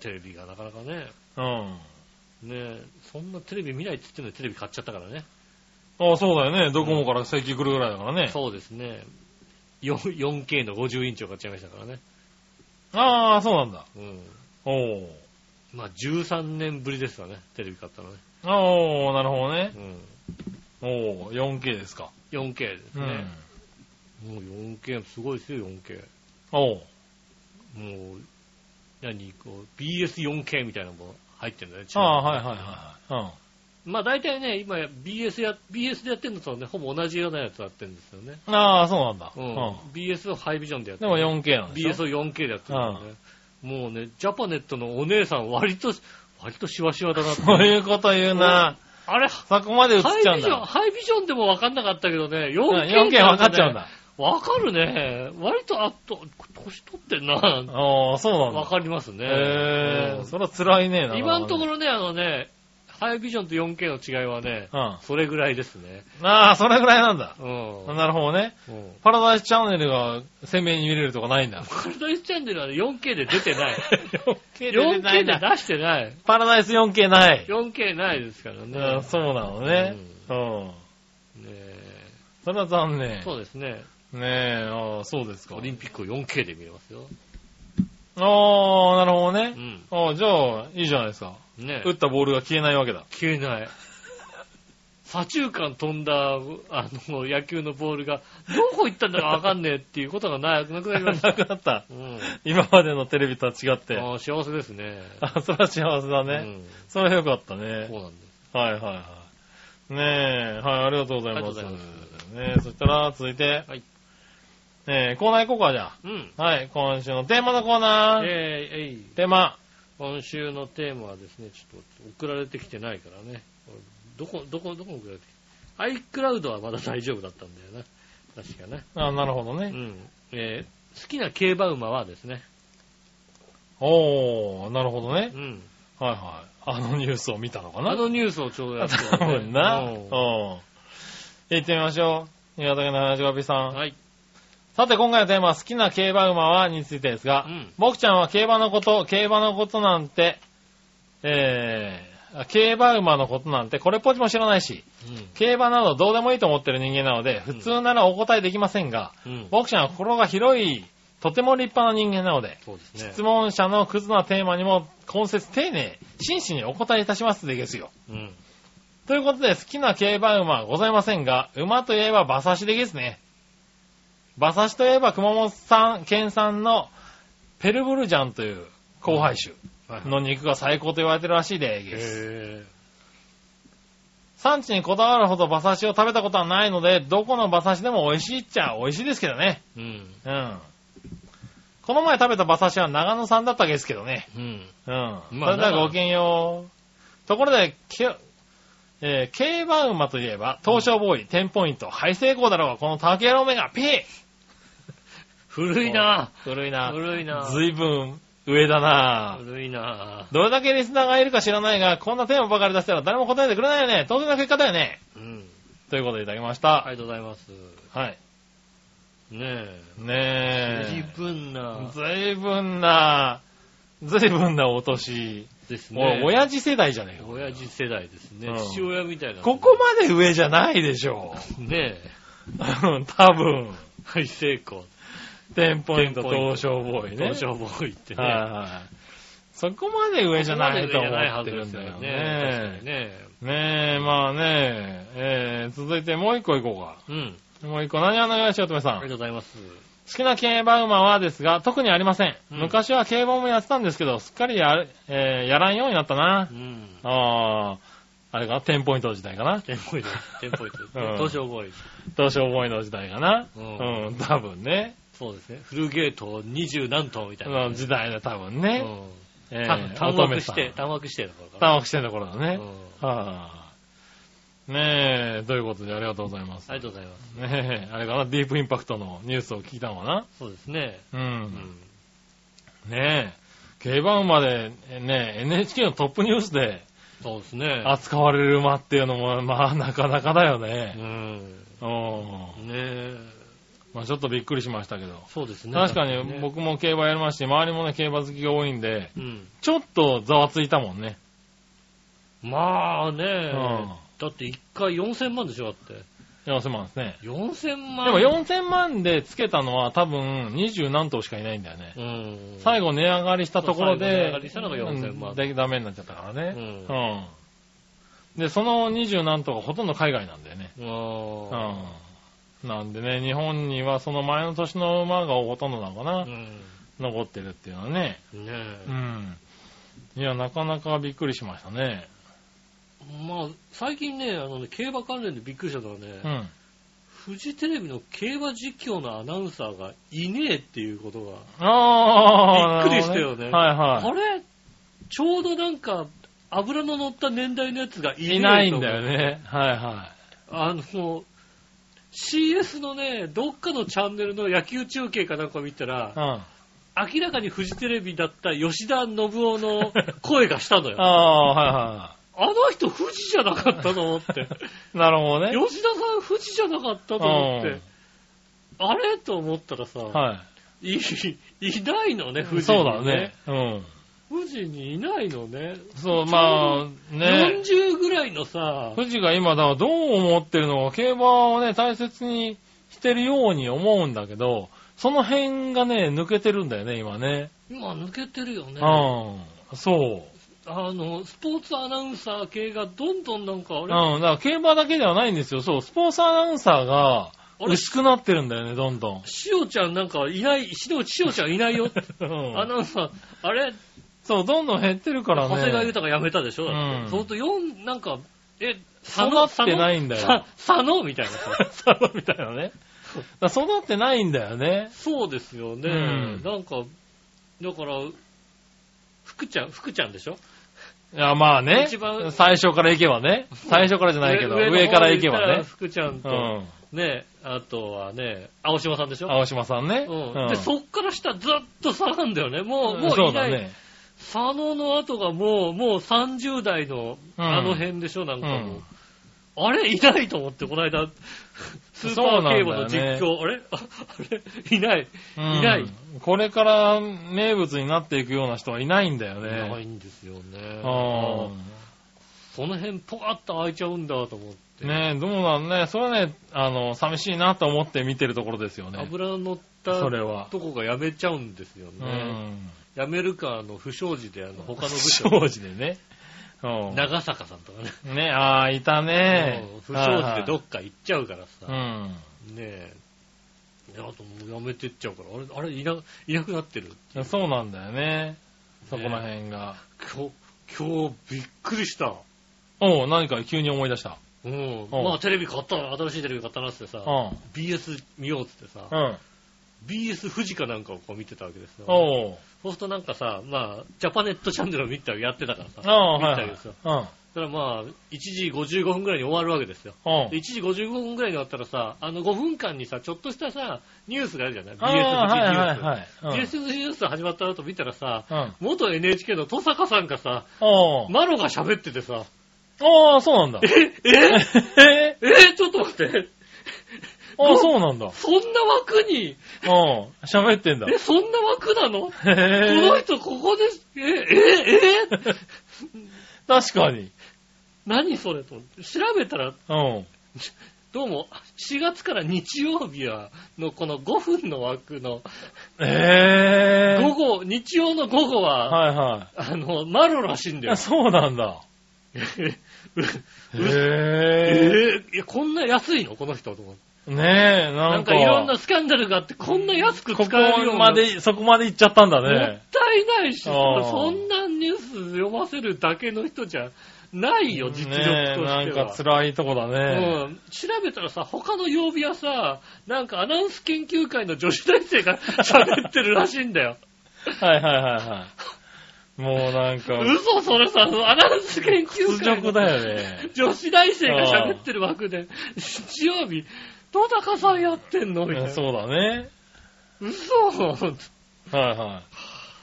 Speaker 2: テレビがなかなかね、
Speaker 3: うん。
Speaker 2: ねえ、そんなテレビ見ないって言ってんのにテレビ買っちゃったからね。
Speaker 3: あそうだよね。ドコモから請求来るぐらいだからね。
Speaker 2: そうですね。よ 4K の50インチを買っちゃいましたからね。
Speaker 3: ああ、そうなんだ。
Speaker 2: うん。
Speaker 3: おー。
Speaker 2: まあ13年ぶりですわね、テレビ買ったのね。
Speaker 3: おー、なるほどね。
Speaker 2: うん。
Speaker 3: おー、4K ですか。
Speaker 2: 4K ですね。もう 4K、すごいですよ、4K。
Speaker 3: おう。
Speaker 2: もう、何、こう、BS4K みたいなのも入ってるんだね。
Speaker 3: ああ、はいはいはいはい。
Speaker 2: い。まあ大体ね、今 BS や、BS でやってるのとね、ほぼ同じようなやつやってるんですよね。
Speaker 3: うん。ああ、そうなんだ。
Speaker 2: う
Speaker 3: うんん。。
Speaker 2: BS をハイビジョンでやって
Speaker 3: で
Speaker 2: る。
Speaker 3: も 4K なんでしょ
Speaker 2: BS を 4K でやってるからね。もうね、ジャパネットのお姉さん割と、割とシワシワだなって。
Speaker 3: (laughs) そういうこと言うな。
Speaker 2: あれ、
Speaker 3: そこまで映っ
Speaker 2: ハイ
Speaker 3: ちゃうん
Speaker 2: ビジョン、
Speaker 3: だ。
Speaker 2: ハイビジョンでも分かんなかったけどね、
Speaker 3: うん
Speaker 2: 4K だ
Speaker 3: 4K 分かっちゃうんだ。
Speaker 2: わかるね。割と、あと、年取ってんな。
Speaker 3: ああ、そうなんだ
Speaker 2: わ。かりますね。
Speaker 3: へ
Speaker 2: う
Speaker 3: え、
Speaker 2: ん
Speaker 3: それは辛いね、なかなかね
Speaker 2: 今のとこ。ろね、あのね、ハイビジョンと 4K の違いはね、
Speaker 3: うん。あ
Speaker 2: それぐらいですね。
Speaker 3: あ、それぐらいなんだ。
Speaker 2: うん。
Speaker 3: なるほどね。
Speaker 2: うん
Speaker 3: パラダイスチャンネルが鮮明に見れるとかないんだ。
Speaker 2: パラダイスチャンネルはね、4K で出てない。
Speaker 3: (laughs) 4K 出
Speaker 2: 4K
Speaker 3: てない
Speaker 2: で
Speaker 3: な
Speaker 2: 出してない。
Speaker 3: パラダイス 4K ない。
Speaker 2: 4K ないですからね。
Speaker 3: うんそうなのね。うん。
Speaker 2: ねえ
Speaker 3: それは残念。
Speaker 2: そうですね。
Speaker 3: ねえ、ああ、そうですか。
Speaker 2: オリンピックを 4K で見れますよ。
Speaker 3: ああ、なるほどね
Speaker 2: う。ん。
Speaker 3: ああ、じゃあ、いいじゃないですか。
Speaker 2: ね
Speaker 3: 打ったボールが消えないわけだ。
Speaker 2: 消えない。左中間飛んだ、あの、野球のボールが、どこ行ったんだかわかんねえっていうことがななくなりま
Speaker 3: (laughs) な
Speaker 2: した。
Speaker 3: くなった。
Speaker 2: うん。
Speaker 3: 今までのテレビとは違って。
Speaker 2: あー幸せですね。
Speaker 3: あ、それは幸せだね。それは良かった
Speaker 2: うん、
Speaker 3: ね。
Speaker 2: そうなんです。
Speaker 3: はいはいはい。ねえ、はい、ありがとうございます。
Speaker 2: ありがとうござい
Speaker 3: ねえ、そしたら、続いて。
Speaker 2: はい。
Speaker 3: えー、コーナー行こうか、じゃ
Speaker 2: うん。
Speaker 3: あ。はい、今週のテーマのコーナー。
Speaker 2: えーえい
Speaker 3: テーマ。
Speaker 2: 今週のテーマはですね、ちょっと送られてきてないからね。どこ、どこ、どこ送られてきて ?iCloud はまだ大丈夫だったんだよな。確かね。
Speaker 3: あ、なるほど
Speaker 2: う
Speaker 3: ね。
Speaker 2: ん。えー好きな競馬馬はですね。
Speaker 3: おー、なるほどね
Speaker 2: う。ん。
Speaker 3: はいはい。あのニュースを見たのかな
Speaker 2: あのニュースをちょうどやって
Speaker 3: 多分な。う
Speaker 2: うんん。
Speaker 3: 行ってみましょう。新潟県の話がびさん。
Speaker 2: はい。
Speaker 3: さて、今回のテーマ、好きな競馬馬はについてですが、
Speaker 2: うん
Speaker 3: 僕ちゃんは競馬のこと、競馬のことなんて、えー、競馬馬のことなんてこれっぽっちも知らないし、競馬などどうでもいいと思ってる人間なので、普通ならお答えできませんが、
Speaker 2: うん。うん。
Speaker 3: ボクちゃんは心が広い、とても立派な人間なので、
Speaker 2: そうですね
Speaker 3: 質。問者のクズなテーマにも、今節丁寧、真摯にお答えいたしますでですよ。
Speaker 2: うん。
Speaker 3: ということで、好きな競馬馬はございませんが、馬といえば馬刺しでですね。馬刺しといえば熊本産、県産のペルブルジャンという交配種
Speaker 2: はいはい。
Speaker 3: の肉が最高と言われてるらしいでです。
Speaker 2: へ
Speaker 3: 産地にこだわるほど馬刺しを食べたことはないので、どこの馬刺しでも美味しいっちゃ美味しいですけどね。
Speaker 2: ぇうん。
Speaker 3: うん。この前食べた馬刺しは長野産だったわけですけどね。
Speaker 2: うん。
Speaker 3: うん。
Speaker 2: あ
Speaker 3: それではごきげんよう。ところで、きえー競馬馬といえば、東証ボーイ、テンポイント、ハイセイコーだろうが、この竹野目が、ピー
Speaker 2: 古いな
Speaker 3: 古いな。
Speaker 2: 古いな
Speaker 3: ずいぶん上だな。
Speaker 2: 古いな
Speaker 3: どれだけリスナーがいるか知らないが、こんなテーマばかり出したら誰も答えてくれないよね。当然な結果だよね。
Speaker 2: うん。
Speaker 3: ということでいただきまし
Speaker 2: あ
Speaker 3: た。
Speaker 2: りがとうございます。
Speaker 3: はい。
Speaker 2: ねえ。
Speaker 3: ね
Speaker 2: 十
Speaker 3: え。
Speaker 2: 分な、
Speaker 3: ずいぶんな、ずいぶんなお年。
Speaker 2: です
Speaker 3: もう
Speaker 2: ね。
Speaker 3: 親父世代じゃねえか。
Speaker 2: 親父世代ですね。
Speaker 3: うん
Speaker 2: 父親みたいな。
Speaker 3: ここまで上じゃないでしょう。
Speaker 2: ねえ。
Speaker 3: うん (laughs) 多分。
Speaker 2: はい、成功。
Speaker 3: テンポイント
Speaker 2: テンポイント
Speaker 3: 東証ボーイね。
Speaker 2: 東証ボーイって
Speaker 3: はい
Speaker 2: ね。
Speaker 3: はいそこまで上じゃないと
Speaker 2: ここ
Speaker 3: 思
Speaker 2: までじゃないは
Speaker 3: っ
Speaker 2: ず
Speaker 3: てる
Speaker 2: で
Speaker 3: ん
Speaker 2: す
Speaker 3: だ
Speaker 2: よ
Speaker 3: よ
Speaker 2: ね。確か
Speaker 3: ね
Speaker 2: に。ね。
Speaker 3: ねえ、まあねえ、えー続いてもう一個いこう
Speaker 2: うん。
Speaker 3: か。もう一個、何話のよしおとめさ
Speaker 2: あり
Speaker 3: ん。好
Speaker 2: がとうございます。
Speaker 3: きな競馬馬はですが、特にありません。
Speaker 2: うん
Speaker 3: 昔は競馬もやってたんですけど、すっかりやる、えーやらんようになったな
Speaker 2: う。ん。
Speaker 3: ああ、あれかな、テンポイントの時代かな。
Speaker 2: テンポイント、テンポイント。
Speaker 3: うん
Speaker 2: 東証ボーイ。
Speaker 3: 東証ボーイの時代かな。
Speaker 2: う
Speaker 3: うんん、多分ね。
Speaker 2: そうですね。フルゲート二十何頭みたいな。
Speaker 3: の時代だ、多分ね。え
Speaker 2: た
Speaker 3: ー
Speaker 2: 短
Speaker 3: 乙女
Speaker 2: 絡し
Speaker 3: さん
Speaker 2: て、短絡してるのかな。
Speaker 3: 短絡してんだこれだね。
Speaker 2: うん
Speaker 3: はあ、ねえ、ということでありがとうございます。
Speaker 2: ありがとうございます。
Speaker 3: ねえ、あれかな、ディープインパクトのニュースを聞いたのかな。
Speaker 2: そうですね。
Speaker 3: う。
Speaker 2: うんん。
Speaker 3: ねえ、競馬馬で、ねえ、NHK のトップニュースで
Speaker 2: そうですね。
Speaker 3: 扱われる馬っていうのも、まあ、なかなかだよ
Speaker 2: う
Speaker 3: ね。
Speaker 2: ん。
Speaker 3: うん。
Speaker 2: ねえ。
Speaker 3: まあ、ちょっとびっくりしましたけど。
Speaker 2: そうですね。
Speaker 3: 確かに。僕も競馬やりまして、周りもね、競馬好きが多いんで、
Speaker 2: うん。
Speaker 3: ちょっとざわついたもんね。
Speaker 2: まあね
Speaker 3: う
Speaker 2: え。
Speaker 3: ん。
Speaker 2: だって1回4000万でしょ、だって。
Speaker 3: 4000万ですね。
Speaker 2: 4000万。
Speaker 3: でも4000万でつけたのは多分20何頭しかいないんだよね。
Speaker 2: うん。
Speaker 3: 最後値上がりしたところ
Speaker 2: そう最後値上
Speaker 3: で
Speaker 2: がりしたのが4000万
Speaker 3: うんでダメになっちゃったから
Speaker 2: う
Speaker 3: ね。
Speaker 2: ん
Speaker 3: う。ん。で、その20何頭がほとんど海外なんだよね。
Speaker 2: あ
Speaker 3: うん。なんでね、日本にはその前の年の馬がほとんどなのか
Speaker 2: あ。
Speaker 3: な、
Speaker 2: うん。
Speaker 3: 残ってるっていうのはね。
Speaker 2: ね
Speaker 3: う
Speaker 2: え。
Speaker 3: ん。いや、なかなかびっくりしましたね。
Speaker 2: まあ、最近ね、あのね、競馬関連でびっくりしたのはね
Speaker 3: う、ん。
Speaker 2: フジテレビの競馬実況のアナウンサーがいねえっていうことが、
Speaker 3: ああ、
Speaker 2: びっくりしたよね
Speaker 3: なるほどはい
Speaker 2: あ
Speaker 3: はい。
Speaker 2: れちょうどなんか、油の乗った年代のやつがいねえ
Speaker 3: いないんだ
Speaker 2: ね。
Speaker 3: よね。はいは
Speaker 2: あの、CS のね、どっかのチャンネルの野球中継かなんか見たら、
Speaker 3: い。うん。
Speaker 2: 明らかにフジテレビだった吉田信夫の声がしたのよ。あ
Speaker 3: (laughs) ああー、はいはいはい。
Speaker 2: の人富士じゃなかったと思って。
Speaker 3: なるほどね。
Speaker 2: 吉田さん富士じゃなかったと思っ
Speaker 3: う
Speaker 2: て
Speaker 3: ん。
Speaker 2: あれと思ったらさ、、
Speaker 3: はい
Speaker 2: い (laughs) ないのね、富士
Speaker 3: そ
Speaker 2: に、
Speaker 3: うだね。。うん。
Speaker 2: 富士にいないのね。
Speaker 3: そう、まあ、ね。
Speaker 2: 40ぐらいのさ、
Speaker 3: 富士が今、だからどう思ってるのか、競馬をね、大切にしてるように思うんだけど、その辺がね、抜けてるんだよね、今ね。
Speaker 2: 今抜けてるよね。
Speaker 3: うん。そう。
Speaker 2: あの、スポーツアナウンサー系がどんどんなんか、あ
Speaker 3: うん。
Speaker 2: れ、
Speaker 3: だから競馬だけではないんですよ。そう、スポーツアナウンサーが
Speaker 2: あれ、
Speaker 3: 薄くなってるんだよね、どん (laughs) どん。
Speaker 2: しおちゃんなんかいない、しおしおちゃんいないよ。
Speaker 3: うん
Speaker 2: アナウンサー、あれ
Speaker 3: (laughs) そう、どんどん減ってるからね。
Speaker 2: 長谷川豊が辞めたでしょだっ
Speaker 3: う
Speaker 2: て。
Speaker 3: ん
Speaker 2: そうすると4、なんか、え、
Speaker 3: 育ってないんだよ
Speaker 2: 佐野佐野みたいなさ。
Speaker 3: (laughs) 佐野みたいなね。 (laughs) だから育ってないんだよね。
Speaker 2: そうですよね。
Speaker 3: うん
Speaker 2: なんか、だから、福ちゃん、福ちゃんでしょ
Speaker 3: いや、まあね。
Speaker 2: 一番
Speaker 3: 最初から行けばね。最初からじゃないけど、上から行けばね。
Speaker 2: 福ちゃん
Speaker 3: う
Speaker 2: と、
Speaker 3: ん。
Speaker 2: ね、あとはね、青島さんでしょ
Speaker 3: 青島さんね。
Speaker 2: うんで、そっから下ずっと下がんだよね。もう、
Speaker 3: ん
Speaker 2: もう
Speaker 3: そ
Speaker 2: いうな
Speaker 3: だ
Speaker 2: い。
Speaker 3: ね。
Speaker 2: 佐野の後がもう、もう30代の、
Speaker 3: うん
Speaker 2: あの辺でしょ、なんかもう。
Speaker 3: うん
Speaker 2: あれいないと思って、この
Speaker 3: (laughs)
Speaker 2: 間、スーパー競馬の実況、あれああれ (laughs) いない。
Speaker 3: うん
Speaker 2: いない。
Speaker 3: これから名物になっていくような人はいないんだよ
Speaker 2: いない
Speaker 3: ね。
Speaker 2: んですよね。
Speaker 3: うん。
Speaker 2: その辺ポカッと開いちゃうんだと思って。
Speaker 3: ねえ、どうなんね。それはね、あの、寂しいなと思って見てるところですよね。
Speaker 2: 油の乗った
Speaker 3: それは。
Speaker 2: とこがやめちゃうんですよ
Speaker 3: う
Speaker 2: ね。
Speaker 3: ん。
Speaker 2: やめるか、あの、不祥事で、あの、他の部署。
Speaker 3: 不祥事でね。うん。
Speaker 2: 長坂さんとかね。
Speaker 3: ね、ああ、いたね
Speaker 2: うん。不祥事でどっか行っちゃうからさ。
Speaker 3: はいはい
Speaker 2: ねえ。あともうやめてっちゃうから、あれ、あれ、いな、いなくなってる。
Speaker 3: うん。そうなんだよね。そこら辺が。
Speaker 2: 今日、今日びっくりした。
Speaker 3: おう、何か急に思い出した。
Speaker 2: うん。まあテレビ買ったな、新しいテレビ買ったなってさ
Speaker 3: う、ん。
Speaker 2: BS 見ようっつってさ
Speaker 3: う、ん。
Speaker 2: BS 富士かなんかをこう見てたわけですよ。
Speaker 3: おう。
Speaker 2: そうするとなんかさ、まあ、ジャパネットチャンネルを見たやってたからさ、
Speaker 3: ああ、
Speaker 2: 見
Speaker 3: は
Speaker 2: た
Speaker 3: い
Speaker 2: りさ。
Speaker 3: はい。
Speaker 2: そしたらまあ、1時55分ぐらいに終わるわけですよ。
Speaker 3: うん。うん
Speaker 2: で1時55分ぐらいに終わったらさ、あの5分間にさ、ちょっとしたさ、ニュースがあるじゃない ?BS
Speaker 3: ああ、
Speaker 2: 富
Speaker 3: はい
Speaker 2: 士ニュース。
Speaker 3: はいはい。
Speaker 2: BS ニュース始まった後見たらさ、
Speaker 3: うん。うん。
Speaker 2: 元 NHK の登坂さんがさ、
Speaker 3: おう。
Speaker 2: マロが喋っててさ、
Speaker 3: ああ、そうなんだ。
Speaker 2: え、え、
Speaker 3: え
Speaker 2: えちょっと待って。
Speaker 3: ああ、そうなんだ。うん。
Speaker 2: そんな枠に、
Speaker 3: 喋ってんだ。
Speaker 2: え、そんな枠なのこ
Speaker 3: へ
Speaker 2: の
Speaker 3: え。
Speaker 2: 人ここです。え、え、え、 (laughs)
Speaker 3: 確かに。
Speaker 2: 何それと思って。調べたら、
Speaker 3: うん。
Speaker 2: どうも、4月から日曜日は、のこの5分の枠の、
Speaker 3: ええ。
Speaker 2: 午後、日曜の午後は、
Speaker 3: はいは
Speaker 2: あの、マロらしいん
Speaker 3: い。い
Speaker 2: だよ
Speaker 3: や、。そうなんだ。
Speaker 2: (laughs) う
Speaker 3: へ
Speaker 2: え
Speaker 3: え。
Speaker 2: ー、いや、こんな安いのこの人と思って。
Speaker 3: ねえ、な
Speaker 2: なんん
Speaker 3: か。
Speaker 2: かいろんなスキャンダルがあって、こんな安く使
Speaker 3: こ
Speaker 2: えるよう
Speaker 3: こ
Speaker 2: にな
Speaker 3: まで、そこまで行っちゃったんだ
Speaker 2: もっ
Speaker 3: ね。
Speaker 2: たいないし、
Speaker 3: あー
Speaker 2: そんなニュース読ませるだけの人じゃないよ、実力として
Speaker 3: ねえ、
Speaker 2: は。
Speaker 3: なんか辛いとこだね。
Speaker 2: うん、調べたらさ、他の曜日はさ、なんかアナウンス研究会の女子大生が喋ってるらしいんだよ。
Speaker 3: はいはいはいはい。 (laughs) もうなんか、
Speaker 2: 嘘それさ、そのアナウンス研究
Speaker 3: 屈
Speaker 2: 会
Speaker 3: 辱
Speaker 2: の
Speaker 3: だよね。
Speaker 2: 女子大生が喋ってる枠で、日曜日、戸高さんやってんのみたいな。
Speaker 3: そうだね。
Speaker 2: 嘘
Speaker 3: はいは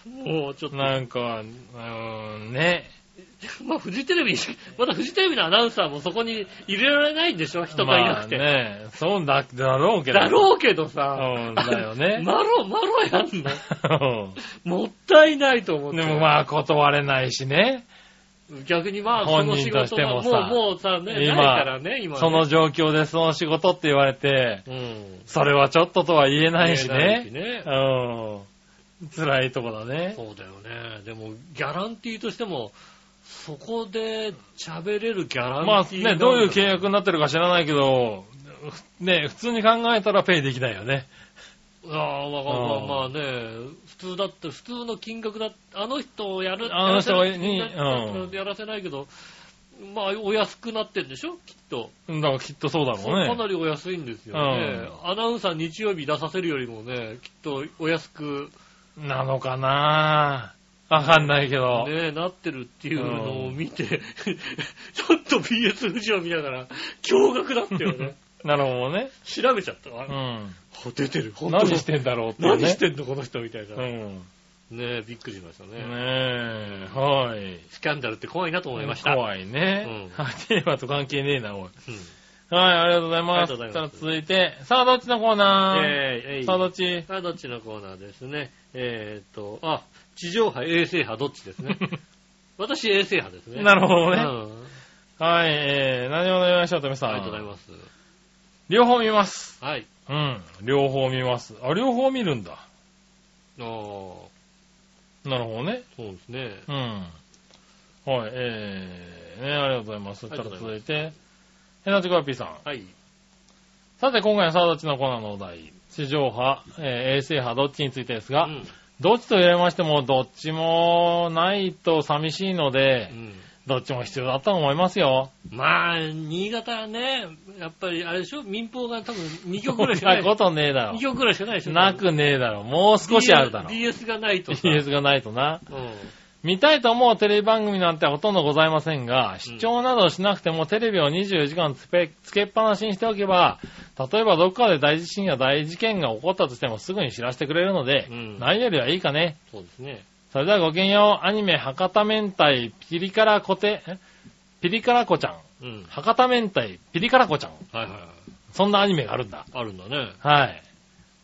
Speaker 2: もうちょっ
Speaker 3: い。
Speaker 2: と、
Speaker 3: なんか、うーん、ね。
Speaker 2: まあフジテレビ、またフジテレビのアナウンサーもそこに入れられないんでしょ人がいなくて。
Speaker 3: まあね。そうだ、だろうけど。
Speaker 2: だろうけどさ、
Speaker 3: うんだ
Speaker 2: (laughs)
Speaker 3: よね
Speaker 2: マロ、マロや
Speaker 3: (laughs)
Speaker 2: んの。
Speaker 3: う
Speaker 2: もったいないと思っ
Speaker 3: ん
Speaker 2: て。
Speaker 3: でもまあ断れないしね。
Speaker 2: 逆にまあ、そ
Speaker 3: 本
Speaker 2: の仕
Speaker 3: 人とし
Speaker 2: 事
Speaker 3: て
Speaker 2: は
Speaker 3: も
Speaker 2: も
Speaker 3: さ
Speaker 2: う、もうさ、ね、ない
Speaker 3: 今
Speaker 2: からね、今ね。
Speaker 3: その状況でその仕事って言われて、
Speaker 2: うん。
Speaker 3: それはちょっととは言えないし
Speaker 2: 言えないし
Speaker 3: ね。
Speaker 2: ね
Speaker 3: うん。辛いとこだね。
Speaker 2: そうだよね。でも、ギャランティーとしても、そこで喋れるギャラ
Speaker 3: まあ
Speaker 2: ンティーな
Speaker 3: ね、
Speaker 2: んだ
Speaker 3: どういう契約になってるか知らないけど、ふね、普通に考えたらペイできないよね。
Speaker 2: ああ、まあ
Speaker 3: うん
Speaker 2: まあまあね、普通だって、普通の金額だあの人をやる、
Speaker 3: あの人
Speaker 2: やらせ
Speaker 3: にうん
Speaker 2: やらせないけど、まあ、お安くなってんでしょきっと。
Speaker 3: だからきっとそうだろ
Speaker 2: そうかな
Speaker 3: うね。
Speaker 2: りお安いんですよね。
Speaker 3: う
Speaker 2: アナウンサー日曜日出させるよりもね、きっとお安く
Speaker 3: なのかなわかんないけど。
Speaker 2: ねえ、なってるっていうのを見て、 (laughs) ちょっと BS 富士を見ながら、驚愕だったよね。
Speaker 3: なるほどね。
Speaker 2: 調べちゃったわ。
Speaker 3: う
Speaker 2: ほ出てる、
Speaker 3: ん。
Speaker 2: 本当
Speaker 3: 何
Speaker 2: に。
Speaker 3: してんだろうってね。
Speaker 2: 何してんの、この人みたいな。
Speaker 3: う
Speaker 2: ね
Speaker 3: ん。
Speaker 2: え、びっくりしましたね。
Speaker 3: ねえ、はい。
Speaker 2: スキャンダルって怖いなと思いました。
Speaker 3: 怖いね。
Speaker 2: うん
Speaker 3: はいテーマと関係ねえな、おい。
Speaker 2: うん
Speaker 3: はい、ありがとうございま
Speaker 2: あ
Speaker 3: す。
Speaker 2: りがとうございます
Speaker 3: じゃあ続いて、さあ、どっちのコーナ
Speaker 2: えーえ
Speaker 3: ー
Speaker 2: い
Speaker 3: さあ、どっち
Speaker 2: さあ、どっちのコーナーですね。えーっと、あ、地上波、衛星波、どっちです
Speaker 3: (laughs)
Speaker 2: ね。私、衛星波ですね。
Speaker 3: なるほどね
Speaker 2: うん
Speaker 3: (laughs) はい、えー、何をお願いしようとめさん。
Speaker 2: ありがとうございます。
Speaker 3: 両方見ます。
Speaker 2: はい。
Speaker 3: うん、両方見ます。あ、両方見るんだ。
Speaker 2: ああ、そ
Speaker 3: なるほどね。
Speaker 2: うですね。
Speaker 3: うん。はい、えー、ね、ありがとうございます。
Speaker 2: あ
Speaker 3: じ
Speaker 2: り
Speaker 3: ゃ
Speaker 2: が
Speaker 3: あ
Speaker 2: とうござい
Speaker 3: 続
Speaker 2: ま
Speaker 3: いて、ヘナチョコヨッピーさん。
Speaker 2: はい。
Speaker 3: さて、今回のサードチのコーナーのお題、地上波、えー衛星波、どっちについてですが、
Speaker 2: うん
Speaker 3: どっちと言われましても、どっちもないと寂しいので、
Speaker 2: うん
Speaker 3: どっちも必要だったと思いますよ。
Speaker 2: まあ、新潟はね、やっぱりあれでしょ民放が多分2曲ぐらいし
Speaker 3: そ
Speaker 2: か
Speaker 3: (laughs) ん
Speaker 2: な。
Speaker 3: ないことねえだ
Speaker 2: 2
Speaker 3: ろ。
Speaker 2: 曲ぐらいしかないでしょ
Speaker 3: なくねえだろ。もう少しあるだろ。
Speaker 2: BS がないとさ。
Speaker 3: BS がないとな。
Speaker 2: うん。
Speaker 3: 見たいと思うテレビ番組なんてほとんどございませんが、視聴などしなくてもテレビを24時間つけつけっぱなしにしておけば、例えばどっかで大地震や大事件が起こったとしてもすぐに知らせてくれるので、
Speaker 2: うん
Speaker 3: ないよりはいいかね。
Speaker 2: そうですね。
Speaker 3: それではごきげんよう、アニメ博多明太ピリ辛コテ、えピリ辛子ちゃん。
Speaker 2: うん。
Speaker 3: 博多明太ピリ辛子ちゃん。
Speaker 2: はいはいはい。
Speaker 3: そんなアニメがあるんだ。
Speaker 2: あるんだね。
Speaker 3: はい。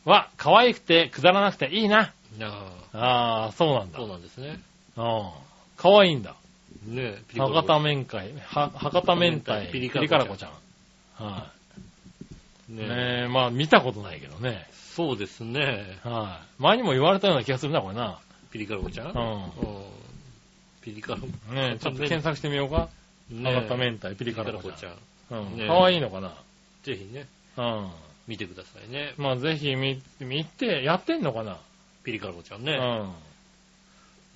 Speaker 3: は、可愛くてくだらなくていいな。
Speaker 2: いや
Speaker 3: ああ、そうなん
Speaker 2: ー
Speaker 3: だ。
Speaker 2: そうなんですね。
Speaker 3: うん。可愛いんだ。
Speaker 2: ねえ、ピリコ
Speaker 3: 博多面会、は博多明太、
Speaker 2: ピ
Speaker 3: ピ
Speaker 2: リ
Speaker 3: リ
Speaker 2: カ
Speaker 3: カ
Speaker 2: ラコちゃん
Speaker 3: ラコちゃん。は
Speaker 2: ね
Speaker 3: い。
Speaker 2: え
Speaker 3: ねえ、まあ見たことないけどね。
Speaker 2: そうですね。
Speaker 3: はい。前にも言われたような気がするな、これな。
Speaker 2: ピリカロコちゃん、
Speaker 3: う
Speaker 2: うんピリカロコ、
Speaker 3: ん。ねえ、ちょっと検索してみようか。
Speaker 2: ね
Speaker 3: 博多明太、ピ
Speaker 2: ピ
Speaker 3: リ
Speaker 2: リ
Speaker 3: カ
Speaker 2: カ
Speaker 3: ラ
Speaker 2: ロ
Speaker 3: コ
Speaker 2: コ
Speaker 3: ち
Speaker 2: ち
Speaker 3: ゃ
Speaker 2: ゃ
Speaker 3: ん
Speaker 2: ん。。
Speaker 3: うん。
Speaker 2: ねえ
Speaker 3: かわいいのかな。
Speaker 2: ぜひね、
Speaker 3: うん。
Speaker 2: 見てくださいね。
Speaker 3: まあぜひ見、見て、やってんのかな。
Speaker 2: ピリカロコちゃん
Speaker 3: う
Speaker 2: ね。
Speaker 3: ん。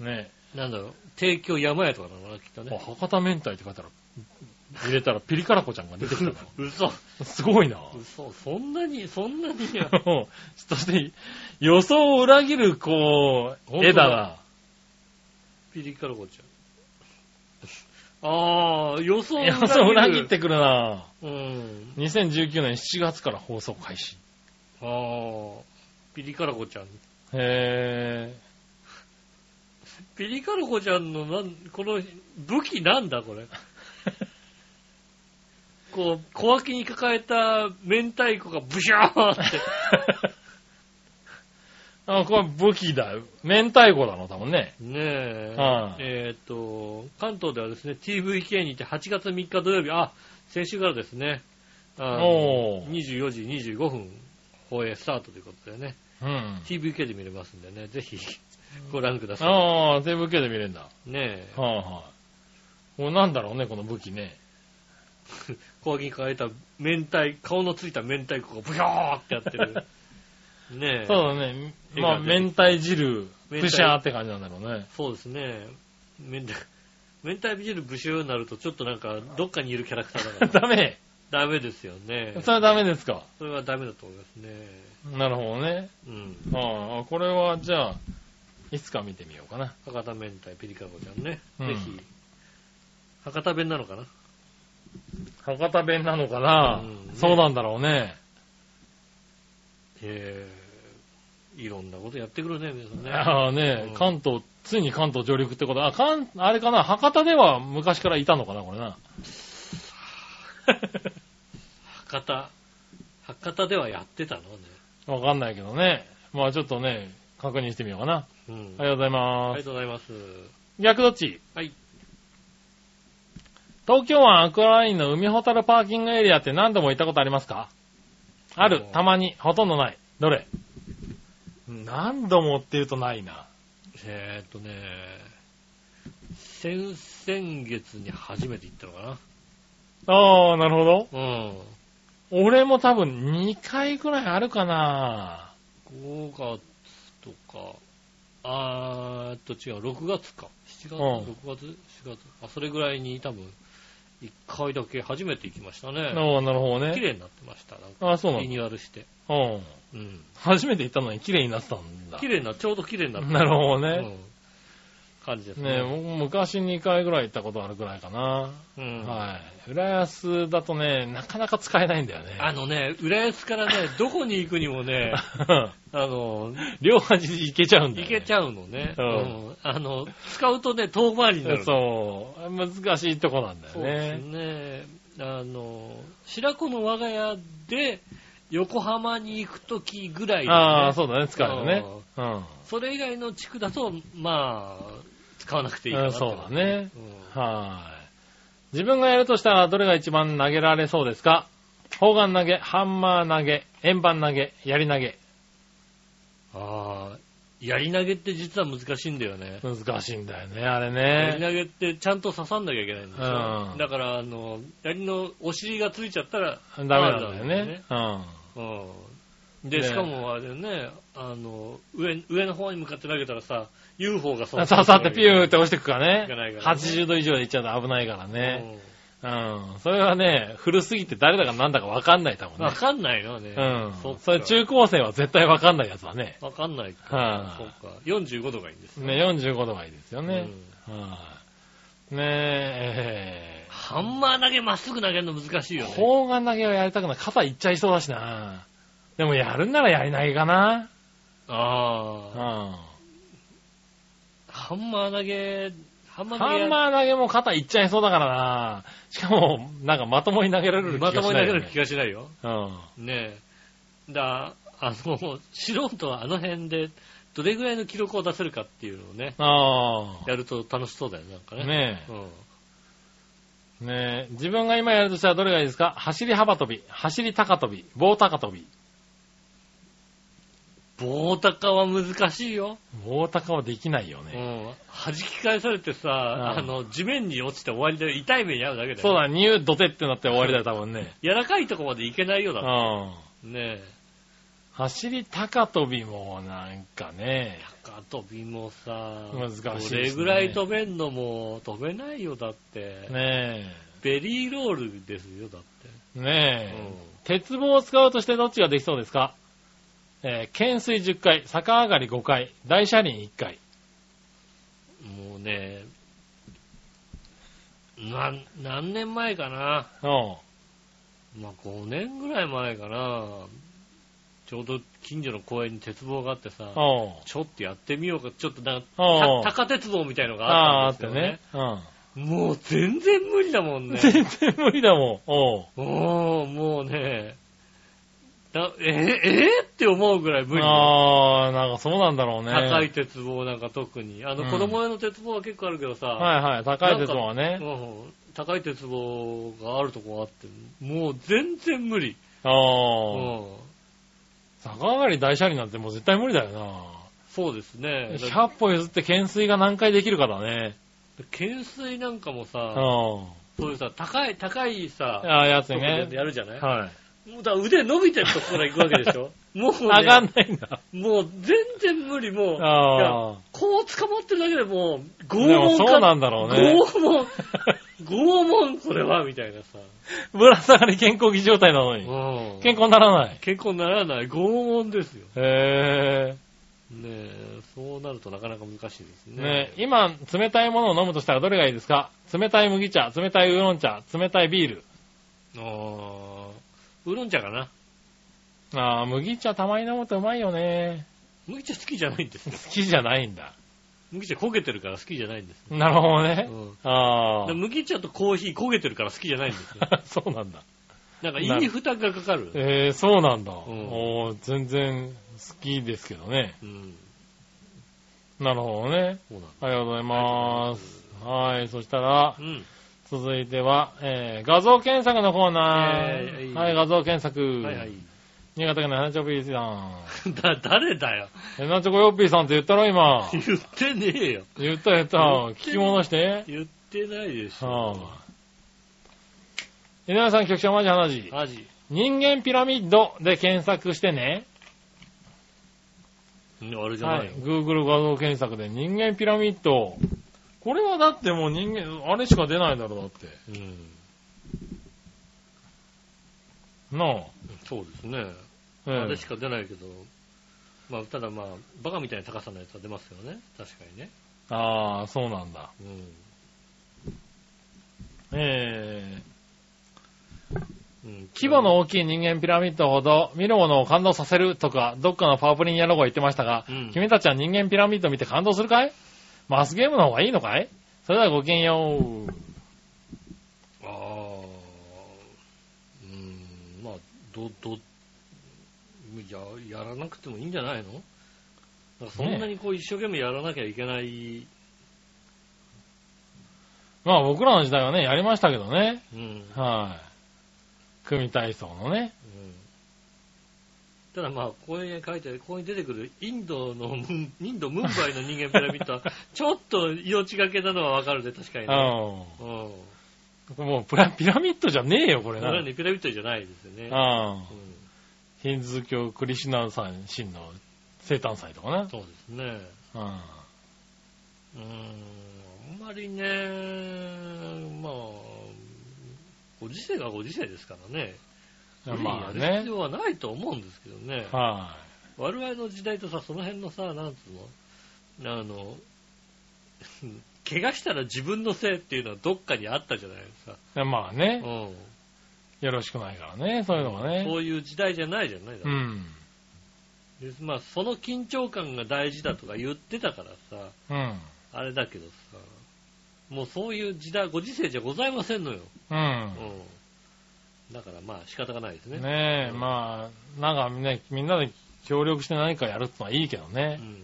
Speaker 3: ね
Speaker 2: なんだろう、提供山屋とかなのかな、きっと
Speaker 3: え。
Speaker 2: ね。
Speaker 3: あ博多明太って書いたら、入れたらピリカラコちゃんが出てきたの。
Speaker 2: (laughs) 嘘、
Speaker 3: すごいな。
Speaker 2: 嘘、そんなに、そんなに
Speaker 3: そして、予想を裏切る、こう、絵だな。
Speaker 2: ピリカロコちゃん。 (laughs) ああ、予想
Speaker 3: (laughs) いや、そう、裏切っ。てくるな
Speaker 2: うん。
Speaker 3: 2019年7月から放送開始。
Speaker 2: ああ、ピリカロコちゃん。
Speaker 3: へ
Speaker 2: ピリカロコちゃんのなん、この武器なんだこ
Speaker 3: (laughs)
Speaker 2: れ。こう、小脇に抱えた明太子がブシャーって。
Speaker 3: ぇ (laughs) あ、これ武器だよ。明太子なの、多分ね。
Speaker 2: ねえ。
Speaker 3: はい
Speaker 2: えーっ、と、関東ではですね、TVK にて8月3日土曜日、あ、先週からですね、あ
Speaker 3: おー
Speaker 2: 24時25分放映スタートということでね、
Speaker 3: うん。
Speaker 2: TVK で見れますんでね、ぜひご覧くださ。
Speaker 3: ああ、全部受けで見れるんだ。はい
Speaker 2: ねえ。
Speaker 3: はい。もうなんだろうね、この武器ね。
Speaker 2: 小脇に抱えた明太、顔のついた明太子がブシャーってやって
Speaker 3: (laughs)
Speaker 2: る。ねえ。
Speaker 3: そうだね。
Speaker 2: 絵
Speaker 3: ま
Speaker 2: が
Speaker 3: あ、
Speaker 2: 出てきた
Speaker 3: 明太汁、
Speaker 2: 明太
Speaker 3: プシャーって感じなんだろうね。
Speaker 2: そうですね。明太、明太ビジルブシューになるとちょっとなんか、どっかにいるキャラクター
Speaker 3: (laughs)
Speaker 2: だから、
Speaker 3: ダメ。
Speaker 2: ダメですよね。
Speaker 3: それはダメですか。
Speaker 2: それはダメだと思いますね。
Speaker 3: なるほどね。
Speaker 2: うん。
Speaker 3: ああ、これはじゃあ、いつか見てみようかな。
Speaker 2: 博多明太ピリカゴちゃんね。
Speaker 3: うん
Speaker 2: ぜひ。博多弁なのかな
Speaker 3: 博多弁なのかな、
Speaker 2: うん
Speaker 3: そうなんだろうね。
Speaker 2: えー、いろんなことやってくるね、皆さんね。
Speaker 3: ああね、
Speaker 2: うん
Speaker 3: 関東、ついに関東上陸ってこと。あ、関、あれかな、博多では昔からいたのかな、こ
Speaker 2: (laughs)
Speaker 3: れな。
Speaker 2: 博多。博多ではやってたのね。
Speaker 3: わかんないけどね。まあちょっとね、確認してみようかな。
Speaker 2: うん。
Speaker 3: ありがとうござい
Speaker 2: あり
Speaker 3: ま
Speaker 2: が
Speaker 3: す。
Speaker 2: とうございます。
Speaker 3: 逆どっち
Speaker 2: はい。
Speaker 3: 東京湾アクアラインの海ホタルパーキングエリアって何度も行ったことありますかある
Speaker 2: お、ー
Speaker 3: たまに、ほとんどない。どれ何度もって言うとないな。
Speaker 2: えーっとね、先々月に初めて行ったのかな。
Speaker 3: ああ、なるほど。
Speaker 2: うん。
Speaker 3: 俺も多分2回くらいあるかな
Speaker 2: 5月とか、あーっと違う、6月か。7月、
Speaker 3: うん
Speaker 2: 6月 ?4 月あ、それぐらいに多分、1回だけ初めて行きましたね。
Speaker 3: ああ、なるほど
Speaker 2: 綺
Speaker 3: ね。
Speaker 2: 麗になってました。なんか
Speaker 3: ああ、そうな
Speaker 2: リ
Speaker 3: んだ。
Speaker 2: ニューアルして。
Speaker 3: うん。
Speaker 2: うん。
Speaker 3: 初めて行ったのに綺麗になったんだ
Speaker 2: 綺。麗な、ちょうど綺麗になった。
Speaker 3: なるほ
Speaker 2: う
Speaker 3: どね。
Speaker 2: ん。感じです
Speaker 3: ね
Speaker 2: ね。
Speaker 3: え、僕も昔2回ぐらい行ったことあるくらいかな。
Speaker 2: うん。
Speaker 3: はい。浦安だとね、なかなか使えないんだよね。
Speaker 2: あのね、浦安からね、どこに行くにもね、あの、
Speaker 3: (laughs) 両端行けちゃうんだ
Speaker 2: 行
Speaker 3: よ、ね。
Speaker 2: けちゃうのね。
Speaker 3: う
Speaker 2: うんん。あの、使うとね、遠回りになるの。
Speaker 3: そう。難しいとこなんだよ
Speaker 2: そうです
Speaker 3: ね。
Speaker 2: ね。あの、白子の我が家で横浜に行くときぐらいだよね、
Speaker 3: ああ、そうだね。使うよね。うん。
Speaker 2: それ以外の地区だと、まあ、使わなくていいか
Speaker 3: う
Speaker 2: なんって
Speaker 3: そうだね。
Speaker 2: うん
Speaker 3: はい。自分がやるとしたらどれが一番投げられそうですか砲丸投げ、ハンマー投げ、円盤投げ、槍投げ。
Speaker 2: ああ、やり投げって実は難しいんだよね。
Speaker 3: 難しいんだよね、あれ
Speaker 2: やり
Speaker 3: ね。
Speaker 2: 投げってちゃんと刺さんなきゃいけないんでしょ。
Speaker 3: うん
Speaker 2: だから、あの、槍のお尻がついちゃったら、
Speaker 3: ダメなんだ
Speaker 2: ダ
Speaker 3: よ
Speaker 2: メなんだよ
Speaker 3: ね
Speaker 2: ね。
Speaker 3: うん。
Speaker 2: うん。で、
Speaker 3: ね
Speaker 2: しかもあれね、あの、上、上の方に向かって投げたらさ、UFO が
Speaker 3: 刺さってピューって落ちてくから
Speaker 2: いかない
Speaker 3: ね。
Speaker 2: からね
Speaker 3: 80度以上でいっちゃうと危ないからね。
Speaker 2: ね。
Speaker 3: うん。それはね、古すぎて誰だかなんだかわかんない多分
Speaker 2: わ
Speaker 3: ね。
Speaker 2: かんないのね。
Speaker 3: う
Speaker 2: そっ
Speaker 3: ん。
Speaker 2: か
Speaker 3: それ中高生は絶対わかんないやつだね。
Speaker 2: わかんないか。
Speaker 3: は
Speaker 2: そっか。45度がいいんです
Speaker 3: い。
Speaker 2: よ
Speaker 3: ね、45度がいいですよね。
Speaker 2: うん
Speaker 3: はい。ねえ。
Speaker 2: ハンマー投げまっすぐ投げるの難しいよね。
Speaker 3: 砲丸投げはやりたくない。肩いっちゃいそうだしな。でもやるんならやり投げかな。うん。
Speaker 2: ああ。
Speaker 3: ハ
Speaker 2: ハンマー投げ、ハンマー投げや。
Speaker 3: ンマー投げも肩いっちゃいそうだからな。しかも、なんかまともに投げられる気が
Speaker 2: ま
Speaker 3: しな
Speaker 2: と
Speaker 3: い、
Speaker 2: もに投げる気
Speaker 3: が
Speaker 2: がしないよ。
Speaker 3: うん。
Speaker 2: ねえ。だ、あの、素人はあの辺でどれぐらいの記録を出せるかっていうのをね、
Speaker 3: あ
Speaker 2: やると楽しそうだよね、なんか
Speaker 3: あ。
Speaker 2: ね。
Speaker 3: ね
Speaker 2: う
Speaker 3: え。
Speaker 2: ん。
Speaker 3: ねえ。自分が今やるとしたらどれがいいですか走り幅跳び、走り高跳び、棒高跳び。
Speaker 2: 棒高は難しいよ。
Speaker 3: 棒高はできないよ
Speaker 2: う
Speaker 3: ね。
Speaker 2: ん。弾き返されてさ、
Speaker 3: ん
Speaker 2: あの、地面に落ちて終わりで痛い目に遭うだけだよ。
Speaker 3: そう。だ、ニュードテってなって終わりだよ、多分ね。
Speaker 2: 柔らかいとこまでいけないようだ。
Speaker 3: うん。
Speaker 2: ねえ。
Speaker 3: 走り高跳びもなんかね、
Speaker 2: 高飛びもさ、
Speaker 3: 難しいです
Speaker 2: ど
Speaker 3: ね
Speaker 2: れぐらい飛べんのも飛べないよ、だって。
Speaker 3: ね
Speaker 2: ベリーロールですよ、だって。
Speaker 3: え、ねえ、
Speaker 2: うん
Speaker 3: 鉄棒を使うとしてどっちができそうですかえー、懸垂10回、逆上がり5回、大車輪1回。
Speaker 2: もうね、な、何年前かな。
Speaker 3: うん。
Speaker 2: まあ、5年ぐらい前かな。ちょうど近所の公園に鉄棒があってさ、
Speaker 3: うん。
Speaker 2: ちょっとやってみようか。ちょっとなんか、
Speaker 3: うん。
Speaker 2: た高鉄棒みたいのが
Speaker 3: あ
Speaker 2: あ
Speaker 3: あ、あ
Speaker 2: っ
Speaker 3: ったて
Speaker 2: んですよね
Speaker 3: ね。。うん。
Speaker 2: もう全然無理だも
Speaker 3: (laughs)
Speaker 2: んね。
Speaker 3: 全然無理だもん。おう
Speaker 2: おー、もうね、だええって思うぐらい無理だよ。
Speaker 3: ああ、なんかそうなんだろうね。
Speaker 2: 高い鉄棒なんか特に。あ
Speaker 3: う
Speaker 2: の、
Speaker 3: ん
Speaker 2: 子供用の鉄棒は結構あるけどさ、
Speaker 3: はいはい、高い鉄棒はね。
Speaker 2: うん高い鉄棒があるとこがあって、もう全然無理。
Speaker 3: あ
Speaker 2: う
Speaker 3: あ。
Speaker 2: ん、
Speaker 3: 逆上がり大車輪なんてもう絶対無理だよな。
Speaker 2: そうですね。だ
Speaker 3: 100歩譲って懸垂が何回できるかだね。
Speaker 2: 懸垂なんかも
Speaker 3: う
Speaker 2: さ、
Speaker 3: ん。
Speaker 2: そういうさ、高い、高いさ、
Speaker 3: ああ、やつ
Speaker 2: とこで
Speaker 3: ね。
Speaker 2: やるじゃない、
Speaker 3: はい。
Speaker 2: もうだから腕伸びてるとこから行くわけでし
Speaker 3: (laughs)
Speaker 2: ょもう、ね、
Speaker 3: 上がんないんだ。
Speaker 2: もう全然無理、もう。
Speaker 3: ああ。
Speaker 2: こう捕まってるだけでもう、拷
Speaker 3: でも
Speaker 2: 問か。
Speaker 3: そうなんだろうね。
Speaker 2: 拷問、拷問これは、みたいなさ。
Speaker 3: (laughs) ぶら下がり健康器状態なの
Speaker 2: う
Speaker 3: に。
Speaker 2: ん。
Speaker 3: 健康にならない。
Speaker 2: 健康にならない。拷問ですよ。
Speaker 3: へ
Speaker 2: ねえ、そうなるとなかなか難しいです
Speaker 3: え。
Speaker 2: ね。
Speaker 3: ねえ今、冷たいものを飲むとしたらどれがいいですか冷たい麦茶、冷たいウーロン茶、冷たいビール。
Speaker 2: あーウーロン茶かな。
Speaker 3: ああ、麦茶たまに飲むとうまいよね。
Speaker 2: 麦茶好きじゃないんです
Speaker 3: 好
Speaker 2: よ。
Speaker 3: きじゃないんだ。
Speaker 2: 麦茶焦げてるから好きじゃないんです。
Speaker 3: なるほど
Speaker 2: う
Speaker 3: ね。
Speaker 2: ん
Speaker 3: あ
Speaker 2: で麦茶とコーヒー焦げてるから好きじゃないんですよ。
Speaker 3: あ。 (laughs) そうなんだ。
Speaker 2: なんか胃に負担がかかる。
Speaker 3: えー、そうなんだ。
Speaker 2: ん
Speaker 3: おー全然好きですけどね。
Speaker 2: うん。
Speaker 3: なるほどね。
Speaker 2: そうなんだ。
Speaker 3: ありがとうございます。はい、そしたら
Speaker 2: う、ん。
Speaker 3: 続いては、えー、画像検索のコーナー。
Speaker 2: えー
Speaker 3: はい、画像検索。
Speaker 2: はい (laughs) はい。
Speaker 3: 新潟県のヘナチョコピーさ
Speaker 2: だ、誰だよ。。
Speaker 3: ん。ヘナチョコヨッピーさんって言ったろ、
Speaker 2: (laughs)
Speaker 3: 今
Speaker 2: 言ってねえよ。
Speaker 3: 言った言った。
Speaker 2: 言
Speaker 3: 聞き戻して。
Speaker 2: 言ってないでし
Speaker 3: は
Speaker 2: ょ。
Speaker 3: ぁ。稲田さん、局長マジ話。
Speaker 2: マジ。
Speaker 3: 人間ピラミッドで検索してね。
Speaker 2: うんあれじゃ
Speaker 3: は
Speaker 2: ない
Speaker 3: い
Speaker 2: よ。。
Speaker 3: Google 画像検索で人間ピラミッド。これはだってもう人間、あれしか出ないだろう、だって。
Speaker 2: うん。
Speaker 3: なあ。
Speaker 2: そうですね。
Speaker 3: ええ
Speaker 2: あれしか出ないけど。まあ、ただまあ、バカみたいな高さのやつは出ますよね。確かにね。
Speaker 3: ああ、そうなんだ。
Speaker 2: うん。
Speaker 3: ええ
Speaker 2: うん
Speaker 3: 規模の大きい人間ピラミッドほど見るものを感動させるとか、どっかのパワープリン野郎が言ってましたが、
Speaker 2: うん
Speaker 3: 君たちは人間ピラミッド見て感動するかいマスゲームの方がいいのかいそれではごきげんよう。
Speaker 2: ああ、うーん、まあ、ど、ど、や、やらなくてもいいんじゃないのなんかそんなにこう一生懸命やらなきゃいけない、
Speaker 3: まあ僕らの時代はね、やりましたけどね。
Speaker 2: うん、うん。
Speaker 3: はい。組体操のね。
Speaker 2: ただまあ、ここに書いてある、ここに出てくるインドのムン、インド、ムンバイの人間ピラミッドは、ちょっと命がけなのはわかるで、確かに
Speaker 3: う
Speaker 2: ね。うん。
Speaker 3: ん。もうピラピラミッドじゃねえよ、これ
Speaker 2: これ
Speaker 3: な。
Speaker 2: はね、ピラミッドじゃないですよね。
Speaker 3: うん
Speaker 2: う。ん、
Speaker 3: ヒンズー教クリシュナさん神の生誕祭とかな。
Speaker 2: そうですね。
Speaker 3: う
Speaker 2: う
Speaker 3: ん。
Speaker 2: ーんあんまりね、まあ、ご時世がご時世ですからね、
Speaker 3: まあ
Speaker 2: 無理にやる
Speaker 3: ね
Speaker 2: 必。要はないと思うんですけどね、
Speaker 3: は
Speaker 2: 我々の時代とさ、その辺のさ、なんつうの、あの、 (laughs) 怪我したら自分のせいっていうのはどっかにあったじゃないですか。
Speaker 3: い。まあね。
Speaker 2: うん。
Speaker 3: よろしくないからね、そういうのがね。
Speaker 2: そういう時代じゃないじゃないだ
Speaker 3: う
Speaker 2: から
Speaker 3: ん。
Speaker 2: でまあ、その緊張感が大事だとか言ってたからさ、
Speaker 3: うん。
Speaker 2: あれだけどさ、もうそういう時代、ご時世じゃございませんのよ。
Speaker 3: うん。
Speaker 2: うんだからまあ仕方がないですね。
Speaker 3: ねえ、まあ、なんかね、みんなで協力して何かやるってのはいいけど
Speaker 2: う
Speaker 3: ね。
Speaker 2: ん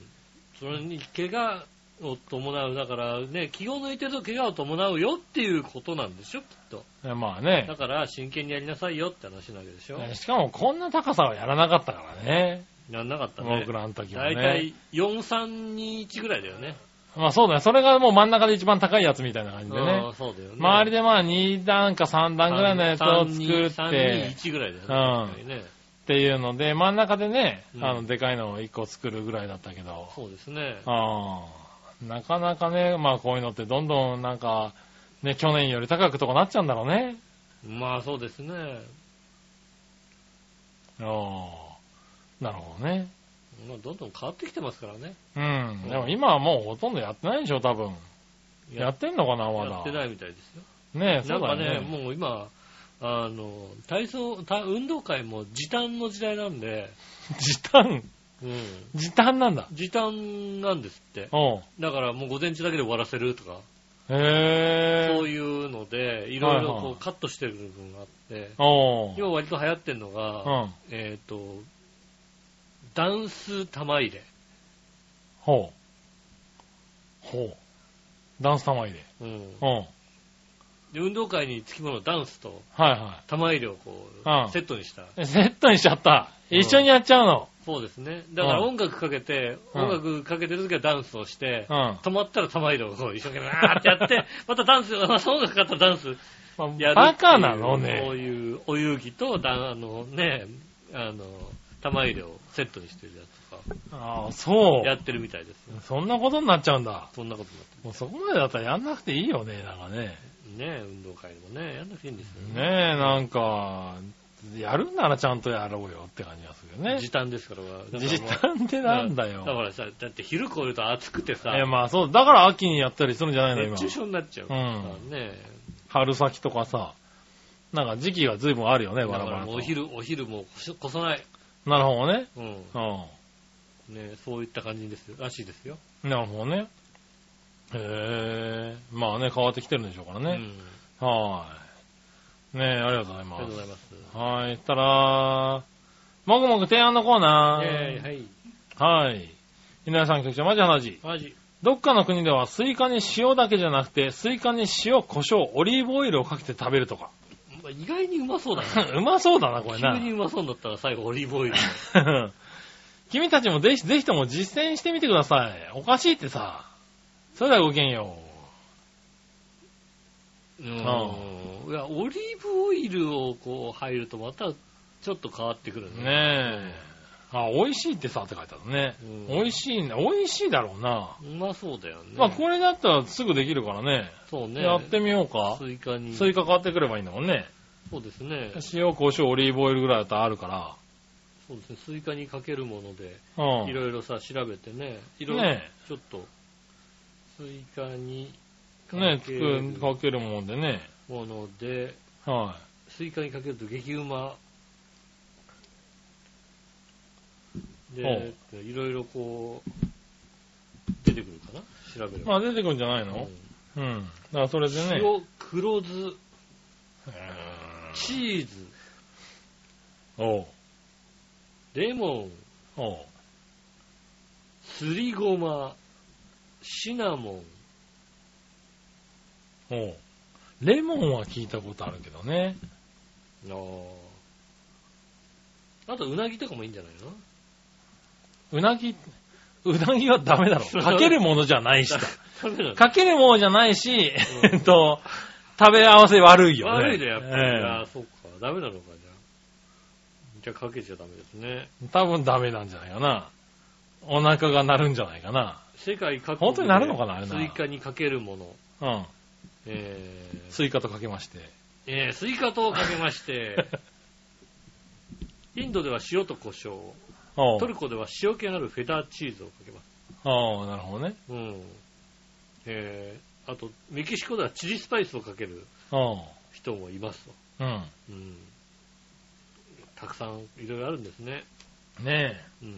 Speaker 2: それに怪我を伴う、だからね、気を抜いてると怪我を伴うよっていうことなんでしょ、きっと。
Speaker 3: えまあね
Speaker 2: だ。から真剣にやりなさいよって話なわけでしょ。
Speaker 3: えしかもこんな高さはやらなかったからね。
Speaker 2: やんなかったね
Speaker 3: 僕。らの時は
Speaker 2: だい
Speaker 3: ね。
Speaker 2: たい4321ぐらいだよね。
Speaker 3: まあそうだね。それがもう真ん中で一番高いやつみたいな感じで
Speaker 2: う
Speaker 3: ね
Speaker 2: ん。そうだよね。
Speaker 3: 周りでまあ2段か3段ぐらいのやつを作って、
Speaker 2: 321ぐらいだよね。
Speaker 3: うん
Speaker 2: 確かにね。
Speaker 3: っていうので、真ん中でね
Speaker 2: う、ん
Speaker 3: あの、でかいのを1個作るぐらいだったけど。
Speaker 2: そうですね。
Speaker 3: ああ、なかなかね、まあこういうのってどんどんなんか、ね、去年より高くとかなっちゃうんだろうね。
Speaker 2: まあそうですね。
Speaker 3: ああ、なるほどね。
Speaker 2: まあ、どんどん変わってきてますからね。
Speaker 3: うん。でも今はもうほとんどやってないでしょ、多分。やってんのかな、まだ。
Speaker 2: やってないみたいですよ。
Speaker 3: ねえ、そ
Speaker 2: な
Speaker 3: うんだ
Speaker 2: かね、
Speaker 3: よね。
Speaker 2: もう今、あの、体操、た運動会も時短の時代なんで、
Speaker 3: 時短、
Speaker 2: うん。
Speaker 3: 時短なんだ。
Speaker 2: 時短なんですって。
Speaker 3: おう
Speaker 2: だからもう午前中だけで終わらせるとか、
Speaker 3: へえ。
Speaker 2: そういうので、いろいろ
Speaker 3: はい
Speaker 2: こ
Speaker 3: はいう
Speaker 2: カットしてる部分があって、
Speaker 3: おう。
Speaker 2: 要は割と流行ってんの
Speaker 3: う
Speaker 2: が、
Speaker 3: ん。
Speaker 2: えっと、ダンス玉入れ。
Speaker 3: ほう。ほう。ダンス玉入れ。
Speaker 2: うん。
Speaker 3: うん。はい
Speaker 2: で運動会につきものダンスと
Speaker 3: は
Speaker 2: 玉入れをこ
Speaker 3: うん
Speaker 2: う、セットにした。
Speaker 3: い。えセットにしちゃった。
Speaker 2: うん
Speaker 3: 一緒にやっちゃうの。
Speaker 2: そうですね。だから
Speaker 3: うん
Speaker 2: 音楽かけて、
Speaker 3: うん
Speaker 2: 音楽かけてる時はダンスをして、
Speaker 3: うん。ま
Speaker 2: 止まったら玉入れをこう一生懸命あーってや
Speaker 3: (laughs)
Speaker 2: って、またダンス、また音楽かかったらダンス
Speaker 3: あ
Speaker 2: やる。
Speaker 3: バカなの
Speaker 2: そう
Speaker 3: ね。
Speaker 2: いうお遊戯と、だあのね、あの、玉入れをセットにしてるやつと
Speaker 3: ああ、そう
Speaker 2: か、。やってるみたいですよ。
Speaker 3: そんなことになっちゃうんだ。
Speaker 2: そんなことになって
Speaker 3: もうそこまでだったらやんなくていいよね、なんかね。
Speaker 2: る。ね運動会でもね、やんなくていいんですよね。
Speaker 3: ねえ、なんか、やるんならちゃんとやろうよって感じがするよね。
Speaker 2: 時短ですから、だからもう
Speaker 3: 時短ってなんだ
Speaker 2: だか
Speaker 3: よ。
Speaker 2: らさ、だって昼超えると暑くてさ
Speaker 3: い、や、まあそう、だから秋にやったりするんじゃないの、今
Speaker 2: 熱。中症になっちゃうからね。
Speaker 3: 春先とかさ。なんか時期が随分あるよね、
Speaker 2: だか
Speaker 3: バラバ
Speaker 2: ら
Speaker 3: ラ
Speaker 2: も
Speaker 3: と
Speaker 2: うお。昼、お昼もこしこさない。
Speaker 3: なるほどね。
Speaker 2: うん。
Speaker 3: う
Speaker 2: ね、そういった感じですよらしいですよ。
Speaker 3: ん。なるほどね。へえ。まあね、変わってきてるんでしょうから
Speaker 2: うん。あ
Speaker 3: ね。はーい。ねえ、ありがとうござい
Speaker 2: りが
Speaker 3: ま
Speaker 2: とうご
Speaker 3: す
Speaker 2: ざい。ます。
Speaker 3: はい、したら、もぐもぐ提案のコーナー。
Speaker 2: えー、はい。
Speaker 3: はい。皆さん局長、マジ話。
Speaker 2: マジ。
Speaker 3: どっかの国ではスイカに塩だけじゃなくて、スイカに塩、胡椒、オリーブオイルをかけて食べるとか。 (laughs)
Speaker 2: 意外にうまそうだね。
Speaker 3: うまそうだな、これ
Speaker 2: 急に
Speaker 3: な。
Speaker 2: うまそうになったら最後オリーブオイル。
Speaker 3: (laughs) 君たちもぜひ、ぜひとも実践してみてください。おかしいってさ。それではごきげんよ
Speaker 2: うん。いや、オリーブオイルをこう入るとまたちょっと変わってくる
Speaker 3: う。
Speaker 2: ね。
Speaker 3: ねえ。あ、美味しいってさって書いてあるね。
Speaker 2: うん
Speaker 3: 美味しいんだ。美味しいだろうな。
Speaker 2: うまそうだよね。
Speaker 3: まあ、これだったらすぐできるからね。
Speaker 2: そうね。
Speaker 3: やってみようか。
Speaker 2: スイカに。
Speaker 3: スイカ買ってくればいいんだもんね。
Speaker 2: そうですね。
Speaker 3: 塩、胡椒、オリーブオイルぐらいだったらあるか
Speaker 2: そうですね。スイカにかけるもので、
Speaker 3: ら。うん。
Speaker 2: いろいろさ、調べてね。いろいろ
Speaker 3: ね
Speaker 2: ちょっと、スイカに
Speaker 3: え、ねえ、
Speaker 2: か
Speaker 3: つ
Speaker 2: ける
Speaker 3: く、かけるもんでね。
Speaker 2: もので、
Speaker 3: は
Speaker 2: スイカにかけると激うま。で、いろいろこう、出てくるかな調べれ
Speaker 3: い。ま
Speaker 2: ば。
Speaker 3: あ出てくるんじゃないうの
Speaker 2: ん
Speaker 3: うん。だからそれでね。
Speaker 2: 塩、黒酢、
Speaker 3: う
Speaker 2: チ
Speaker 3: ーん
Speaker 2: ーズ、
Speaker 3: おう。
Speaker 2: レモン、
Speaker 3: おう。
Speaker 2: すりごま、シナモ
Speaker 3: おう。レモンは聞いたことあるけどね。
Speaker 2: ン、ああと、うなぎとかもいいんじゃないう
Speaker 3: なぎ、うなぎはダメだろ。
Speaker 2: (laughs)
Speaker 3: かけるものじゃないし。
Speaker 2: のダメなの
Speaker 3: かけるものじゃないし、
Speaker 2: うん
Speaker 3: えっと、食べ合わせ悪いよね。
Speaker 2: 悪いね、やっぱり。あ
Speaker 3: え
Speaker 2: あ、そうか。ダメなのか、じゃあ。じゃあ、かけちゃダメですね。
Speaker 3: え多分ダメなんじゃないかな。お腹が鳴るんじゃないかな。
Speaker 2: 世界各国
Speaker 3: 本当になるのかなあれな
Speaker 2: スイカにかけるもの。
Speaker 3: うん。
Speaker 2: えー
Speaker 3: スイカとかけまして。
Speaker 2: えースイカとかけま
Speaker 3: (laughs)
Speaker 2: して、インドでは塩と胡椒を、
Speaker 3: おう
Speaker 2: トルコでは塩気のあるフェダーチーズをかけます。
Speaker 3: ああ、なるほどね。
Speaker 2: うん。えーあと、メキシコではチリスパイスをかける
Speaker 3: う
Speaker 2: 人もいますと。
Speaker 3: ん。うん。
Speaker 2: うん。たくさんいろいろあるんですね。
Speaker 3: ね
Speaker 2: うん。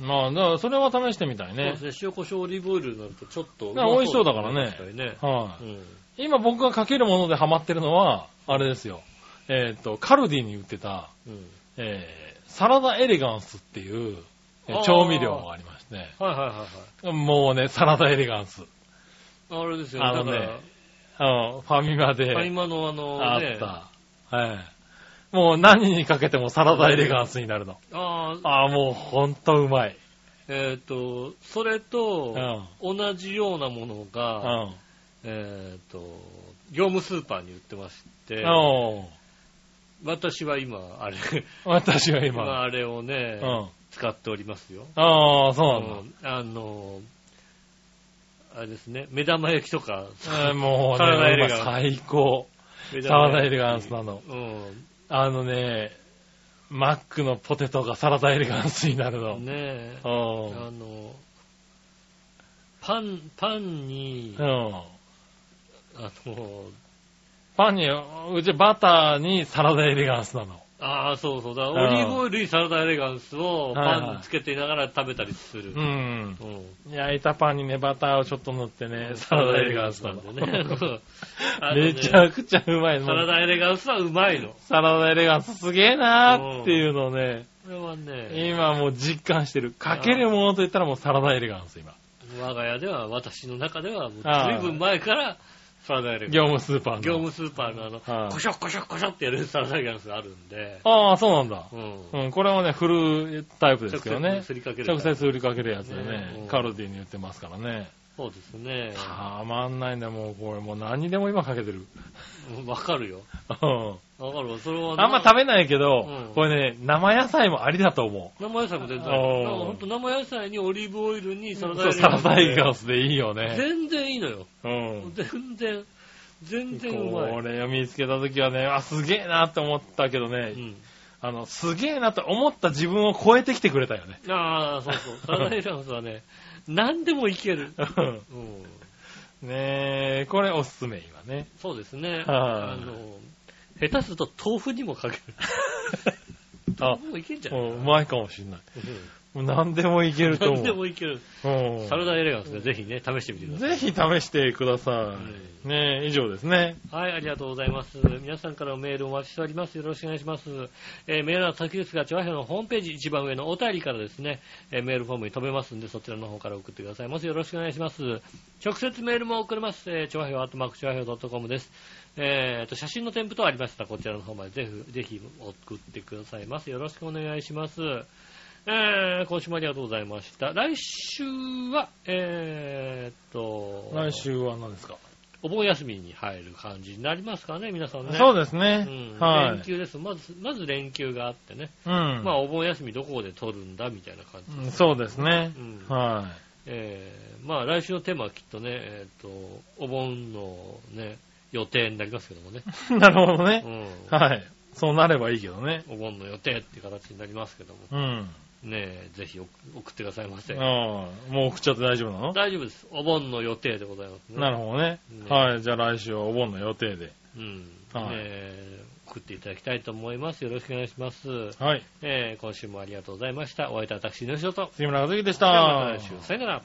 Speaker 3: え。まあ、だからそれは試してみたいね
Speaker 2: そう。ですね。塩、胡椒、オリーブオイルになるとちょっとうま
Speaker 3: ね美味しそうだからね
Speaker 2: 確かにね。
Speaker 3: はい、
Speaker 2: うん。
Speaker 3: 今僕がかけるものでハマってるのは、あれですよ。えっ、と、カルディに売ってた、
Speaker 2: うん。
Speaker 3: えーサラダエレガンスっていうえー
Speaker 2: あー
Speaker 3: 調味料がありましですね。
Speaker 2: はいはいはいはい。
Speaker 3: もうね、サラダエレガンス。
Speaker 2: あれですよ
Speaker 3: あ
Speaker 2: ね。
Speaker 3: の
Speaker 2: だ
Speaker 3: ね
Speaker 2: から、
Speaker 3: あの、ファミマで
Speaker 2: ファミマのあの、
Speaker 3: あ
Speaker 2: ね、
Speaker 3: った。はい。もう何にかけてもサラダエレガンスになるの。
Speaker 2: あー
Speaker 3: ああ、もうほんとうまい。
Speaker 2: えっ、と、それ
Speaker 3: う
Speaker 2: と
Speaker 3: ん。う、ん。
Speaker 2: 同じようなものが、えっ、と、業務スーパーに売ってまして、
Speaker 3: おう
Speaker 2: 私は今、あれ、
Speaker 3: 私は
Speaker 2: 今
Speaker 3: 今。
Speaker 2: あれをね、
Speaker 3: うん。
Speaker 2: 使っておりますよ。
Speaker 3: ああ、そうな
Speaker 2: うんあ
Speaker 3: んだ。
Speaker 2: の、あれですね、目玉焼きとか、
Speaker 3: えーもう
Speaker 2: サラダエ
Speaker 3: ね、
Speaker 2: レガンス
Speaker 3: 最高。
Speaker 2: 目
Speaker 3: サラ
Speaker 2: 玉
Speaker 3: ダエ
Speaker 2: 焼き
Speaker 3: レガンスなの。
Speaker 2: う
Speaker 3: あのね、マックのポテトがサラダエレガンスになるの
Speaker 2: ん。。ねえ、
Speaker 3: うん
Speaker 2: あの、パン、パンに、
Speaker 3: うん。
Speaker 2: あの、
Speaker 3: パンに、うちバターにサラダエレガンスなの。
Speaker 2: ああ、そうそうだ。オ
Speaker 3: ん
Speaker 2: リーブオイルにサラダエレガンスを
Speaker 3: はいはい
Speaker 2: パンにつけていながら食べたりする。
Speaker 3: うん。
Speaker 2: うん
Speaker 3: 焼いたパンにね、バターをちょっと塗ってね、サラダエレガンスなの。
Speaker 2: (laughs) ね。あのね
Speaker 3: めちゃくちゃうまいの。
Speaker 2: サラダエレガンスはうまいの。
Speaker 3: サラダエレガンスすげえなーっていうのをね、
Speaker 2: これはね、
Speaker 3: 今もう実感してる。かけるものといったらもうサラダエレガンス、今。
Speaker 2: 我が家では、私の中では、ずい
Speaker 3: あー
Speaker 2: ぶん前からサラダエレガン
Speaker 3: 業務スーパーの。
Speaker 2: ス。業務スーパーのあの、
Speaker 3: はい
Speaker 2: コショコショコショってやるサラダエレガンスがあるんで、
Speaker 3: ああ、そうなんだ。
Speaker 2: うん。
Speaker 3: うん、これもね、フルタイプですけどね
Speaker 2: 直接。すりかける。
Speaker 3: 直接売りかけるやつで
Speaker 2: ねう
Speaker 3: ね
Speaker 2: ん、
Speaker 3: カルディに売ってますからね。
Speaker 2: そうですね。
Speaker 3: たまんないんだ、もうこれもう何にでも今かけてる。
Speaker 2: うんわかるよ。
Speaker 3: うん
Speaker 2: わかるわ。それはな
Speaker 3: あんま食べないけ
Speaker 2: う
Speaker 3: ど
Speaker 2: ん、
Speaker 3: これね、生野菜もありだと思
Speaker 2: 生野菜も全然あ
Speaker 3: お
Speaker 2: る。
Speaker 3: ー
Speaker 2: だからほんと生野菜にオリーブオイルにサラ
Speaker 3: う。
Speaker 2: ダ
Speaker 3: そうサラダエレガ
Speaker 2: ン
Speaker 3: ンスでいいよ
Speaker 2: ス。
Speaker 3: ね。
Speaker 2: 全然いいのよ。
Speaker 3: うん。
Speaker 2: 全然、全然うま
Speaker 3: こ
Speaker 2: い。
Speaker 3: れを見つけた時はね、あ、すげえなって思ったけど
Speaker 2: う
Speaker 3: ね、
Speaker 2: ん、
Speaker 3: あの、すげえなと思った自分を超えてきてくれたよ
Speaker 2: (laughs)
Speaker 3: ね。
Speaker 2: ああ、そうそう。サラダエレガンスはね、 (laughs) 何でもいける。
Speaker 3: うん
Speaker 2: うん、
Speaker 3: ねえ、これおすすめ今ね。
Speaker 2: そうですね。
Speaker 3: は
Speaker 2: あ
Speaker 3: い
Speaker 2: の、下手すると豆腐にも
Speaker 3: (laughs)
Speaker 2: かける。
Speaker 3: あ
Speaker 2: 豆腐もいけんじゃない
Speaker 3: うんうまいかもしんない。もう何でもいけると
Speaker 2: 何
Speaker 3: 思う。
Speaker 2: でもいける。
Speaker 3: うん
Speaker 2: サラダエレガンスね、ぜひね、試してみてください。
Speaker 3: ぜひ試してください。ねえ、以上ですね。
Speaker 2: はい、ありがとうございます。皆さんからのメールお待ちしております。よろしくお願いします。えーメールは先ですが、チョアヘのホームページ一番上のお便りからですね、えーメールフォームに飛べますんで、そちらの方から送ってください。まずよろしくお願いします。直接メールも送れます。えー、チョアヘアットマークチョアヘ .com です。えーと、写真の添付等ありましたら、こちらの方までぜひ、ぜひ送ってくださいます。よろしくお願いします。えー、今週もありがとうございました。来週は、えーと、
Speaker 3: 来週は何ですか
Speaker 2: お盆休みに入る感じになりますからね、皆さんね。
Speaker 3: そうです
Speaker 2: う
Speaker 3: ね
Speaker 2: ん。。
Speaker 3: は
Speaker 2: 連
Speaker 3: い。
Speaker 2: 休です。まず、まず連休があってね。
Speaker 3: うん
Speaker 2: まあ、お盆休みどこで取るんだみたいな感じ。
Speaker 3: うんそうですね
Speaker 2: う。ん
Speaker 3: は
Speaker 2: えーまあ、来週のテーマはきっとね、えっ、と、お盆のね、予定になりますけどもね。
Speaker 3: い。 (laughs) なるほど
Speaker 2: う
Speaker 3: ね。
Speaker 2: ん。
Speaker 3: はい。そうなればいいけどね。
Speaker 2: お盆の予定っていう形になりますけども。
Speaker 3: うん。
Speaker 2: ねえ、ぜひ送送ってくださいませ。
Speaker 3: ああ、もう送っちゃって大丈夫なの
Speaker 2: 大丈夫です。お盆の予定でございますね。
Speaker 3: なるほどね。
Speaker 2: ね
Speaker 3: はい。じゃあ来週はお盆の予定で。
Speaker 2: うん。ね
Speaker 3: はい
Speaker 2: え送っていただきたいと思います。よろしくお願いします。
Speaker 3: はい。
Speaker 2: えー今週もありがとうございました。お会いいたい私、のしおと。
Speaker 3: 杉村和樹でし
Speaker 2: で
Speaker 3: た
Speaker 2: はまた来。週。さよなら。